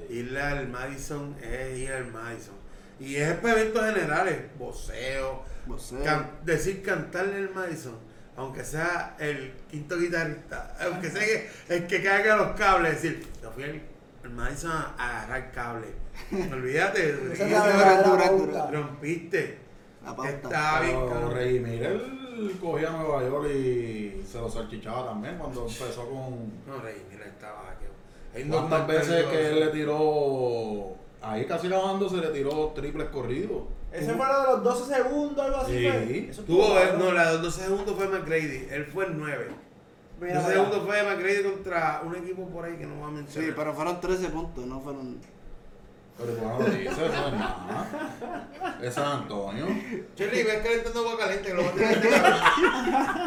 Speaker 5: Sí.
Speaker 4: irle al Madison es ir al Madison. Y es para eventos generales, voceo,
Speaker 6: Voceo.
Speaker 4: can- decir cantarle al Madison, aunque sea el quinto guitarrista, aunque sea que- el que carga los cables, decir, yo fui al al Madison a agarrar cable. Olvídate.
Speaker 3: Esa es
Speaker 4: y-
Speaker 3: la
Speaker 6: Dura,
Speaker 3: verdadera
Speaker 6: dura,
Speaker 3: pauta.
Speaker 6: dura.
Speaker 4: Rompiste.
Speaker 6: La pauta.
Speaker 4: Estaba bien,
Speaker 5: Pero
Speaker 4: cabrón.
Speaker 5: Rey Miguel cogía a Nueva York y se lo salchichaba también cuando empezó con.
Speaker 4: No, Rey, mira, estaba aquí. Hay un
Speaker 5: ¿Cuántas
Speaker 4: documental
Speaker 5: veces
Speaker 4: de
Speaker 5: que
Speaker 4: eso.
Speaker 5: él le tiró. Ahí casi grabando se le tiró triples corridos.
Speaker 3: fue lo de los 12 segundos, algo así.
Speaker 5: Sí. eh,
Speaker 3: fue. Eso estuvo
Speaker 4: Tuvo, eh,
Speaker 3: cabrón.
Speaker 4: no, la de 12 segundos fue McGrady. Él fue el 9.
Speaker 3: Mira,
Speaker 4: 12
Speaker 3: mira.
Speaker 4: segundos fue McGrady contra un equipo por ahí que no voy a mencionar.
Speaker 6: Sí, pero fueron 13 puntos, no fueron.
Speaker 5: Pero tú no lo dices, eso no es nada. Es San Antonio.
Speaker 4: Chely, ves calentando agua caliente, que lo va a tener este cabrón.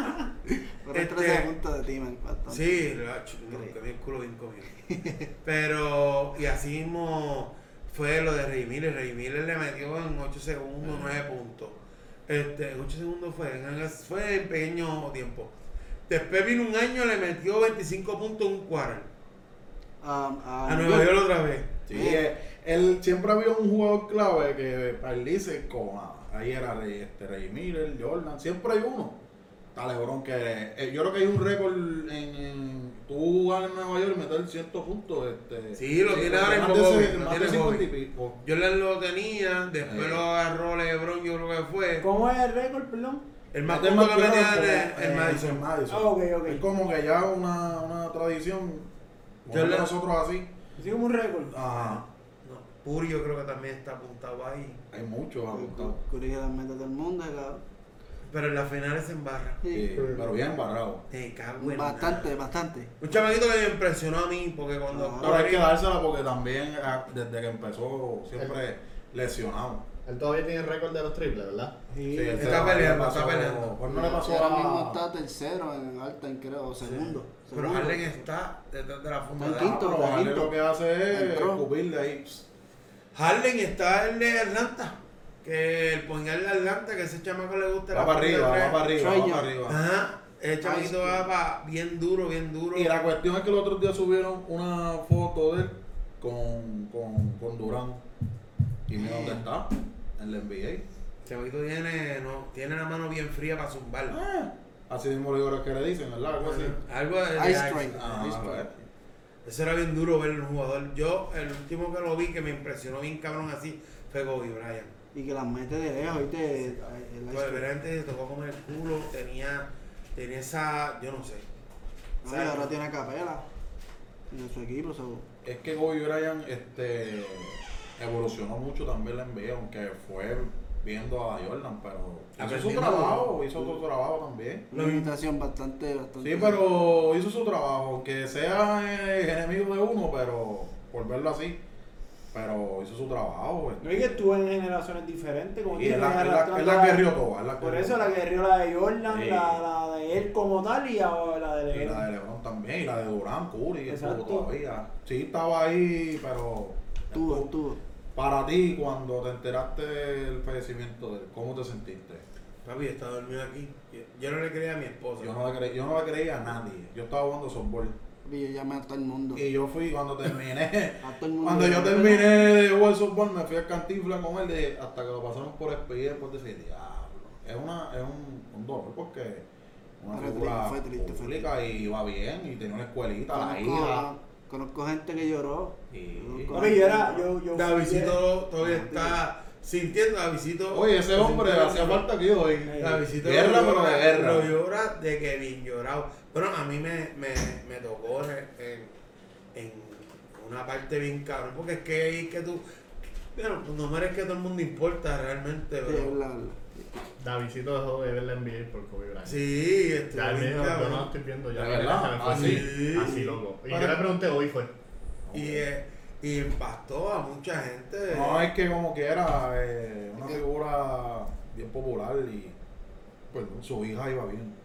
Speaker 6: Fueron
Speaker 4: Este-
Speaker 6: 13 puntos de Timan.
Speaker 4: Sí, lo ha hecho. No, que tiene el culo bien comido. Pero, y así mismo fue lo de Rey Miller. Rey Miller le metió en 8 segundos, 9 puntos. Este, en 8 segundos fue, en- en- fue en pequeño tiempo. Después vino un año, le metió 25 puntos en un cuarto.
Speaker 6: Um,
Speaker 4: A Nueva York otra vez.
Speaker 5: Sí, eh, él siempre había un jugador clave que para él dice como ahí era Rey, este, Rey Miller, Jordan, siempre hay uno. Está LeBron que eh, yo creo que hay un récord en, en- tú jugar en Nueva York y meter 100 puntos este
Speaker 4: Sí, lo tiene ahora en
Speaker 5: más
Speaker 4: Bobby,
Speaker 5: de
Speaker 4: lo
Speaker 5: ese- más de
Speaker 4: tiene
Speaker 5: 50 y
Speaker 4: Bobby.
Speaker 5: pico.
Speaker 4: Jordan lo tenía, después
Speaker 5: Eh.
Speaker 4: lo agarró LeBron, yo creo que fue.
Speaker 3: ¿Cómo es el récord, perdón?
Speaker 4: El más
Speaker 5: Este es
Speaker 4: punto que
Speaker 5: claro
Speaker 4: metía
Speaker 5: por-
Speaker 4: en el
Speaker 5: eh,
Speaker 4: Madison.
Speaker 5: en Madison.
Speaker 3: Ah, ok, ok.
Speaker 5: Es como que ya una, una tradición
Speaker 4: Yo
Speaker 5: como
Speaker 4: le-
Speaker 5: nosotros así.
Speaker 3: Sí, como un récord.
Speaker 5: Ajá,
Speaker 4: No, Puri yo creo que también está apuntado ahí.
Speaker 5: hay muchos apuntados.
Speaker 6: Curry que las metas del mundo, cabrón.
Speaker 4: Pero en las finales se embarra.
Speaker 6: Sí.
Speaker 5: Eh, pero bien embarrado.
Speaker 4: Me cago en
Speaker 6: Bastante,
Speaker 4: nada.
Speaker 6: bastante.
Speaker 4: Un chamaquito que me impresionó a mí, porque cuando
Speaker 6: Ah,
Speaker 5: Pero hay
Speaker 4: Curry-
Speaker 5: que dársela porque también ah, desde que empezó siempre lesionado.
Speaker 7: Él todavía tiene el récord de los triples, ¿verdad?
Speaker 5: Sí,
Speaker 6: Sí.
Speaker 5: ese
Speaker 4: Está
Speaker 5: no le
Speaker 4: peleando,
Speaker 5: pasó-
Speaker 4: está peleando.
Speaker 5: Pues no le
Speaker 6: Sí,
Speaker 5: pasó
Speaker 6: ahora
Speaker 5: a-
Speaker 6: mismo está tercero en Alten, creo, o segundo.
Speaker 4: Pero
Speaker 6: segundo.
Speaker 4: Harden está detrás de la funda
Speaker 6: Está
Speaker 4: de
Speaker 6: en quinto.
Speaker 5: Pero Harden
Speaker 6: Quinto.
Speaker 5: lo que hace es
Speaker 6: Entró.
Speaker 5: escupirle ahí.
Speaker 4: Harden está el de Atlanta. Que el pongal de Atlanta, que ese chamaco le gusta
Speaker 5: Va para arriba, va para arriba, va
Speaker 6: Trae
Speaker 5: para
Speaker 6: ya.
Speaker 5: arriba.
Speaker 4: Ajá. El chamaquito va para bien duro, bien duro.
Speaker 5: Y la cuestión es que los otros días subieron una foto de él con, con, con Durán. Y mira dónde está, en la NBA.
Speaker 4: El chamaquito tiene, no, tiene la mano bien fría para zumbar.
Speaker 5: Ah, así mismo le digo lo que le dicen, ¿verdad? Algo así.
Speaker 4: Algo de
Speaker 6: Ice Train.
Speaker 5: Ah,
Speaker 6: Ice Train.
Speaker 5: bueno.
Speaker 4: Eso era bien duro ver un jugador. Yo, el último que lo vi que me impresionó bien cabrón así, fue Kobe Bryant.
Speaker 6: Y que las mete de lejos, ¿viste? El Ice
Speaker 4: Kobe
Speaker 6: Cream.
Speaker 4: Bryant se tocó con el culo, tenía, tenía esa, yo no sé.
Speaker 6: No, y ahora tiene a Capela en su equipo. so-
Speaker 5: Es que Kobe Bryant este, evolucionó mucho también la NBA, aunque fue viendo a Jordan, pero hizo su
Speaker 4: Aprendió.
Speaker 5: trabajo, hizo su trabajo también.
Speaker 6: Una limitación bastante, bastante.
Speaker 5: Sí, pero hizo su trabajo, aunque sea eh, enemigo de uno, pero por verlo así, pero hizo su trabajo.
Speaker 3: No
Speaker 5: este.
Speaker 3: es que estuvo en generaciones diferentes, como
Speaker 5: Y es
Speaker 3: dije,
Speaker 5: la, es la, es
Speaker 3: arrastrando
Speaker 5: la
Speaker 3: la-
Speaker 5: que rió toda, es la que
Speaker 3: Por
Speaker 5: rió
Speaker 3: eso
Speaker 5: toda.
Speaker 3: la que rió la de Jordan,
Speaker 5: Sí.
Speaker 3: la, la de él como tal y ahora la de
Speaker 5: Y
Speaker 3: Lebron.
Speaker 5: la de LeBron también, y la de Durán, Curry, estuvo
Speaker 3: Exacto.
Speaker 5: todavía. Sí, estaba ahí, pero...
Speaker 6: Estuvo, estuvo.
Speaker 5: Para ti, cuando te enteraste del fallecimiento de él, ¿cómo te sentiste?
Speaker 4: Papi, yo estaba dormido aquí. Yo, yo no le creía a mi esposa.
Speaker 5: Yo no le creí, yo no le creí a nadie. Yo estaba jugando softball.
Speaker 6: Y yo llamé a todo el mundo.
Speaker 5: Y yo fui cuando terminé.
Speaker 6: A todo el mundo.
Speaker 5: Cuando yo terminé de jugar softball, me fui a cantifla con él de- hasta que lo pasaron por SPI después de ese diablo. Es, una, es un, un dolor porque una
Speaker 6: Fue
Speaker 5: figura
Speaker 6: triste, fue triste, fue
Speaker 5: pública y iba bien y tenía una escuelita, la
Speaker 6: Conozco,
Speaker 5: hija.
Speaker 6: conozco gente que lloró.
Speaker 5: Y-
Speaker 6: Conozco
Speaker 3: Papi, yo era, yo, yo
Speaker 4: Davidito todavía está sintiendo Davidito.
Speaker 5: Oye, ese hombre
Speaker 4: sintiendo-
Speaker 5: hacía falta aquí hoy.
Speaker 6: Eh,
Speaker 4: Davidito
Speaker 5: Guerra,
Speaker 4: lo
Speaker 5: pero de
Speaker 4: llora-
Speaker 5: guerra.
Speaker 4: Lo llora de que bien llorado. Pero a mí me, me, me tocó en, en- en una parte bien cabrón, porque es que ahí que tú. Bueno, pues no eres que todo el mundo importa realmente,
Speaker 6: Sí,
Speaker 4: pero.
Speaker 6: la- la-
Speaker 7: Davidito dejó de ver la NBA por Kobe Bryant.
Speaker 4: Sí, este.
Speaker 7: Ya él me
Speaker 4: bien
Speaker 7: dijo, yo no lo
Speaker 4: cabrón.
Speaker 7: estoy viendo ya.
Speaker 5: ¿De
Speaker 7: ya
Speaker 5: verdad?
Speaker 7: se me fue
Speaker 5: Ah,
Speaker 4: sí.
Speaker 7: Así loco. Y yo
Speaker 5: Para-
Speaker 7: le pregunté hoy fue.
Speaker 4: Y, eh, y impactó a mucha gente.
Speaker 5: No, es que como quiera, eh, una figura bien popular y pues su hija iba bien.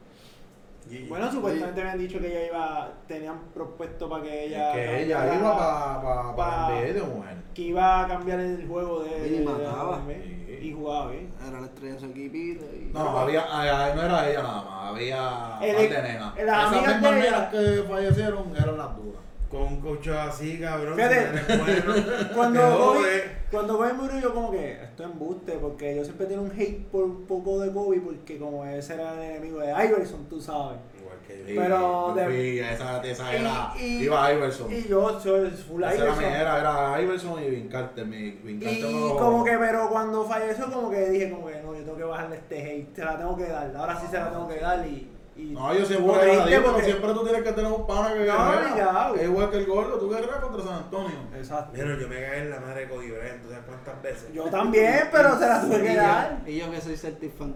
Speaker 4: Y-
Speaker 3: Bueno, supuestamente me han dicho que ella iba, tenían propuesto para que ella...
Speaker 5: que ella
Speaker 3: cambiara-
Speaker 5: iba para pa, pa,
Speaker 3: pa-
Speaker 5: la NBA de mujer.
Speaker 3: Que iba a cambiar el juego de...
Speaker 6: Y
Speaker 3: de-
Speaker 6: mataba.
Speaker 3: de- y jugaba bien.
Speaker 6: Era la estrella de su equipito. Y...
Speaker 5: No, había, ah, ah, no era ella nada más, había
Speaker 3: El-
Speaker 5: más de nena.
Speaker 3: el- las
Speaker 5: Esas
Speaker 3: amigas
Speaker 5: mismas
Speaker 3: de
Speaker 5: nenas que fallecieron eran las duras.
Speaker 4: Con un coach así, cabrón.
Speaker 3: Fíjate,
Speaker 4: que no eres bueno,
Speaker 3: Cuando
Speaker 4: te
Speaker 3: Kobe,
Speaker 5: eh.
Speaker 4: jode.
Speaker 3: cuando Kobe murió, yo como que esto es embuste, porque yo siempre tenía un hate por un poco de Kobe, porque como ese era el enemigo de Iverson, tú sabes.
Speaker 4: Igual que yo.
Speaker 5: Sí,
Speaker 3: Pero
Speaker 5: yo
Speaker 3: de-
Speaker 5: fui a esa, de esa Ah, era,
Speaker 3: Y- y-
Speaker 5: iba Iverson.
Speaker 3: Y yo soy full
Speaker 5: esa era mi
Speaker 3: Iverson.
Speaker 5: era, era Iverson y Vin Carter. Mi, Vin
Speaker 3: Y
Speaker 5: Carter me lo-
Speaker 3: como que, pero cuando falleció, como que dije, como que no, yo tengo que bajarle este hate, se la tengo que dar, ahora sí se la tengo que dar y... y
Speaker 5: No, yo
Speaker 3: como
Speaker 5: siempre le
Speaker 3: triste
Speaker 5: digo, pero
Speaker 3: porque-
Speaker 5: siempre tú tienes que tener un pana que guerrera.
Speaker 3: obligado.
Speaker 5: Es igual que el gordo, tú guerreras contra San Antonio.
Speaker 3: Exacto.
Speaker 4: Mira, yo me caí en la madre de Kobe Bryant, ¿tú sabes cuántas veces?
Speaker 3: Yo también, pero se la tuve que
Speaker 6: Y yo-
Speaker 3: dar.
Speaker 6: Y yo que soy Celtic fan.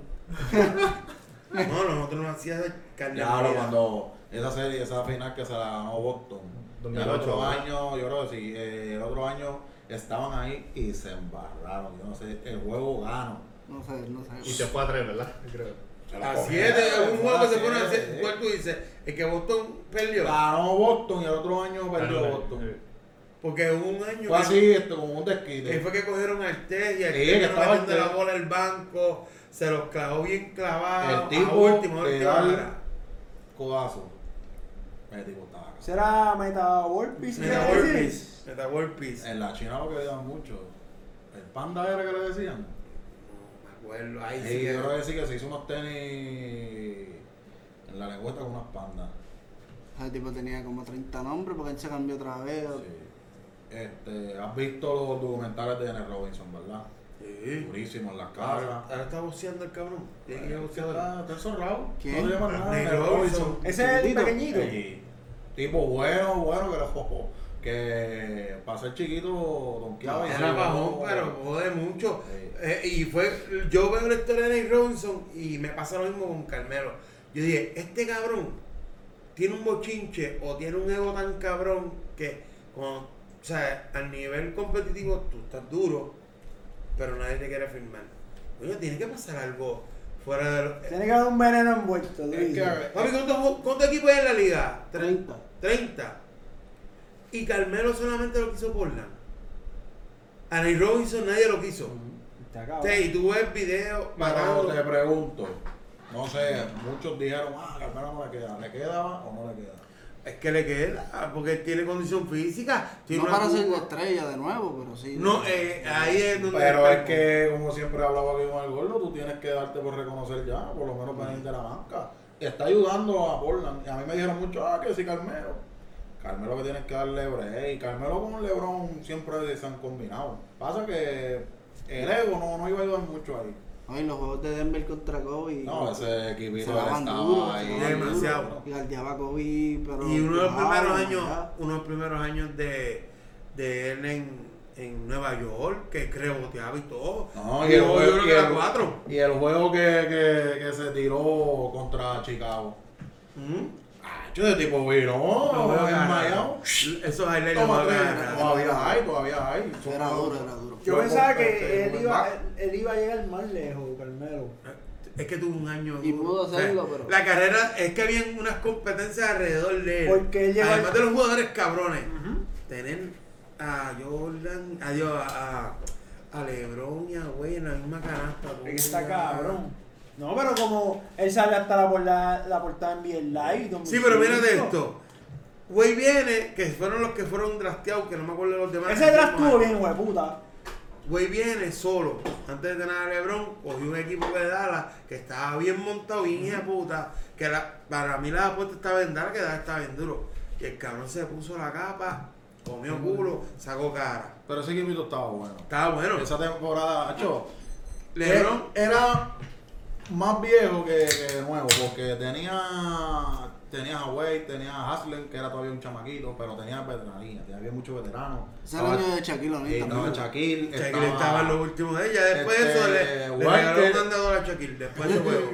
Speaker 4: No, nosotros no hacíamos carne
Speaker 5: Claro,
Speaker 4: molida.
Speaker 5: cuando esa serie, esa final que se la ganó Boston. Y el
Speaker 7: 2008,
Speaker 5: otro
Speaker 7: ¿no?
Speaker 5: año, yo creo que sí, eh, el otro año estaban ahí y se embarraron. Yo no sé, el juego gano.
Speaker 6: No sé, no
Speaker 7: Y se
Speaker 6: sé.
Speaker 7: fue a tres, ¿verdad? Creo.
Speaker 5: Se la
Speaker 4: A
Speaker 5: cogieron,
Speaker 4: 7, un
Speaker 5: fue
Speaker 4: juego que se pone a
Speaker 5: siete,
Speaker 4: 7.
Speaker 5: eh.
Speaker 4: ¿Cuál tú dices? El que Boston perdió.
Speaker 5: Ganó Boston y el otro año perdió
Speaker 7: Ganó, eh,
Speaker 5: Boston.
Speaker 4: Porque hubo un año
Speaker 5: Fue
Speaker 4: que-
Speaker 5: así, esto, como un
Speaker 4: que
Speaker 5: desquite.
Speaker 4: fue que cogieron al Tez y al
Speaker 5: Pues Sí,
Speaker 4: Tez
Speaker 5: que
Speaker 4: que
Speaker 5: estaba
Speaker 4: no metió
Speaker 5: el
Speaker 4: la
Speaker 5: Tez.
Speaker 4: bola al banco, se los clavó bien clavado.
Speaker 5: El tipo
Speaker 4: a última, a
Speaker 5: de
Speaker 4: última
Speaker 5: dar-
Speaker 4: hora.
Speaker 5: Codazo. Me tipo estaba acá.
Speaker 3: ¿Será Meta World Peace?
Speaker 4: Meta
Speaker 3: ¿Qué
Speaker 4: World
Speaker 3: decís?
Speaker 4: Peace. Meta World Peace.
Speaker 5: En la China lo que daban mucho. El panda era que le decían.
Speaker 4: No me acuerdo, ahí sí
Speaker 5: Sí,
Speaker 4: que-
Speaker 5: yo creo que sí que se hizo unos tenis en la lengüeta con unas pandas.
Speaker 6: Ese tipo tenía como 30 nombres porque él se cambió otra vez.
Speaker 5: Sí. Este, has visto los documentales de Dennis Robinson, ¿verdad?
Speaker 4: Sí.
Speaker 5: Durísimos en las
Speaker 4: Ahora
Speaker 5: casas.
Speaker 4: Ah, ahora está boceando el cabrón. Tiene que ir a Ah, boceador.
Speaker 5: Está está encerrado.
Speaker 6: ¿Quién?
Speaker 5: No le llaman nada.
Speaker 4: Dennis
Speaker 5: Dennis
Speaker 4: Robinson.
Speaker 5: Robinson.
Speaker 3: Ese es el
Speaker 6: Chiquitito.
Speaker 3: pequeñito.
Speaker 5: Sí. Tipo bueno, bueno, que era jojo. Que para ser chiquito, donkeaba y
Speaker 4: Era
Speaker 5: se-
Speaker 4: bajón, pero jode mucho.
Speaker 5: Sí.
Speaker 4: Eh, y fue, yo veo la historia de Nate Robinson y me pasa lo mismo con Carmelo. Yo dije, este cabrón tiene un bochinche o tiene un ego tan cabrón que, cuando- o sea, a nivel competitivo tú estás duro pero nadie te quiere firmar. Coño, tiene que pasar algo fuera de lo-
Speaker 3: Tiene que haber un veneno envuelto. tú
Speaker 5: Es que,
Speaker 3: dices.
Speaker 5: eh,
Speaker 4: Papi, ¿cuántos ju- cuántos equipos hay en la liga?
Speaker 6: 30.
Speaker 4: 30. Y Carmelo solamente lo quiso Portland. A Nate Robinson nadie lo quiso.
Speaker 3: Está cabrón.
Speaker 4: Sí, y tú ves video
Speaker 5: Pero te
Speaker 4: matando.
Speaker 5: pregunto, no sé, muchos dijeron, ah, Carmelo no le queda, ¿le queda o no le queda?
Speaker 4: Es que le queda, porque tiene condición física. tiene
Speaker 6: No
Speaker 4: una
Speaker 6: para ser
Speaker 4: curva.
Speaker 6: la estrella de nuevo, pero sí.
Speaker 4: No, eh, ahí es donde.
Speaker 5: Pero
Speaker 4: está.
Speaker 5: es que, como siempre hablaba aquí con el gordo, tú tienes que darte por reconocer ya, por lo menos
Speaker 4: Mm.
Speaker 5: venir de la banca. Y está ayudando a Portland. Y a mí me dijeron mucho, ah, que sí, Carmelo. Carmelo que tienes que darle break. Carmelo con Lebron siempre se han combinado. Pasa que el ego no, no iba a ayudar mucho ahí.
Speaker 6: Ay, los juegos de Denver contra Kobe.
Speaker 5: No, ese equipito
Speaker 6: se daban
Speaker 5: estaba
Speaker 6: duro,
Speaker 5: ahí.
Speaker 6: se daban duro.
Speaker 4: Demasiado.
Speaker 6: Y galdeaba a Kobe, pero.
Speaker 4: Y uno de los
Speaker 6: Ah,
Speaker 4: primeros años,
Speaker 6: ya.
Speaker 4: uno de los primeros años de, de él en, en Nueva York, que reboteaba y todo.
Speaker 5: No,
Speaker 4: y
Speaker 5: y el
Speaker 4: luego yo
Speaker 5: juego,
Speaker 4: creo
Speaker 5: y
Speaker 4: que era
Speaker 5: el-
Speaker 4: cuatro.
Speaker 5: y el juego que, que, que se tiró contra Chicago.
Speaker 4: ¿Mm?
Speaker 5: Ah, yo de tipo vino,
Speaker 4: Lo veo
Speaker 5: en
Speaker 4: agarrado.
Speaker 5: Miami.
Speaker 4: Esos highlights los
Speaker 5: Toma
Speaker 4: voy
Speaker 5: tres,
Speaker 4: a agarrar.
Speaker 5: Todavía hay, todavía hay. Son
Speaker 6: Era
Speaker 5: juegos-
Speaker 6: duro, era duro.
Speaker 3: Yo
Speaker 5: Yo
Speaker 3: pensaba
Speaker 5: compré
Speaker 3: que él
Speaker 5: el
Speaker 3: iba,
Speaker 5: back.
Speaker 3: él, él iba a llegar más lejos, Carmelo.
Speaker 4: Es que tuvo un año.
Speaker 6: Y
Speaker 4: duro.
Speaker 6: pudo hacerlo, pero-
Speaker 4: La carrera, es que habían unas competencias alrededor de él.
Speaker 3: Porque él llegó al-
Speaker 4: Además de los jugadores cabrones, tener a Jordan, a, Dios, a, a Lebron y a Güey en la misma canasta.
Speaker 3: Es que
Speaker 4: coño.
Speaker 3: está cabrón. No, pero como él sale hasta la, por la, la portada en bien live. 2005.
Speaker 4: Sí, pero mírate esto. Güey viene, que fueron los que fueron drafteados, que no me acuerdo de los demás.
Speaker 3: Ese draft estuvo bien, hueputa.
Speaker 4: Güey viene solo. Antes de tener a LeBron, cogí un equipo de Dallas que estaba bien montado, bien hija de puta. Que la- para mí la apuesta estaba en Dallas, que Dallas estaba bien duro. Y el cabrón se puso la capa, comió
Speaker 5: Mm.
Speaker 4: culo, sacó cara.
Speaker 5: Pero ese equipito estaba bueno.
Speaker 4: Estaba bueno.
Speaker 5: Esa temporada, hecho,
Speaker 4: LeBron,
Speaker 5: era más viejo que, que nuevo, porque tenía, tenía a Wade, tenía a Haslem, que era todavía un chamaquito, pero tenía veteranía, había muchos veteranos.
Speaker 6: Ese era el año de Shaquille O'Neal
Speaker 5: Sí,
Speaker 6: también.
Speaker 5: Eh, estaba Shaquille,
Speaker 4: Shaquille estaba en los últimos de ella. Después de eso, le,
Speaker 5: este,
Speaker 4: le
Speaker 5: Walker.
Speaker 4: regalaron un andador a Shaquille. Después de ese juego.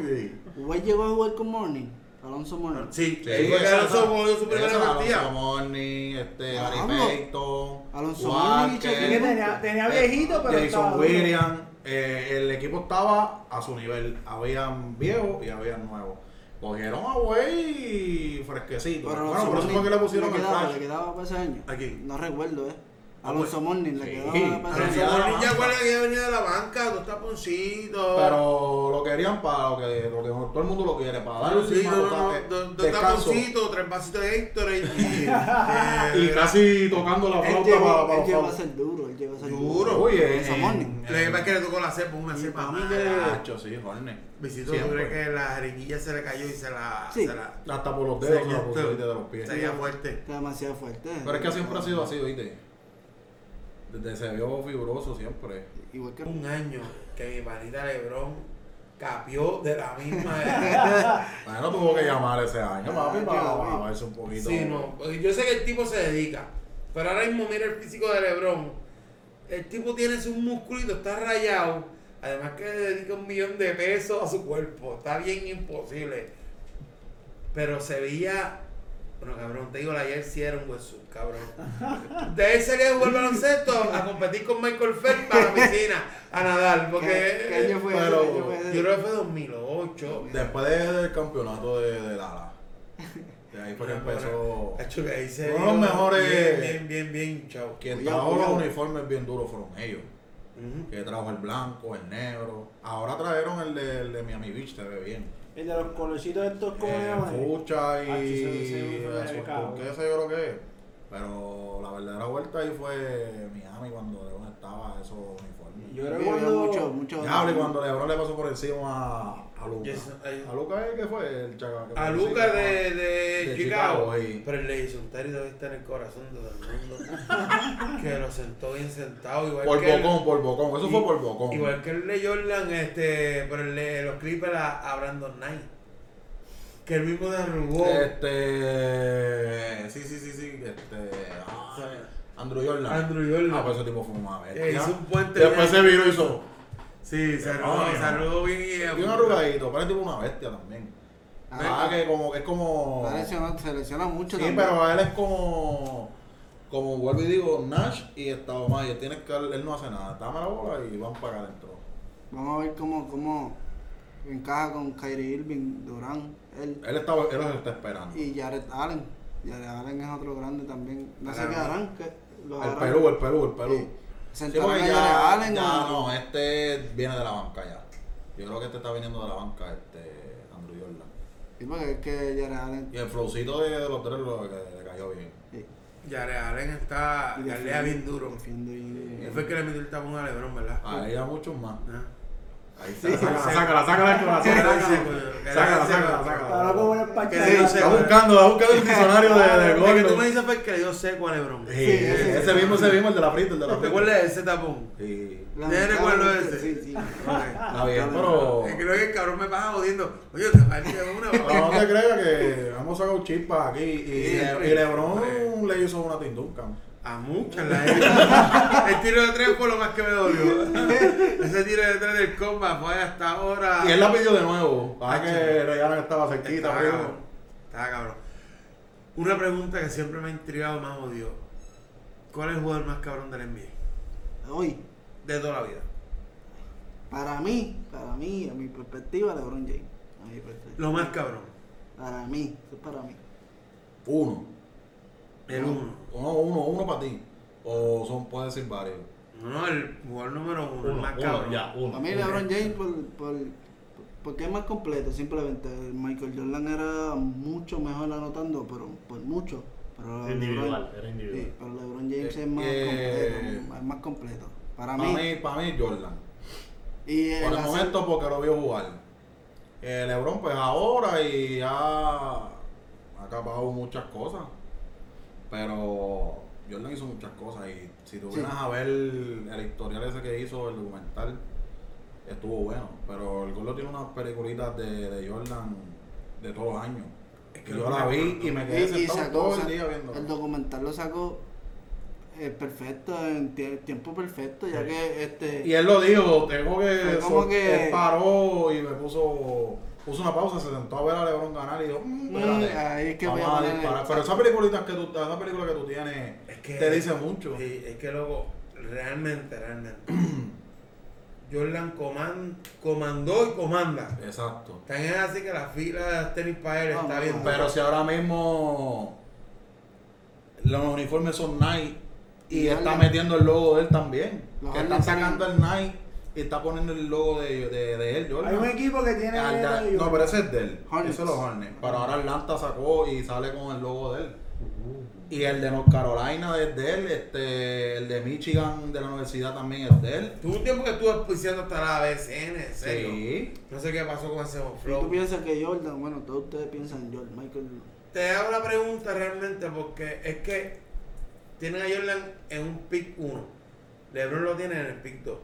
Speaker 6: White llegó a jugar con Morning. Alonso Morning.
Speaker 4: Sí, ahí fue que Alonso cogió su primera partida.
Speaker 5: Alonso Morning, este,
Speaker 6: Ah,
Speaker 5: Gary
Speaker 6: no.
Speaker 5: Payton,
Speaker 6: Alonso Morning y
Speaker 5: Walker, eh,
Speaker 3: Y que tenía, tenía viejito, pero estaba
Speaker 5: Jason
Speaker 3: duro.
Speaker 5: Williams, eh, el equipo estaba a su nivel. Habían viejos y habían nuevos. Cogieron a Wey fresquecito.
Speaker 6: Pero
Speaker 5: bueno,
Speaker 6: Alonso
Speaker 5: por eso fue
Speaker 6: Mourning
Speaker 5: que le pusieron
Speaker 6: le
Speaker 5: el
Speaker 6: quedaba,
Speaker 5: flash.
Speaker 6: le quedaba para ese año.
Speaker 4: ¿A quién?
Speaker 6: No recuerdo, ¿eh?
Speaker 5: Ah,
Speaker 6: Alonso
Speaker 5: bueno.
Speaker 6: Morning le
Speaker 5: Sí.
Speaker 6: quedaba para
Speaker 5: Alonso
Speaker 4: Alonso
Speaker 6: ese año.
Speaker 5: Morning.
Speaker 4: Morning ya acuerda que venía de la banca, dos taponcitos.
Speaker 5: Pero lo querían para lo que, lo que todo el mundo lo quiere, para darle un
Speaker 4: Sí,
Speaker 5: cima,
Speaker 4: no,
Speaker 5: botar-
Speaker 4: no,
Speaker 5: eh,
Speaker 4: dos dos
Speaker 5: descanso.
Speaker 4: taponcitos, tres vasitos de Héctor y,
Speaker 5: Y
Speaker 4: eh,
Speaker 5: casi tocando la
Speaker 6: Él
Speaker 5: flauta
Speaker 6: llegó-
Speaker 5: para,
Speaker 6: él
Speaker 5: para los
Speaker 6: llegó a
Speaker 5: fans.
Speaker 6: ser duro, él llegó a ser
Speaker 4: Duro.
Speaker 6: duro.
Speaker 5: Oye,
Speaker 6: Alonso
Speaker 5: eh,
Speaker 6: Morning.
Speaker 4: Lo que pasa es que le tocó la cepa, una cepa
Speaker 6: para mí
Speaker 4: mala.
Speaker 5: Nacho, sí, Hornet.
Speaker 4: Visito, ¿tú
Speaker 5: Siempre.
Speaker 4: crees que la jeringuilla se le cayó y se la.
Speaker 6: Sí.
Speaker 4: Se la
Speaker 5: Hasta por los
Speaker 4: se
Speaker 5: dedos, se la
Speaker 4: esto-
Speaker 5: puso ahorita de los pies.
Speaker 4: Sería fuerte.
Speaker 6: Está demasiado fuerte.
Speaker 5: Pero es que siempre ha sido así, oíste. Desde se vio figuroso siempre.
Speaker 6: Igual que
Speaker 4: Un año que mi panita Lebrón capió de la misma.
Speaker 5: Bueno, tuvo que llamar ese año, papi, para
Speaker 6: Ah, ya,
Speaker 5: bajarse un poquito.
Speaker 4: sí, no. porque Yo sé que el tipo se dedica. Pero ahora mismo mira el físico de Lebrón. El tipo tiene su musculito, está rayado. Además que le dedica un millón de pesos a su cuerpo. Está bien imposible. Pero se veía. Bueno, cabrón, te digo, la jersey era un hueso, cabrón. De ahí salía a jugar baloncesto a competir con Michael Phelps para la piscina, a nadar, porque.
Speaker 6: ¿Qué- qué año fue ese?
Speaker 5: pero
Speaker 6: ¿Qué año fue ese?
Speaker 4: Yo creo que fue 2008.
Speaker 5: Después de- del campeonato de, de Lala. De ahí fue que empezó.
Speaker 4: Hacho, que ahí se
Speaker 5: Uno de los
Speaker 4: vio Bien,
Speaker 5: mejores-
Speaker 4: bien, bien, bien, chao.
Speaker 5: Quien
Speaker 6: Cuidado,
Speaker 5: trajo los
Speaker 6: cuidado.
Speaker 5: uniformes bien duros fueron ellos.
Speaker 4: Ujú.
Speaker 5: Que trajo el blanco, el negro. Ahora trajeron el de, el de Miami Beach, te ve bien.
Speaker 3: El de los colorcitos estos, ¿cómo se
Speaker 5: Eh,
Speaker 3: llaman?
Speaker 5: Fucha y.
Speaker 3: Ah, sí, sí, sí, fue
Speaker 5: azul,
Speaker 3: cabrón.
Speaker 5: turquesa, yo creo que. es. Pero la verdadera vuelta ahí fue Miami cuando León estaba esos uniformes.
Speaker 3: Yo creo que
Speaker 6: Vivió
Speaker 3: cuando-
Speaker 6: mucho, mucho.
Speaker 5: Ya hablé cuando Lebron le pasó por encima a, a Luca.
Speaker 4: Jason, ahí.
Speaker 5: ¿A Luca es que fue el chaval? que
Speaker 4: eh. A
Speaker 5: fue
Speaker 4: Lucas
Speaker 5: encima?
Speaker 4: de, de,
Speaker 5: de
Speaker 4: Chicago.
Speaker 5: Chicago, sí.
Speaker 4: Pero el Legisontario debe estar en el corazón de todo el mundo. que lo sentó bien sentado. Igual
Speaker 5: Por
Speaker 4: que el-
Speaker 5: bocón, por bocón. Eso
Speaker 4: y-
Speaker 5: fue por bocón.
Speaker 4: Igual que el de Jordan, este, por el de los Clippers a, a Brandon Knight. Que el mismo derrubó.
Speaker 5: Este. Sí, sí, sí, sí. Este. ah, Andrew Jordan.
Speaker 4: Andrew Jordan.
Speaker 5: Ah, pues ese tipo fue una bestia.
Speaker 4: Eh, hizo un puente
Speaker 5: Después
Speaker 4: bien.
Speaker 5: se viró y hizo.
Speaker 4: sí, se arrugó,
Speaker 5: Ay,
Speaker 4: se arrugó bien. Y, eh,
Speaker 5: Y un arrugadito, pero el tipo una bestia también.
Speaker 6: Ah,
Speaker 5: Ah, que como que es como.
Speaker 6: Está lesionado- se lesiona mucho
Speaker 5: Sí,
Speaker 6: también.
Speaker 5: pero él es como. como vuelvo y digo, Nash y Estado Mayer, tienes que, él no hace nada, dame la bola y van para acá adentro.
Speaker 6: Vamos a ver cómo, cómo encaja con Kyrie Irving, Durán, él
Speaker 5: Él, está, él los está esperando.
Speaker 6: y Jared Allen. Jared Allen es otro grande también. No sé
Speaker 5: Claro.
Speaker 6: qué harán. Que los
Speaker 5: El
Speaker 6: harán.
Speaker 5: Perú, el Perú, el Perú.
Speaker 6: Sí.
Speaker 5: Sí, porque
Speaker 6: ¿Sentarán a
Speaker 5: ya-
Speaker 6: Jared Allen
Speaker 5: ya
Speaker 6: o-
Speaker 5: no, este viene de la banca ya. Yo creo que este está viniendo de la banca, este Andrew Jordan.
Speaker 6: Sí, porque es que Jared Allen.
Speaker 5: Y el flowcito de, de los tres lo que le cayó bien.
Speaker 6: sí.
Speaker 4: Jared Allen está
Speaker 6: Y
Speaker 4: galea bien duro.
Speaker 6: defiende bien.
Speaker 4: Él fue el que le metió el tapón a Lebron, ¿verdad?
Speaker 5: Ahí hay muchos más.
Speaker 4: Ah.
Speaker 5: Ahí
Speaker 4: Sí,
Speaker 5: está.
Speaker 4: sí,
Speaker 7: sácala, sácala, sácala,
Speaker 4: Sácala,
Speaker 7: sácala,
Speaker 4: sácala, sácala.
Speaker 7: sácala, sácala,
Speaker 3: Ahora
Speaker 7: sácala.
Speaker 3: como en el parque.
Speaker 4: Que sí,
Speaker 7: Está buscando, está buscando el diccionario de, de
Speaker 4: Lo que tú me
Speaker 7: Gordon.
Speaker 4: dices fue el que le dio seco a Lebron.
Speaker 5: Sí, ese ese mismo, ese mismo, el de la frita, el de la
Speaker 4: ¿Te
Speaker 5: frita.
Speaker 4: acuerdas de ese tapón?
Speaker 5: Sí.
Speaker 4: Yo recuerdo ese.
Speaker 6: Sí, sí.
Speaker 4: Ok.
Speaker 5: Está bien, pero.
Speaker 4: Es que Creo que el cabrón me pasa jodiendo. Oye, te partí de una.
Speaker 5: pero no te creas que hemos sacado chispas aquí. Y,
Speaker 4: Sí,
Speaker 5: Le-
Speaker 4: sí.
Speaker 5: y Lebron le hizo una tinduca.
Speaker 4: A muchas las he El tiro de tres fue lo más que me dolió. Ese tiro de tres del comba fue hasta ahora.
Speaker 5: Y él la pidió de nuevo. Ah,
Speaker 4: Ah,
Speaker 5: que
Speaker 4: chico.
Speaker 5: Regalan estaba cerquita,
Speaker 4: Estaba
Speaker 5: pero.
Speaker 4: cabrón. Estaba cabrón. Una pregunta que siempre me ha intrigado más odio. ¿Cuál es el jugador más cabrón del NBA?
Speaker 6: Hoy,
Speaker 4: De toda la vida.
Speaker 6: para mí, para mí, a mi perspectiva, LeBron James. A mi perspectiva.
Speaker 4: Lo más cabrón.
Speaker 6: Para mí, eso es para mí.
Speaker 5: Uno.
Speaker 4: El uno.
Speaker 5: Uno, uno, uno para ti. O son, puede decir varios.
Speaker 4: No, no, el jugador número uno, el
Speaker 7: Uno,
Speaker 4: más
Speaker 7: uno,
Speaker 4: cabrón.
Speaker 7: ya, uno.
Speaker 6: Para mí
Speaker 7: uno.
Speaker 6: LeBron James por, por, porque es más completo, simplemente. Michael Jordan era mucho mejor anotando, pero por mucho. Pero
Speaker 7: Individual,
Speaker 6: LeBron,
Speaker 7: era
Speaker 6: sí,
Speaker 7: individual.
Speaker 6: pero LeBron James
Speaker 5: Eh,
Speaker 6: es más
Speaker 5: eh,
Speaker 6: completo, es más completo. Para
Speaker 5: Para
Speaker 6: mí.
Speaker 5: mí, para mí Jordan.
Speaker 6: y
Speaker 5: Por el
Speaker 6: hacer-
Speaker 5: momento porque lo vio jugar. Eh, Lebron pues ahora y ha acabado muchas cosas. Pero Jordan hizo muchas cosas y si tú
Speaker 6: Sí.
Speaker 5: vienes a ver el historial ese que hizo, el documental, estuvo bueno. Pero el Gordo tiene unas peliculitas de, de Jordan de todos los años.
Speaker 4: Es que
Speaker 5: que yo
Speaker 4: lo
Speaker 5: la
Speaker 4: más
Speaker 5: vi
Speaker 4: cabrón.
Speaker 5: y me
Speaker 6: y,
Speaker 5: quedé
Speaker 6: y
Speaker 5: sentado
Speaker 6: sacó,
Speaker 5: todo
Speaker 6: sa-
Speaker 5: el día viendo.
Speaker 6: el documental lo sacó eh, perfecto, en tie- tiempo perfecto, ya que este
Speaker 5: Y él lo dijo, tengo que,
Speaker 6: Fue como
Speaker 5: so-
Speaker 6: que-
Speaker 5: él paró y me puso puso una pausa, se sentó a ver a LeBron ganar y dijo, mmm,
Speaker 6: Mm, ahí es que
Speaker 5: vamos
Speaker 6: voy a
Speaker 5: a
Speaker 6: poner el-
Speaker 5: disparar". Pero esa peliculita que tú, esa película que tú tienes
Speaker 4: Es que-
Speaker 5: te dice mucho.
Speaker 4: Sí, es que luego, realmente, realmente. Jordan coman- comandó y comanda.
Speaker 5: Exacto.
Speaker 4: Tan es así que la fila de las tenis para él
Speaker 6: Ah,
Speaker 4: está
Speaker 6: no,
Speaker 4: bien.
Speaker 5: Pero si ahora mismo los uniformes son Nike y,
Speaker 6: Y
Speaker 5: está
Speaker 6: Jordan.
Speaker 5: metiendo el logo de él también.
Speaker 6: Los
Speaker 5: Que
Speaker 6: Jordan
Speaker 5: está sacando el Nike y está poniendo el logo de, de, de él, Jordan.
Speaker 3: Hay un equipo que tiene.
Speaker 5: Al- da- No, pero ese es de él.
Speaker 6: Hornets.
Speaker 5: Ese es los Hornets. Pero ahora Atlanta sacó y sale con el logo de él.
Speaker 4: Uh-huh.
Speaker 5: Y el de North Carolina es de él. Este, el de Michigan de la universidad también es de él.
Speaker 4: Tuvo un tiempo que estuve auspiciando hasta la BCN, en serio.
Speaker 5: Sí.
Speaker 4: No sé qué pasó con ese
Speaker 6: y tú
Speaker 4: flow.
Speaker 6: piensas que Jordan, bueno, todos ustedes piensan Jordan, Michael
Speaker 4: Te hago la pregunta realmente porque es que tienen a Jordan en un pick 1. LeBron lo tiene en el pick 2.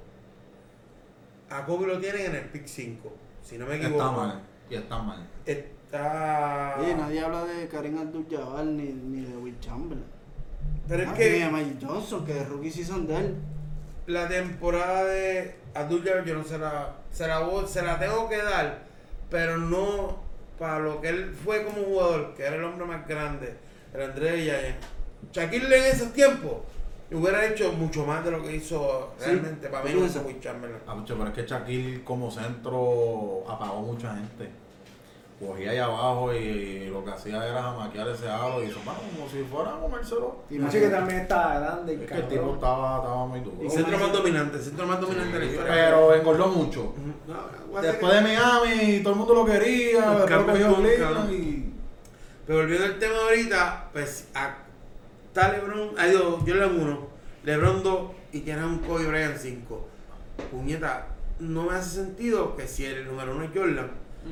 Speaker 4: A Kobe lo tienen en el pick 5. Si no me equivoco.
Speaker 5: Está mal. Y está mal.
Speaker 4: Está.
Speaker 6: Oye, nadie habla de Karen Abdul-Jabbar ni, ni de Will Chamberlain.
Speaker 4: Pero es
Speaker 6: Ah,
Speaker 4: que
Speaker 6: ni de Mike Johnson, que de rookie season de él.
Speaker 4: la temporada de Abdul Jabbar yo no se la, se la voy- se la tengo que dar, pero no para lo que él fue como jugador, que era el hombre más grande, el Andrés Yaya. Shaquille en ese tiempo hubiera hecho mucho más de lo que hizo
Speaker 6: Sí,
Speaker 4: realmente para mí
Speaker 6: ¿tú
Speaker 4: no
Speaker 6: piensas?
Speaker 4: Will Chamberlain.
Speaker 5: Ah, mucho, pero es que Shaquille como centro apagó mucha gente. Cogía ahí abajo y, lo que hacía era jamaquear ese aro y hizo, "Vamos, como si fuera a comérselo.
Speaker 6: Y
Speaker 3: Macho, que también está grande.
Speaker 5: Es que el
Speaker 3: cabrón.
Speaker 5: tipo estaba, estaba muy duro.
Speaker 4: El centro más dominante, el centro más dominante de la historia.
Speaker 5: Pero eh, engordó mucho.
Speaker 4: Ujú. No, voy a hacer
Speaker 5: Después de Miami, todo el mundo lo quería,
Speaker 4: Los
Speaker 5: después
Speaker 4: cambios
Speaker 5: cogió
Speaker 4: con
Speaker 5: Cleveland
Speaker 4: cabrón.
Speaker 5: y...
Speaker 4: Pero volviendo al tema ahorita, pues a, está LeBron, hay dos, Jordan 1, LeBron 2 y tienes un Kobe Bryant 5. Puñeta, no me hace sentido que si el número 1 es Jordan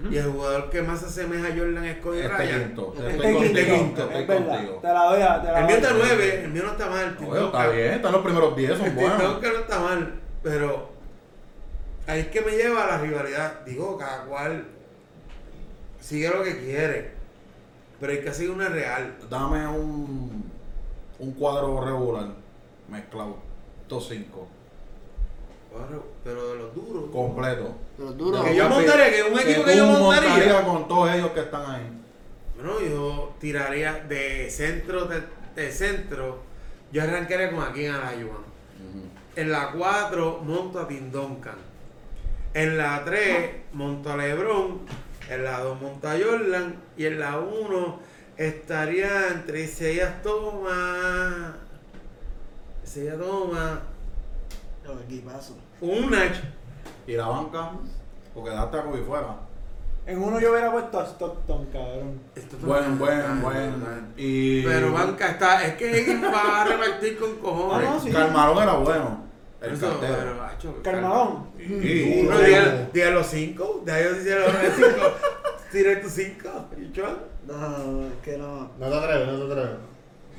Speaker 4: y el jugador que más se asemeja a Jordan es Kobe
Speaker 5: Este
Speaker 4: Bryant.
Speaker 5: quinto,
Speaker 6: Este
Speaker 5: estoy
Speaker 3: Este
Speaker 5: contigo,
Speaker 4: quinto,
Speaker 5: estoy
Speaker 3: Es verdad.
Speaker 5: contigo.
Speaker 3: Te la doy, a- te la
Speaker 4: El mío
Speaker 3: doy.
Speaker 4: está 9, el mío no está mal.
Speaker 5: No, bueno, está bien, están los primeros 10, son
Speaker 4: El
Speaker 5: buenos.
Speaker 4: TikTok no está mal, pero ahí es que me lleva a la rivalidad. Digo, cada cual sigue lo que quiere, pero hay que hacer una real.
Speaker 5: Dame un, un cuadro regular, mezclado, estos cinco,
Speaker 4: Pero de los duros.
Speaker 5: completo.
Speaker 6: Pero duro.
Speaker 4: Que yo montaría, que un equipo que
Speaker 5: tú
Speaker 4: yo montaría.
Speaker 5: con todos ellos que están ahí.
Speaker 4: Bueno, yo tiraría de centro, de, de centro, Yo arranqué con Akin Olajuwon. En la 4 monto a Tim Duncan. En la 3 monto a LeBron. En la 2 monto a Jordan. Y en la 1 estaría entre Isaiah Thomas. Isaiah Thomas.
Speaker 6: Pero aquí paso.
Speaker 4: Una.
Speaker 5: Y la banca, porque da hasta y fuera.
Speaker 3: En uno yo hubiera puesto a Stockton, cabrón.
Speaker 4: Ah,
Speaker 5: Buen, buen, buen. Y.
Speaker 4: Pero banca está. Es que él va a repartir con cojones.
Speaker 3: Ah, no, sí.
Speaker 5: Calmarón era bueno. El
Speaker 4: Eso,
Speaker 5: cartero.
Speaker 4: pero, acho,
Speaker 3: Carmadón.
Speaker 5: Y-
Speaker 4: Sí,
Speaker 5: y-
Speaker 4: no, di- di a los cinco. De ahí yo sí los cinco. Tira tus cinco. ¿Y yo? "Ah,
Speaker 6: No, no, es que no.
Speaker 7: No te atreves, no te atreves.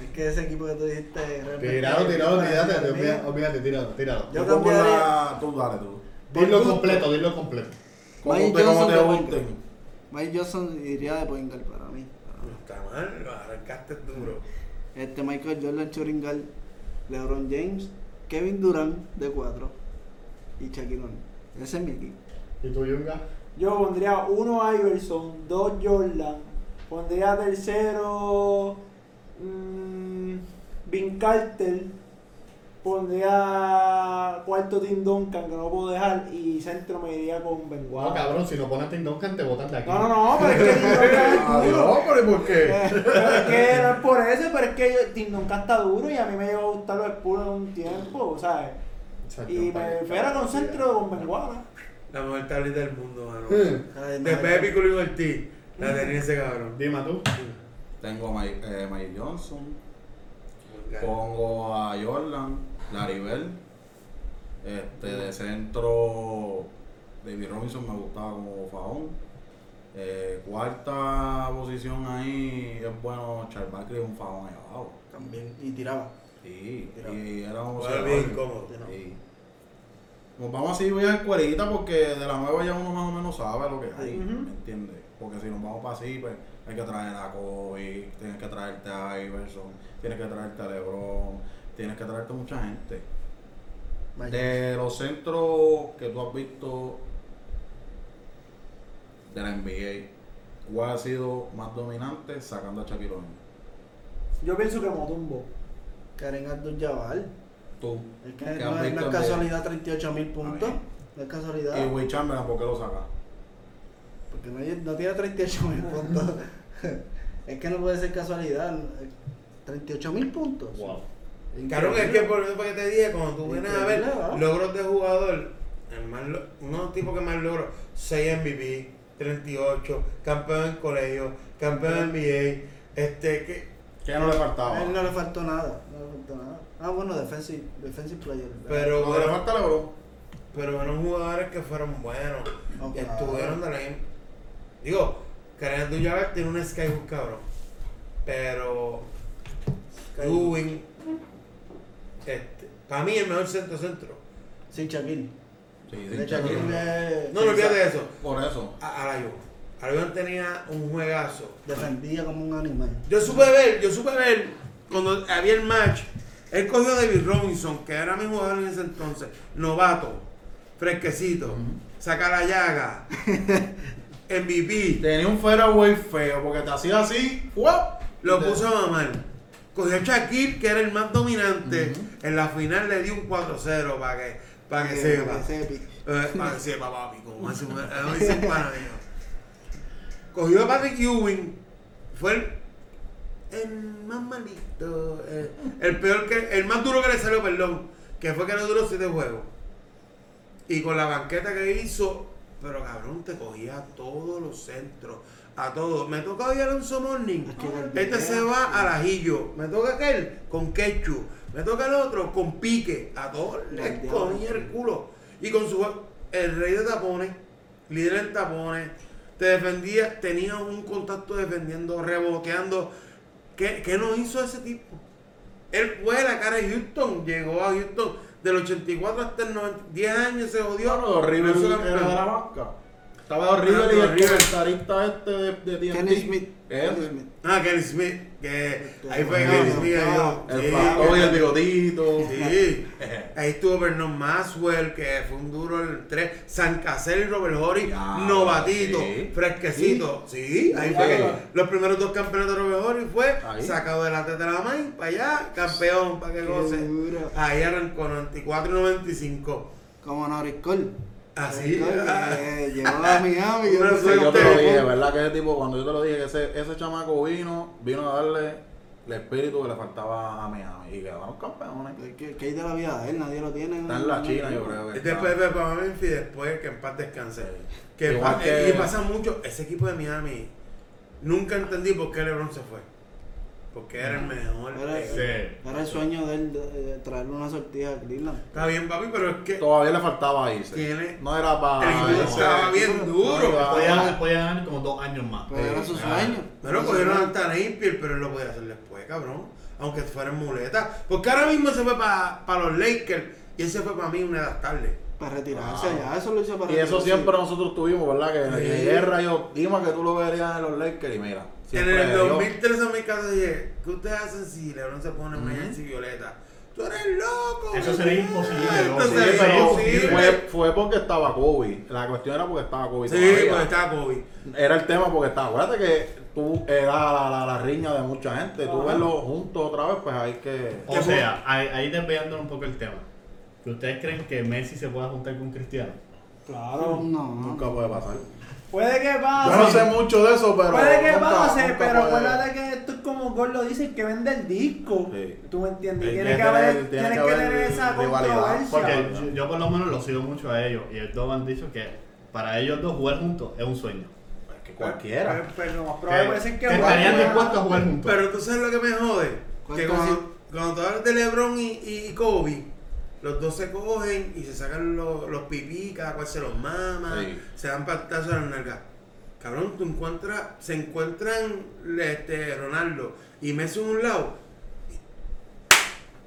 Speaker 6: Es que ese equipo que tú dijiste. realmente-
Speaker 7: Tirado, tirado,
Speaker 6: para-
Speaker 7: olvídate,
Speaker 6: para
Speaker 7: te
Speaker 6: mí,
Speaker 7: olvida- olvídate, tirado, tirado.
Speaker 5: Yo
Speaker 6: Yo
Speaker 5: pongo
Speaker 6: cambiaría-
Speaker 5: la. Tú dale tú.
Speaker 7: Dilo completo, dilo completo.
Speaker 5: ¿Cómo
Speaker 6: Magic
Speaker 5: te, cómo
Speaker 6: Johnson
Speaker 5: te
Speaker 6: de
Speaker 5: gusten?
Speaker 6: Mike Johnson iría de point guard para mí. para mí.
Speaker 4: Está mal, lo arrancaste duro.
Speaker 6: Este Michael Jordan Churingal, LeBron James, Kevin Durant de 4 y Shaquille O'Neal. Ese es mi equipo.
Speaker 7: ¿Y tú, Yunga?
Speaker 3: Yo pondría uno Iverson, dos Jordan. Pondría tercero. mm, Vin Carter. Pondría cuarto Tim Duncan, que no puedo dejar. Y centro me iría con Ben
Speaker 7: No,
Speaker 3: Wallace.
Speaker 7: cabrón, si no pones Tim Duncan te botan de aquí.
Speaker 3: No, no, no, pero es que Tim Duncan es duro.
Speaker 5: Adiós, pero ¿y por qué?
Speaker 3: Pero es que no es por eso, pero es que yo- Tim Duncan está duro y a mí me llegó a gustar los Spurs en un tiempo, ¿sabes?
Speaker 7: Exacto,
Speaker 3: Y me
Speaker 7: para-
Speaker 3: fuera con centro con Ben Wallace.
Speaker 4: La mejor tablita del mundo, mano.
Speaker 7: Hmm.
Speaker 4: Después de Piccolo y Ortiz, la tenía ese cabrón.
Speaker 7: Dima tú.
Speaker 5: Tengo a Mike, eh, Mike Johnson. Pongo a Jordan, Laribel. Este, de centro, David Robinson me gustaba como fajón. Eh, cuarta posición ahí, es bueno, Charles Barkley es un fajón ahí abajo.
Speaker 6: También. Y tiraba.
Speaker 5: Sí,
Speaker 6: Mira.
Speaker 5: y era un
Speaker 4: Juega bien cómodo.
Speaker 5: Sí. Nos vamos así, voy a escuelita porque de la nueva ya uno más o menos sabe lo que hay,
Speaker 3: Ujú.
Speaker 5: ¿me entiendes? Porque si nos vamos para así, pues hay que traer a Kobe, tienes que traerte a Iverson, tienes que traerte a LeBron, tienes que traerte a mucha gente. De los centros que tú has visto de la NBA, ¿cuál ha sido más dominante sacando a Shaquille O'Neal?
Speaker 3: Yo pienso que Motumbo.
Speaker 6: Karen Abdul-Jabbar.
Speaker 5: Tú.
Speaker 6: Es que
Speaker 5: ¿Qué has
Speaker 6: no, es-
Speaker 5: visto
Speaker 6: no es
Speaker 5: en
Speaker 6: casualidad 38 mil puntos.
Speaker 5: bien.
Speaker 6: No es
Speaker 5: Y
Speaker 6: casualidad.
Speaker 5: Will Chamberlain, ¿por qué lo sacas?
Speaker 6: Porque no, no tiene 38 mil puntos. es que no puede ser casualidad. 38 mil puntos.
Speaker 7: Wow.
Speaker 4: Cabrón, es que por eso fue que te dije, cuando tú vienes a ver
Speaker 6: Increíble, ¿no?
Speaker 4: logros de jugador, el más lo- uno tipo que más logro, 6 MVP, 38, campeón en colegio, campeón en NBA, este, que
Speaker 5: ¿Qué no le
Speaker 6: A
Speaker 5: faltaba?
Speaker 6: él no le faltó nada. No le faltó nada. Ah, bueno, defensive, defensive player. ¿verdad?
Speaker 4: pero,
Speaker 5: Lo que le falta a LeBron.
Speaker 4: pero fueron jugadores que fueron buenos,
Speaker 6: Ok.
Speaker 4: que estuvieron de la misma. Digo, Karen Abdul-Jabbar tiene un skyhook cabrón, pero Ewing, este, para mí el mejor centro centro.
Speaker 6: Sí, Shaquille.
Speaker 5: Sí,
Speaker 6: De Shaquille
Speaker 4: No, no olvides de eso.
Speaker 5: Por eso.
Speaker 4: a Arayon. Arayon tenía un juegazo.
Speaker 6: defendía como un animal.
Speaker 4: Yo supe ver, yo supe ver cuando había el match. Él cogió a David Robinson, que era mi jugador en ese entonces, novato, fresquecito, saca la llaga, MVP,
Speaker 5: Tenía un fairway feo porque te hacía así. ¡Wow!
Speaker 4: lo puso a mamar. Cogió a Shaquille, que era el más dominante, en la final le dio un 4-0 para que, para que sepa.
Speaker 6: Ese-
Speaker 4: Eh, ah, sí, papá, pico, como hace un- eh, hoy sí, pana mío. Cogió a Patrick Ewing, fue el, el más malito, eh, el peor que, el más duro que le salió, perdón, que fue que le duró siete juegos. Y con la banqueta que hizo, pero cabrón, te cogía a todos los centros, a todos. Me toca hoy Alonso Morning, este se va al ajillo, me toca aquel con ketchup, me toca el otro con pique, a todos les
Speaker 6: Guardián.
Speaker 4: cogía el culo. Y con su el rey de tapones, líder en tapones, te defendía, tenía un contacto defendiendo, reboteando. ¿Qué, qué no hizo ese tipo? Él fue la cara de Houston, llegó a Houston del 84 hasta el 90, 10 años se jodió.
Speaker 5: Diablo, horrible.
Speaker 4: no hizo
Speaker 5: Era de
Speaker 4: campeón.
Speaker 5: la banca. Estaba horrible y
Speaker 4: Horrible.
Speaker 5: el comentarista este de, de TNT.
Speaker 6: Kenny Smith.
Speaker 4: Eh,
Speaker 5: Él.
Speaker 6: Kenny Smith.
Speaker 4: Ah, Kenny Smith. que ahí fue
Speaker 6: No,
Speaker 4: que
Speaker 6: no,
Speaker 4: Luis
Speaker 6: no.
Speaker 4: Miguel,
Speaker 5: El
Speaker 4: sí,
Speaker 5: Falcón y el bigotito.
Speaker 4: Sí, ahí estuvo Vernon Maxwell, que fue un duro el 3. San Casel y Robert Horry,
Speaker 5: Ya,
Speaker 4: novatito,
Speaker 5: Ah, sí.
Speaker 4: fresquecito. Sí, ahí
Speaker 5: Ya.
Speaker 4: fue que los primeros dos campeonatos de Robert Horry fue
Speaker 5: Ahí.
Speaker 4: sacado de la teta de la main para allá, campeón, para que goce.
Speaker 6: duro.
Speaker 4: Ahí arrancó 94 y 95.
Speaker 6: Como Norris Cole.
Speaker 4: Así.
Speaker 6: Norris Cole,
Speaker 4: ah,
Speaker 6: que llegó a Miami. y
Speaker 4: Una
Speaker 6: no sé-
Speaker 5: Sí, yo te lo
Speaker 4: Usted-
Speaker 5: dije, ¿verdad? Que ese tipo, cuando yo te lo dije, que ese, ese chamaco vino, vino a darle el espíritu que le faltaba a Miami. Y quedaron campeones.
Speaker 6: ¿Qué, qué hay de la vida de él? Nadie lo tiene.
Speaker 5: Está en la China, yo creo que. Pues está.
Speaker 4: Después de Papá Memphis, después que en paz descanse. Que en
Speaker 5: Igual
Speaker 4: paz-
Speaker 5: que-
Speaker 4: Y pasa mucho, ese equipo de Miami, nunca entendí por qué LeBron se fue. Porque era el mejor.
Speaker 6: Era,
Speaker 4: Eh,
Speaker 6: era el sueño de él de- de traerle una sortija a Cleveland.
Speaker 4: Está bien, papi, pero es que
Speaker 5: Todavía le faltaba irse.
Speaker 4: Tiene-
Speaker 5: No era para.
Speaker 4: el equipo estaba bien duro.
Speaker 7: Podía podía ganar como dos años más.
Speaker 6: Pero
Speaker 3: Pues,
Speaker 6: era su sueño.
Speaker 4: Bueno, Ah. cogieron a Antan Napier, pero él lo podía hacer después, cabrón. Aunque fuera en muleta. Porque ahora mismo se fue para los Lakers y él se fue para mí una de las tardes.
Speaker 6: Para retirarse allá. Eso lo hizo para
Speaker 5: Y eso
Speaker 6: retirarse.
Speaker 5: siempre nosotros tuvimos, ¿verdad? Que en
Speaker 4: Sí.
Speaker 5: el guerra yo dimos que tú lo verías en los Lakers y mira.
Speaker 4: En
Speaker 5: siempre
Speaker 4: el
Speaker 5: dio.
Speaker 4: 2003 a mi casa dije, ¿qué ustedes hacen si LeBron se pone en emergencia violeta? ¡Tú eres loco!
Speaker 7: Eso sería
Speaker 4: ¿verdad?
Speaker 7: imposible,
Speaker 4: Esto
Speaker 7: ¿no?
Speaker 5: Sí,
Speaker 4: sería
Speaker 7: pero
Speaker 4: imposible.
Speaker 5: Fue, fue porque estaba Kobe. La cuestión era porque estaba Kobe.
Speaker 4: Sí,
Speaker 5: todavía.
Speaker 4: pues estaba Kobe.
Speaker 5: Era el tema porque estaba. Acuérdate que tú era la, la- la riña de mucha gente. Tú verlo juntos otra vez, pues hay que.
Speaker 7: O sea, ahí, ahí desviando un poco el tema. ¿Que ¿Ustedes creen que Messi se pueda juntar con Cristiano?
Speaker 3: Claro.
Speaker 6: No, no.
Speaker 5: Nunca puede pasar.
Speaker 3: Puede que
Speaker 5: Yo no
Speaker 3: pase.
Speaker 5: sé mucho de eso, pero.
Speaker 3: Ah, Puede que
Speaker 5: nunca-
Speaker 3: pase,
Speaker 5: nunca
Speaker 3: pero
Speaker 5: puede.
Speaker 3: acuérdate que esto es como Gol lo dice, el que vende el disco.
Speaker 5: Sí.
Speaker 3: Tú me entiendes.
Speaker 5: Tiene
Speaker 3: Tienes
Speaker 5: que
Speaker 3: que, haber,
Speaker 5: tener- tiene
Speaker 3: tienes
Speaker 5: que
Speaker 3: que
Speaker 5: haber
Speaker 3: tener esa
Speaker 5: rivalidad.
Speaker 3: controversia.
Speaker 7: Porque yo, yo por lo menos lo sigo mucho a ellos y ellos dos han dicho que para ellos dos jugar juntos es un sueño.
Speaker 5: Es que cualquiera.
Speaker 3: Pero, pero Pues, lo más probable puede ser que
Speaker 7: que
Speaker 3: Guardiola-
Speaker 7: estarían dispuestos a jugar juntos.
Speaker 4: Pero tú sabes lo que me jode.
Speaker 6: ¿Cuál
Speaker 4: Que
Speaker 6: cosa?
Speaker 4: cuando, cuando tú hablas de LeBron y, y Kobe, los dos se cogen y se sacan los, los pipí, cada cual se los mama,
Speaker 5: Sí.
Speaker 4: se dan pantazos a las nalgas. Cabrón, tú encuentras, se encuentran este, Ronaldo y Messi en un lado.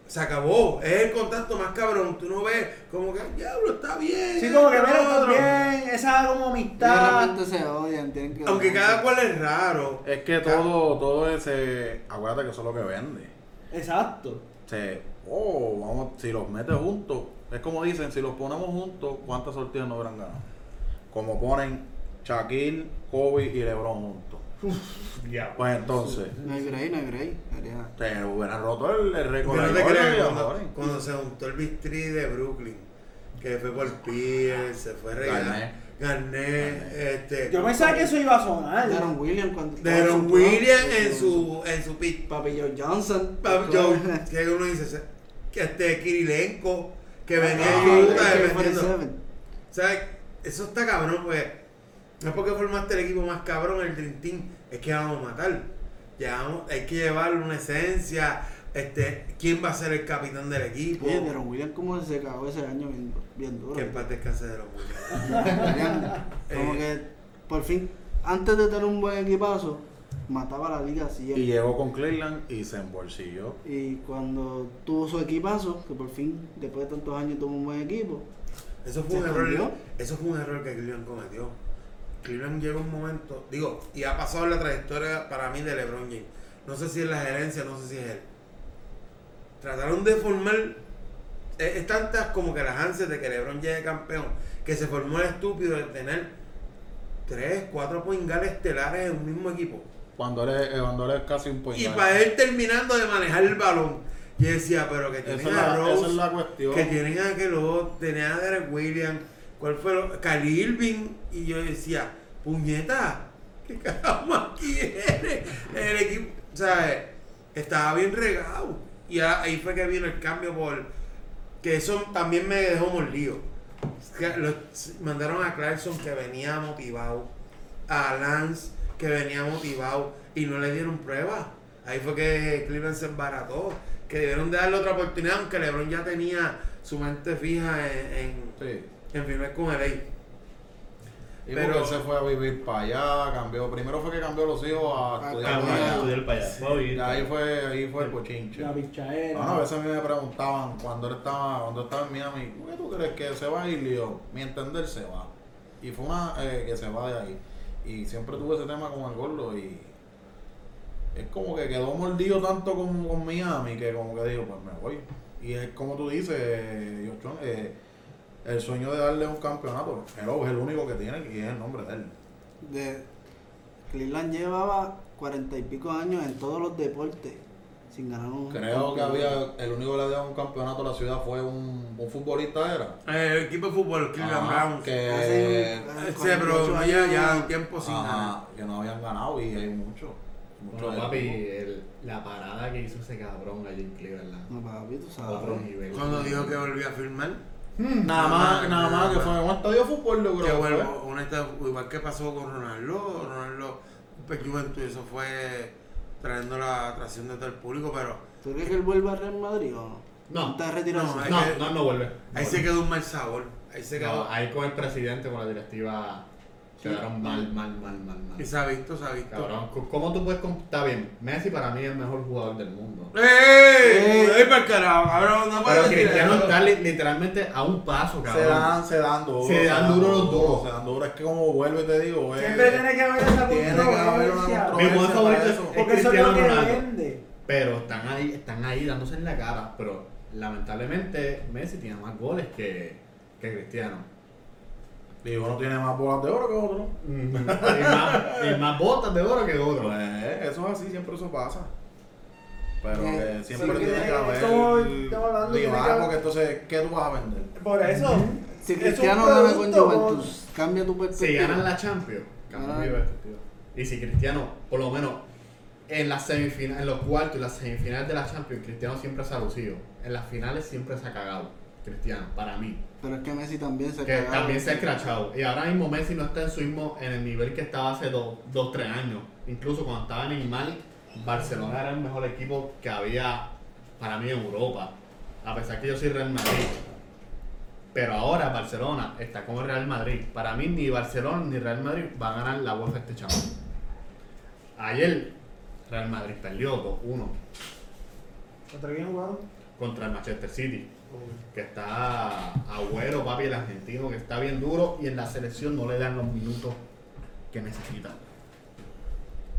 Speaker 4: Se acabó, es el contacto más cabrón. Tú no ves como que, diablo, está bien.
Speaker 3: Sí, como que
Speaker 4: esto,
Speaker 3: mira,
Speaker 4: lo
Speaker 3: todo
Speaker 4: otro".
Speaker 3: bien, esa como
Speaker 6: Y de
Speaker 3: amistad.
Speaker 6: repente se odian. Tienen que
Speaker 4: Aunque cada cual es raro.
Speaker 5: Es que todo, todo ese. Acuérdate que eso es lo que vende.
Speaker 3: Exacto.
Speaker 5: O sea, oh, vamos, si los metes juntos, es como dicen, si los ponemos juntos, ¿cuántas sorteos no habrán ganado? Como ponen Shaquille, Kobe y LeBron juntos.
Speaker 7: Ya.
Speaker 5: Pues entonces,
Speaker 6: No hay Grey, no hay Grey. Sería-
Speaker 5: te hubieran roto el, el récord.
Speaker 4: Yo no
Speaker 5: de
Speaker 4: te
Speaker 5: goles,
Speaker 4: creas,
Speaker 5: ahora.
Speaker 4: cuando, cuando se juntó el bistri de Brooklyn, que fue por Pierce, se fue
Speaker 5: Garnett.
Speaker 4: Regal, Garné, este.
Speaker 3: Yo pensaba que eso iba a sonar.
Speaker 6: Darren Williams cuando estaba en
Speaker 4: Deron
Speaker 6: su
Speaker 4: Williams
Speaker 6: prime.
Speaker 4: en su, en su pitch.
Speaker 6: Papi Joe Johnson.
Speaker 4: Papi Joe, que uno dice, se- que este Kirilenko, que venía
Speaker 6: Ah,
Speaker 4: de Utah
Speaker 6: AK-47.
Speaker 4: defendiendo. ¿Sabes? Eso está cabrón, pues. No es porque formaste el equipo más cabrón, el Dream Team, es que vamos a matar. Llevamos, hay que llevarle una esencia. Este, ¿Quién va a ser el capitán del equipo?
Speaker 6: Oye, Darren Williams como se cagó ese año bien, bien duro.
Speaker 4: Que en paz descanse de los Williams.
Speaker 6: Italiano. Como que por fin, antes de tener un buen equipazo, mataba la liga
Speaker 5: Y
Speaker 6: siempre.
Speaker 5: llegó con Cleveland y se embolsilló.
Speaker 6: Y cuando tuvo su equipazo, que por fin, después de tantos años, tuvo un buen equipo.
Speaker 4: Eso fue un
Speaker 6: ¿Se
Speaker 4: error.
Speaker 6: escondió?
Speaker 4: Eso fue un error que Cleveland cometió. Cleveland llegó un momento, digo, y ha pasado en la trayectoria para mí de LeBron James. No sé si es la gerencia, no sé si es él. Trataron de formar eh, es tantas como que las ansias de que LeBron llegue campeón, que se formó el estúpido de tener tres, cuatro poingales estelares en un mismo equipo.
Speaker 5: Cuando eres, eh, cuando eres casi un point
Speaker 4: Y
Speaker 5: guard.
Speaker 4: para él terminando de manejar el balón. Y decía, pero que
Speaker 5: Esa es,
Speaker 4: tienen a
Speaker 5: la,
Speaker 4: Rose,
Speaker 5: esa es la cuestión.
Speaker 4: que tienen a aquel otro, tenían a Derek Williams, ¿cuál fue? lo- Kyrie Irving, y yo decía, puñeta, ¿qué carajo más quiere? El equipo, ¿sabes? Estaba bien regado. Y a- ahí fue que vino el cambio por. Que eso también me dejó mordido. Que lo- mandaron a Clarkson que venía motivado, a Lance que venía motivado, y no le dieron pruebas. Ahí fue que Cleveland se embarató. Que debieron de darle otra oportunidad, aunque LeBron ya tenía su mente fija en, en,
Speaker 5: Sí.
Speaker 4: en firmar con el
Speaker 5: Y
Speaker 4: Pero-
Speaker 5: porque él se fue a vivir para allá, cambió. Primero fue que cambió los hijos a
Speaker 6: Ah,
Speaker 5: estudiar
Speaker 7: Vamos
Speaker 5: para
Speaker 7: a
Speaker 5: allá.
Speaker 7: estudiar para allá. Voy a
Speaker 5: Y
Speaker 7: ir.
Speaker 5: ahí fue, ahí fue el cochinche.
Speaker 3: La pichaera.
Speaker 5: No, no, a veces a mí me preguntaban cuando él estaba, cuando estaba en Miami, ¿por qué tú crees que se va a ir? Y yo, mi entender se va. Y fue una eh, que se va de ahí. Y siempre tuve ese tema con el gordo y es como que quedó mordido tanto con, con Miami que como que dijo, pues me voy. Y es como tú dices, eh, Yoshua, eh, el sueño de darle un campeonato, pero es el único que tiene y es el nombre de él.
Speaker 6: de Cleveland llevaba cuarenta y pico años en todos los deportes sin ganar un
Speaker 5: Creo que
Speaker 6: campeonato.
Speaker 5: había, el único que le dio un campeonato a la ciudad fue un, un futbolista, era.
Speaker 4: Eh, El equipo de fútbol, el Cleveland
Speaker 5: Ajá,
Speaker 4: Browns.
Speaker 5: que-
Speaker 6: Hace,
Speaker 5: Eh,
Speaker 6: ah,
Speaker 4: Este,
Speaker 6: 48
Speaker 4: pero no lleva ya
Speaker 6: años.
Speaker 4: un tiempo sin ganar.
Speaker 5: Ajá, que no habían ganado y hay mucho. mucho
Speaker 7: Bueno,
Speaker 5: de-
Speaker 7: papi, el- la parada que hizo ese cabrón allí en Cleveland.
Speaker 6: No, papi, tú sabes.
Speaker 7: Otro nivel.
Speaker 4: Ah,
Speaker 7: Mm,
Speaker 4: Cuando dijo que volvía a firmar,
Speaker 5: Nada más, nada más que fue un estadio de fútbol, yo creo.
Speaker 4: que
Speaker 5: que fue.
Speaker 4: vuelvo, honesta- igual que pasó con Ronaldo, Ronaldo, pues, Juventud, eso fue trayendo la atracción de todo el público, pero
Speaker 6: ¿Tú crees que él vuelve a Real Madrid o no?
Speaker 7: No.
Speaker 6: ¿Está retirado?
Speaker 4: No,
Speaker 7: No,
Speaker 4: Es que-
Speaker 7: no, no vuelve.
Speaker 4: Eh, ahí se quedó un mal sabor, ahí se quedó,
Speaker 7: No, ah, ahí con el presidente, con la directiva, quedaron mal, mal, mal, mal,
Speaker 4: y
Speaker 7: mal.
Speaker 4: se ha visto, se ha visto.
Speaker 7: Cabrón, c- ¿cómo tú puedes comp- Está bien, Messi para mí es el mejor jugador del mundo.
Speaker 4: ¡Ey! ¡Ey, para el carajo! Cabrón, no
Speaker 7: Pero
Speaker 4: puedes decir
Speaker 7: Cristiano
Speaker 4: eso.
Speaker 7: está li- literalmente a un paso,
Speaker 5: Se
Speaker 7: cabrón.
Speaker 5: dan, se dan duro.
Speaker 7: Se dan duro los duros.
Speaker 5: Se dan duro. Es que como vuelvo y te digo, eh,
Speaker 3: Siempre tiene que haber esa
Speaker 5: tiene que haber una
Speaker 3: controversia.
Speaker 5: controversia
Speaker 7: Mi jugador
Speaker 5: para
Speaker 7: favorito
Speaker 5: eso.
Speaker 7: es-
Speaker 3: Porque eso es lo
Speaker 7: Cristiano
Speaker 3: que
Speaker 7: Ronaldo.
Speaker 3: vende.
Speaker 7: Pero están ahí, están ahí dándose en la cara. Pero lamentablemente Messi tiene más goles que, que Cristiano.
Speaker 5: Y uno tiene más bolas de oro que otro.
Speaker 7: y, más, y más botas de oro que oro.
Speaker 5: Pues eso es así, siempre eso pasa. Pero
Speaker 3: Eh,
Speaker 5: que siempre
Speaker 3: sí,
Speaker 5: tiene
Speaker 3: tiene
Speaker 5: que
Speaker 3: que-
Speaker 5: haber.
Speaker 3: estamos- estamos hablando, tiene que
Speaker 5: rival,
Speaker 3: haber-
Speaker 5: porque entonces, ¿qué tú vas a vender?
Speaker 3: Por eso.
Speaker 6: Si
Speaker 3: es
Speaker 6: Cristiano
Speaker 3: un
Speaker 6: gana con
Speaker 3: producto
Speaker 6: Juventus, cambia tu perspectiva.
Speaker 7: Si ganan la Champions, campeón
Speaker 6: Ganan.
Speaker 7: vive este tío. Y si Cristiano, por lo menos en las semifinales, en los cuartos y las semifinales de la Champions, Cristiano siempre se ha lucido. En las finales siempre se ha cagado. Cristiano, para mí.
Speaker 6: Pero es que Messi también se ha
Speaker 7: Que
Speaker 6: cagado.
Speaker 7: también se ha escrachado. Y ahora mismo Messi no está en su mismo, en el nivel que estaba hace 2, 3 años. Incluso cuando estaba en el Mali, Barcelona era el mejor equipo que había para mí en Europa. A pesar que yo soy Real Madrid. Pero ahora Barcelona está con el Real Madrid. Para mí ni Barcelona ni Real Madrid van a ganar la UEFA este chaval. Ayer Real Madrid perdió 2-1
Speaker 3: ¿Contra quién jugaron?
Speaker 7: contra el Manchester City que está Agüero, papi, el argentino, que está bien duro y en la selección no le dan los minutos que necesita.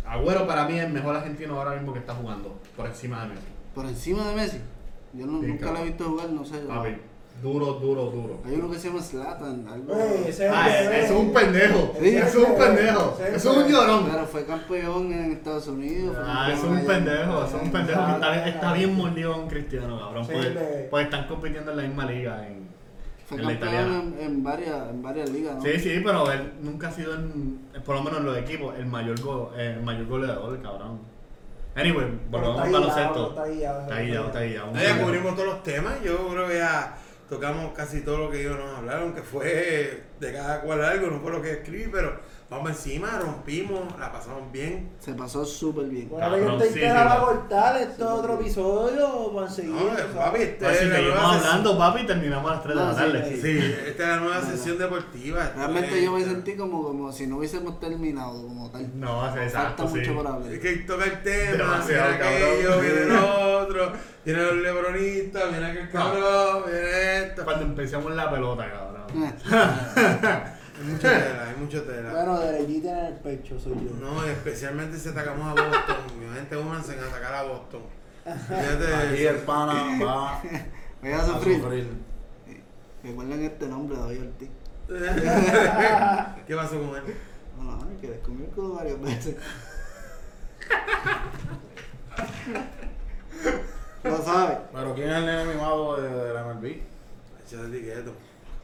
Speaker 7: Agüero para mí es el mejor argentino ahora mismo que está jugando, por encima de Messi.
Speaker 6: Por encima de Messi. Yo no-
Speaker 7: Sí,
Speaker 6: nunca lo
Speaker 7: cabrón.
Speaker 6: he visto jugar, no sé.
Speaker 7: Papi, duro, duro, duro.
Speaker 6: Hay uno que se llama Slatan, algo.
Speaker 3: Ey, ese
Speaker 7: Ah, es, es un pendejo,
Speaker 3: Sí.
Speaker 7: es un pendejo, es un llorón.
Speaker 6: Pero fue campeón en Estados Unidos. fue
Speaker 7: Ah, es
Speaker 6: campeón
Speaker 7: un
Speaker 6: allá.
Speaker 7: pendejo, es un pendejo que está, está bien mordido con Cristiano, cabrón. Pues, pues están compitiendo en la misma liga. En,
Speaker 6: Fue
Speaker 7: en la
Speaker 6: campeón
Speaker 7: italiana.
Speaker 6: en, en varias, en varias ligas, ¿no?
Speaker 7: Sí, sí, pero él nunca ha sido, en, por lo menos en los equipos, el mayor, go- el mayor goleador, cabrón. Anyway, volvamos al baloncesto.
Speaker 3: ahí
Speaker 7: Está ahí ya, está ahí
Speaker 4: No, ya
Speaker 7: ya.
Speaker 4: cubrimos todos los temas, yo creo que ya tocamos casi todo lo que ellos nos hablaron, que fue de cada cual algo, no fue lo que escribí, pero vamos encima, rompimos, la pasamos bien.
Speaker 6: Se pasó súper bien.
Speaker 3: Bueno, pero yo estoy
Speaker 7: Cabroncísimo.
Speaker 3: para va a cortar esto es otro episodio para seguir.
Speaker 4: No, eh, papi, este
Speaker 7: Pero
Speaker 4: es
Speaker 7: si
Speaker 4: la nueva
Speaker 7: seguimos
Speaker 4: ses-
Speaker 7: hablando, papi, terminamos a las 3 de
Speaker 6: No,
Speaker 7: la
Speaker 6: sí,
Speaker 7: tarde.
Speaker 6: sí.
Speaker 4: Sí, esta es la nueva
Speaker 6: No, no.
Speaker 4: sesión deportiva.
Speaker 6: Realmente
Speaker 4: Eh,
Speaker 6: yo me sentí como, como si no hubiésemos terminado como tal.
Speaker 7: No, o sea,
Speaker 6: Falta
Speaker 7: exacto, sí.
Speaker 6: mucho por hablar.
Speaker 4: Es que toca el tema, viene
Speaker 7: Demasiado,
Speaker 4: aquello,
Speaker 7: cabrón.
Speaker 4: viene el otro, viene el lebronista, viene aquel cabrón, viene esto.
Speaker 7: Cuando empecemos la pelota, cabrón.
Speaker 6: Eh,
Speaker 4: Hay mucha tela, hay mucha tela.
Speaker 3: Bueno, derechita en el pecho soy yo.
Speaker 4: No, especialmente si atacamos a Boston. Mi gente, únanse en atacar a Boston. Fíjate,
Speaker 5: Aquí el pana va
Speaker 6: Voy a
Speaker 5: a
Speaker 6: sufrir.
Speaker 5: sufrir.
Speaker 6: Recuerden este nombre, David Ortiz.
Speaker 4: ¿Qué pasó con él?
Speaker 6: No, no, que descubrí el culo varias veces. Lo sabe.
Speaker 5: Pero ¿quién es el nene mimado de, de la MLB?
Speaker 4: Echate etiqueto.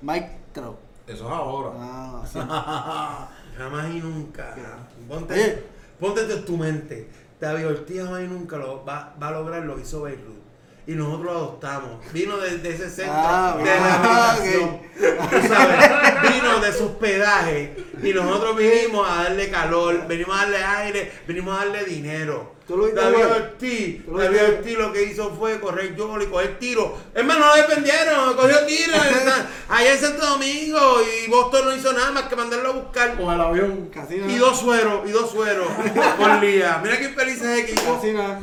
Speaker 6: Mike Trout.
Speaker 5: Eso es ahora.
Speaker 6: Ah, sí.
Speaker 4: Jamás y nunca.
Speaker 6: Oye.
Speaker 4: Ponte, ponte esto en tu mente. David Ortiz jamás y nunca lo va, va a lograr lo que hizo Beirut. Y nosotros lo adoptamos. Vino de, de ese centro
Speaker 6: Ah,
Speaker 4: de
Speaker 6: bueno,
Speaker 4: rehabilitación. Tú sabes, vino de su hospedaje. Y nosotros
Speaker 6: Eh.
Speaker 4: vinimos a darle calor, venimos a darle aire, venimos a darle dinero.
Speaker 6: Tú lo viste
Speaker 4: David
Speaker 6: jugar.
Speaker 4: Ortiz,
Speaker 6: Tú lo
Speaker 4: David
Speaker 6: viste.
Speaker 4: Ortiz lo que hizo fue correr yo y coger tiro. Es más, no lo defendieron, cogió tiro. Allá en Santo Domingo y Boston no hizo nada más que mandarlo a buscar.
Speaker 5: Con el avión.
Speaker 6: Casi nada.
Speaker 4: Y dos sueros, y dos sueros por día. Mira qué feliz es el equipo.
Speaker 6: Casi nada.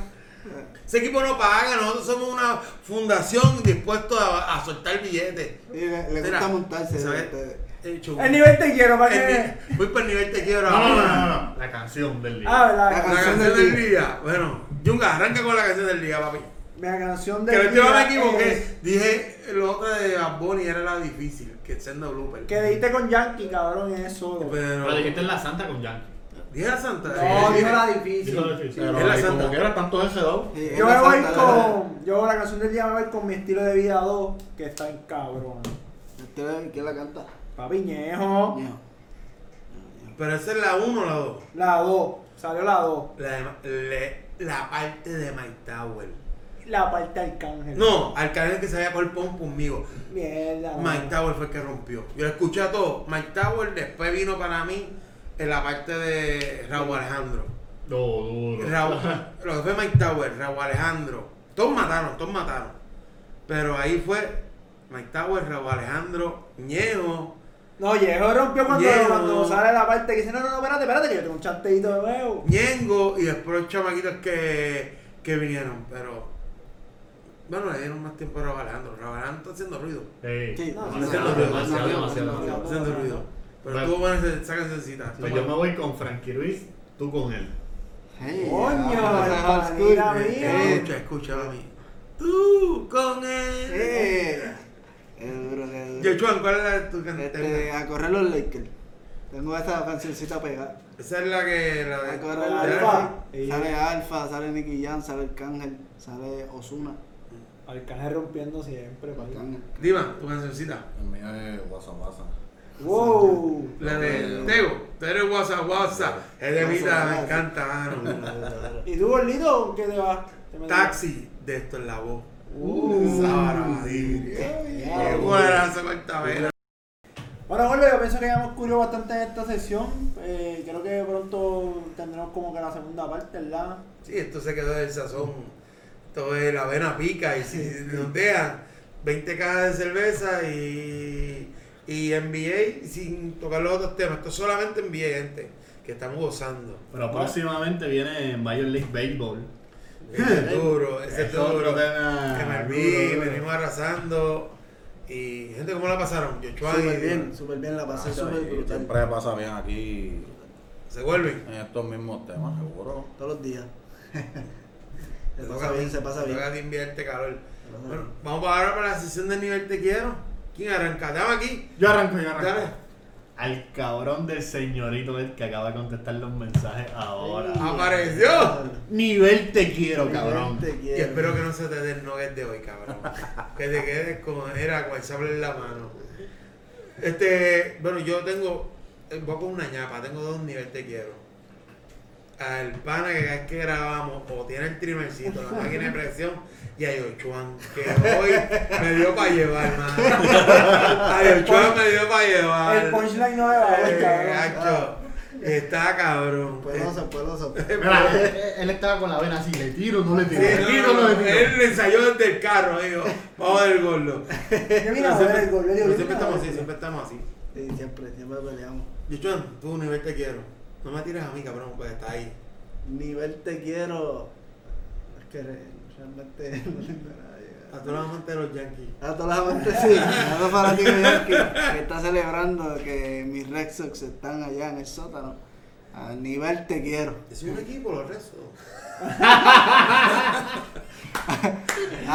Speaker 4: Ese equipo no paga, nosotros somos una fundación dispuesta a, a soltar billetes.
Speaker 6: Y le, le
Speaker 4: Mira,
Speaker 6: gusta montarse.
Speaker 4: ¿sabes?
Speaker 6: este,
Speaker 4: El show.
Speaker 8: El nivel te quiero, para
Speaker 4: El
Speaker 8: que.
Speaker 4: ni- Voy para el nivel te quiero
Speaker 7: No, no, no,
Speaker 4: ahora.
Speaker 7: no, no. La canción del libro.
Speaker 8: Ah, ¿verdad?
Speaker 6: La
Speaker 4: La canción del día. Bueno, Junga, arranca con la canción del día, papi.
Speaker 3: La canción
Speaker 4: Que
Speaker 3: del
Speaker 4: yo no me
Speaker 3: día es-
Speaker 4: equivoqué. Dije, lo otro de Bad Bunny era la difícil, que es Sendo Blooper.
Speaker 3: Que dijiste con Yankee, cabrón, es solo.
Speaker 7: Pero dijiste
Speaker 4: Pero,
Speaker 7: en la santa con Yankee.
Speaker 4: dije la Santa.
Speaker 3: No,
Speaker 4: dije-
Speaker 3: dijo la
Speaker 7: Dijo la
Speaker 3: difícil.
Speaker 7: difícil.
Speaker 5: Pero
Speaker 4: Es la
Speaker 5: ahí
Speaker 4: santa.
Speaker 5: como quiera, tanto ese dos.
Speaker 6: Sí,
Speaker 3: Yo me
Speaker 6: esa
Speaker 3: voy
Speaker 6: santa
Speaker 3: con. Yo la canción del día me voy con mi estilo de vida 2, que está en cabrón.
Speaker 6: la- Este, ¿Quién la canta?
Speaker 3: Papiñejo.
Speaker 6: Ñejo.
Speaker 4: Pero esa es la 1 o la 2.
Speaker 3: La 2. Salió la 2.
Speaker 4: La, de Ma- le- la parte de Mike Tower.
Speaker 3: La parte de Arcángel.
Speaker 4: No, al canal que se había colpón conmigo.
Speaker 3: Mierda. mano.
Speaker 4: Mike Tower fue el que rompió. Yo lo escuché a todo. Mike Tower después vino para mí en la parte de Raúl Alejandro.
Speaker 7: No, duro.
Speaker 4: Raúl, lo que fue Mike Tower, Raúl Alejandro. Todos mataron, todos mataron. Pero ahí fue Mike Tower, Raúl Alejandro, Ñejo.
Speaker 3: No, Yejo rompió cuando,
Speaker 4: Yejo.
Speaker 3: cuando sale la parte que dice, no, no, no, espérate, espérate, que yo tengo un chanteito de nuevo.
Speaker 4: Ñengo y después los chamaquitos que, que vinieron, pero bueno, le dieron más tiempo a Raúl Alejandro. Raúl Alejandro está haciendo ruido.
Speaker 7: Ey.
Speaker 6: Sí,
Speaker 3: No,
Speaker 6: no,
Speaker 4: no, no,
Speaker 6: no, no, no,
Speaker 7: demasiado,
Speaker 6: no, no,
Speaker 7: demasiado.
Speaker 6: no.
Speaker 4: Está haciendo ruido. Pero
Speaker 7: Bueno.
Speaker 4: tuvo buenas esa cancioncita.
Speaker 7: Pues yo me voy con Frankie Ruiz, tú con él.
Speaker 6: Hey,
Speaker 3: Coño,
Speaker 6: ah,
Speaker 3: el
Speaker 6: ah,
Speaker 3: panita
Speaker 6: school,
Speaker 3: mío.
Speaker 6: eh,
Speaker 4: Escucha, escucha, mami. Tú con él.
Speaker 6: eh, es duro, es duro.
Speaker 4: Yo, Chuan, ¿cuál es la de tu
Speaker 6: Este,
Speaker 4: canción?
Speaker 6: a correr los Lakers. Tengo esa cancioncita pegada.
Speaker 4: Esa es la que. La de.
Speaker 6: A correr
Speaker 3: la
Speaker 6: los
Speaker 4: de-
Speaker 3: Alfa.
Speaker 6: Lakers. Sale Alfa, sale Nicky Jam, sale Arcángel, sale Osuna.
Speaker 3: Arcángel rompiendo siempre, papi.
Speaker 4: Dima, tu cancioncita.
Speaker 5: El mío es Guasa Guasa.
Speaker 3: Wow.
Speaker 4: La de Tego. Tú eres guasa guasa. Es de vida, me encanta, mano.
Speaker 3: ¿Y tú, gordito, con qué te vas? ¿Te metes?
Speaker 4: Taxi de esto es la voz.
Speaker 3: Uh.
Speaker 4: Sara, sí. Qué
Speaker 3: Yeah.
Speaker 4: buena esa cuarta vela.
Speaker 3: Bueno, Gordo, yo pienso que ya hemos cubrido bastante en esta sesión. Eh, creo que pronto tendremos como que la segunda parte, ¿verdad?
Speaker 4: Sí, esto se quedó del sazón. Esto es la avena pica. Y si nos dejan 20 cajas de cerveza y, y NBA sin tocar los otros temas. Esto es solamente NBA, gente. Que estamos gozando.
Speaker 7: Pero próximamente viene Major League Baseball.
Speaker 4: Es duro, ese es
Speaker 7: Es otro
Speaker 4: duro.
Speaker 7: tema
Speaker 4: MLB,
Speaker 7: duro.
Speaker 4: venimos arrasando. Y gente, ¿cómo la pasaron? Yochoan
Speaker 6: Súper
Speaker 4: y
Speaker 6: bien, súper bien, la
Speaker 4: Ah,
Speaker 6: pasé súper
Speaker 5: Ah, Sí,
Speaker 6: brutal.
Speaker 5: Siempre pasa bien aquí
Speaker 4: se vuelven.
Speaker 5: en estos mismos temas, seguro.
Speaker 6: Todos los días.
Speaker 4: Te
Speaker 6: se
Speaker 4: toca
Speaker 6: pasa
Speaker 4: a ti,
Speaker 6: bien, se pasa
Speaker 4: te
Speaker 6: bien.
Speaker 4: toca a ti enviarte calor.
Speaker 6: Se pasa
Speaker 4: Bueno,
Speaker 6: bien.
Speaker 4: vamos para ahora para la sesión de nivel te quiero. ¿Quién arranca? Dame aquí.
Speaker 7: Yo arranco, yo arranco.
Speaker 4: Dale.
Speaker 7: Al cabrón del señorito el que acaba de contestar los mensajes ahora.
Speaker 4: Apareció.
Speaker 7: Nivel te quiero, cabrón.
Speaker 6: Te
Speaker 4: Y
Speaker 6: quiero.
Speaker 4: espero que no se te dé el nugget de hoy, cabrón. que te quedes con era con el sable en la mano. Este, bueno, yo tengo, eh, voy con una ñapa, tengo dos niveles te quiero. Al pana que cada vez que grabamos, o tiene el trimercito, la máquina de presión, y a Yochuan, que hoy me dio para llevar, mano. A Yochuan me dio para llevar.
Speaker 3: El punchline no le va a
Speaker 4: Eh,
Speaker 3: dar, cabrón.
Speaker 4: gacho. Está cabrón.
Speaker 3: Pues
Speaker 6: Pueloso, pueloso.
Speaker 7: Mira, él, él estaba con la vena así, le tiro, no le
Speaker 4: Sí,
Speaker 7: tiro. Le
Speaker 4: el
Speaker 7: tiro, no le tiro.
Speaker 4: él le ensayó desde el carro, digo, vamos del gordo.
Speaker 3: Yo vine a
Speaker 4: Pero
Speaker 3: ver el Gordo, yo digo,
Speaker 4: pero
Speaker 3: yo vine
Speaker 4: siempre
Speaker 3: a ver
Speaker 4: estamos así,
Speaker 3: el
Speaker 4: siempre estamos así.
Speaker 6: Sí, siempre, siempre peleamos.
Speaker 4: Yuchuan, tú nivel te quiero. No me tires a mí, cabrón, pues está ahí.
Speaker 6: Nivel te quiero. Es que re- realmente no tengo nada. ya.
Speaker 4: A todos los amantes de los Yankees.
Speaker 6: A todas las amantes, sí. A los fanáticos de Yankee que está celebrando que mis Red Sox están allá en el sótano. A nivel te quiero.
Speaker 4: Es un equipo, los restos.
Speaker 6: A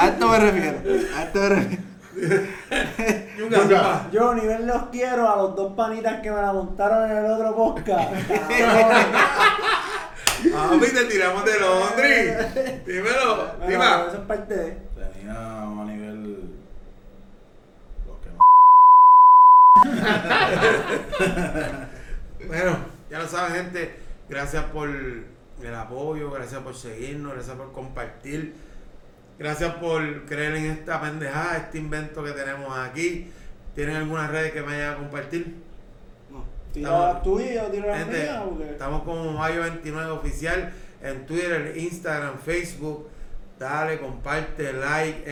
Speaker 6: esto me refiero. A esto me refiero.
Speaker 4: Yunga, zumba.
Speaker 3: Yo nivel los quiero a los dos panitas que me la montaron en el otro podcast. Cabrón.
Speaker 4: A mí te tiramos de Londres. Dímelo,
Speaker 3: Bueno,
Speaker 4: dima.
Speaker 3: eso es parte de.
Speaker 5: Tenía un nivel. Los que no.
Speaker 4: Bueno, ya lo saben, gente. Gracias por el apoyo, gracias por seguirnos, gracias por compartir. Gracias por creer en esta pendejada, este invento que tenemos aquí. ¿Tienen algunas redes que me vayan a compartir?
Speaker 3: Tira
Speaker 4: Estamos-
Speaker 3: las tuyas, tira las
Speaker 4: Gente,
Speaker 3: mías, porque.
Speaker 4: estamos con Mayo29 Oficial en Twitter, Instagram, Facebook. Dale, comparte, like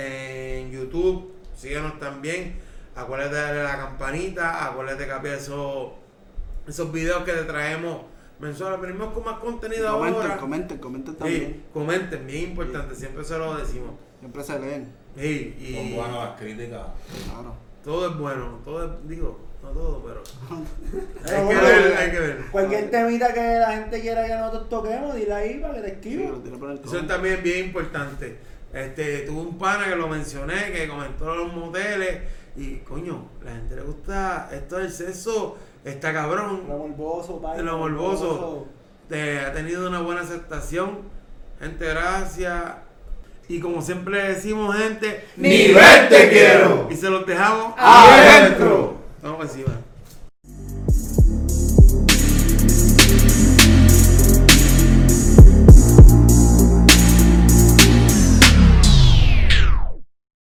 Speaker 4: en YouTube. Síguenos también. Acuérdate de darle a la campanita. Acuérdate de cambiar esos, esos videos que te traemos mensuales. Venimos con más contenido
Speaker 6: Comenten,
Speaker 4: ahora.
Speaker 6: comenten, comenten
Speaker 4: Sí,
Speaker 6: también.
Speaker 4: comenten, bien importante, siempre se lo decimos.
Speaker 6: Siempre se leen,
Speaker 4: Sí, y
Speaker 5: Son buenas las críticas.
Speaker 6: claro.
Speaker 4: todo es bueno, todo es, digo, no todo, pero hay
Speaker 3: Pero
Speaker 4: que
Speaker 3: bueno,
Speaker 4: ver, hay que ver.
Speaker 3: Cualquier temita que la gente quiera que nosotros toquemos, dile ahí para que te
Speaker 6: Sí,
Speaker 3: escriban.
Speaker 6: lo tiré por el
Speaker 4: Eso
Speaker 6: codo.
Speaker 4: también es bien importante. Este, tuve un pana que lo mencioné, que comentó los moteles. Y coño, la gente le gusta esto del sexo, está
Speaker 3: Lo
Speaker 4: cabrón.
Speaker 3: morboso, padre.
Speaker 4: Lo morboso. Te- ha tenido una buena aceptación. Gente, gracias. Y como siempre decimos, gente,
Speaker 3: ¡Nivel
Speaker 4: te quiero! Y se los dejamos
Speaker 3: ¡Adentro!
Speaker 4: Vamos encima.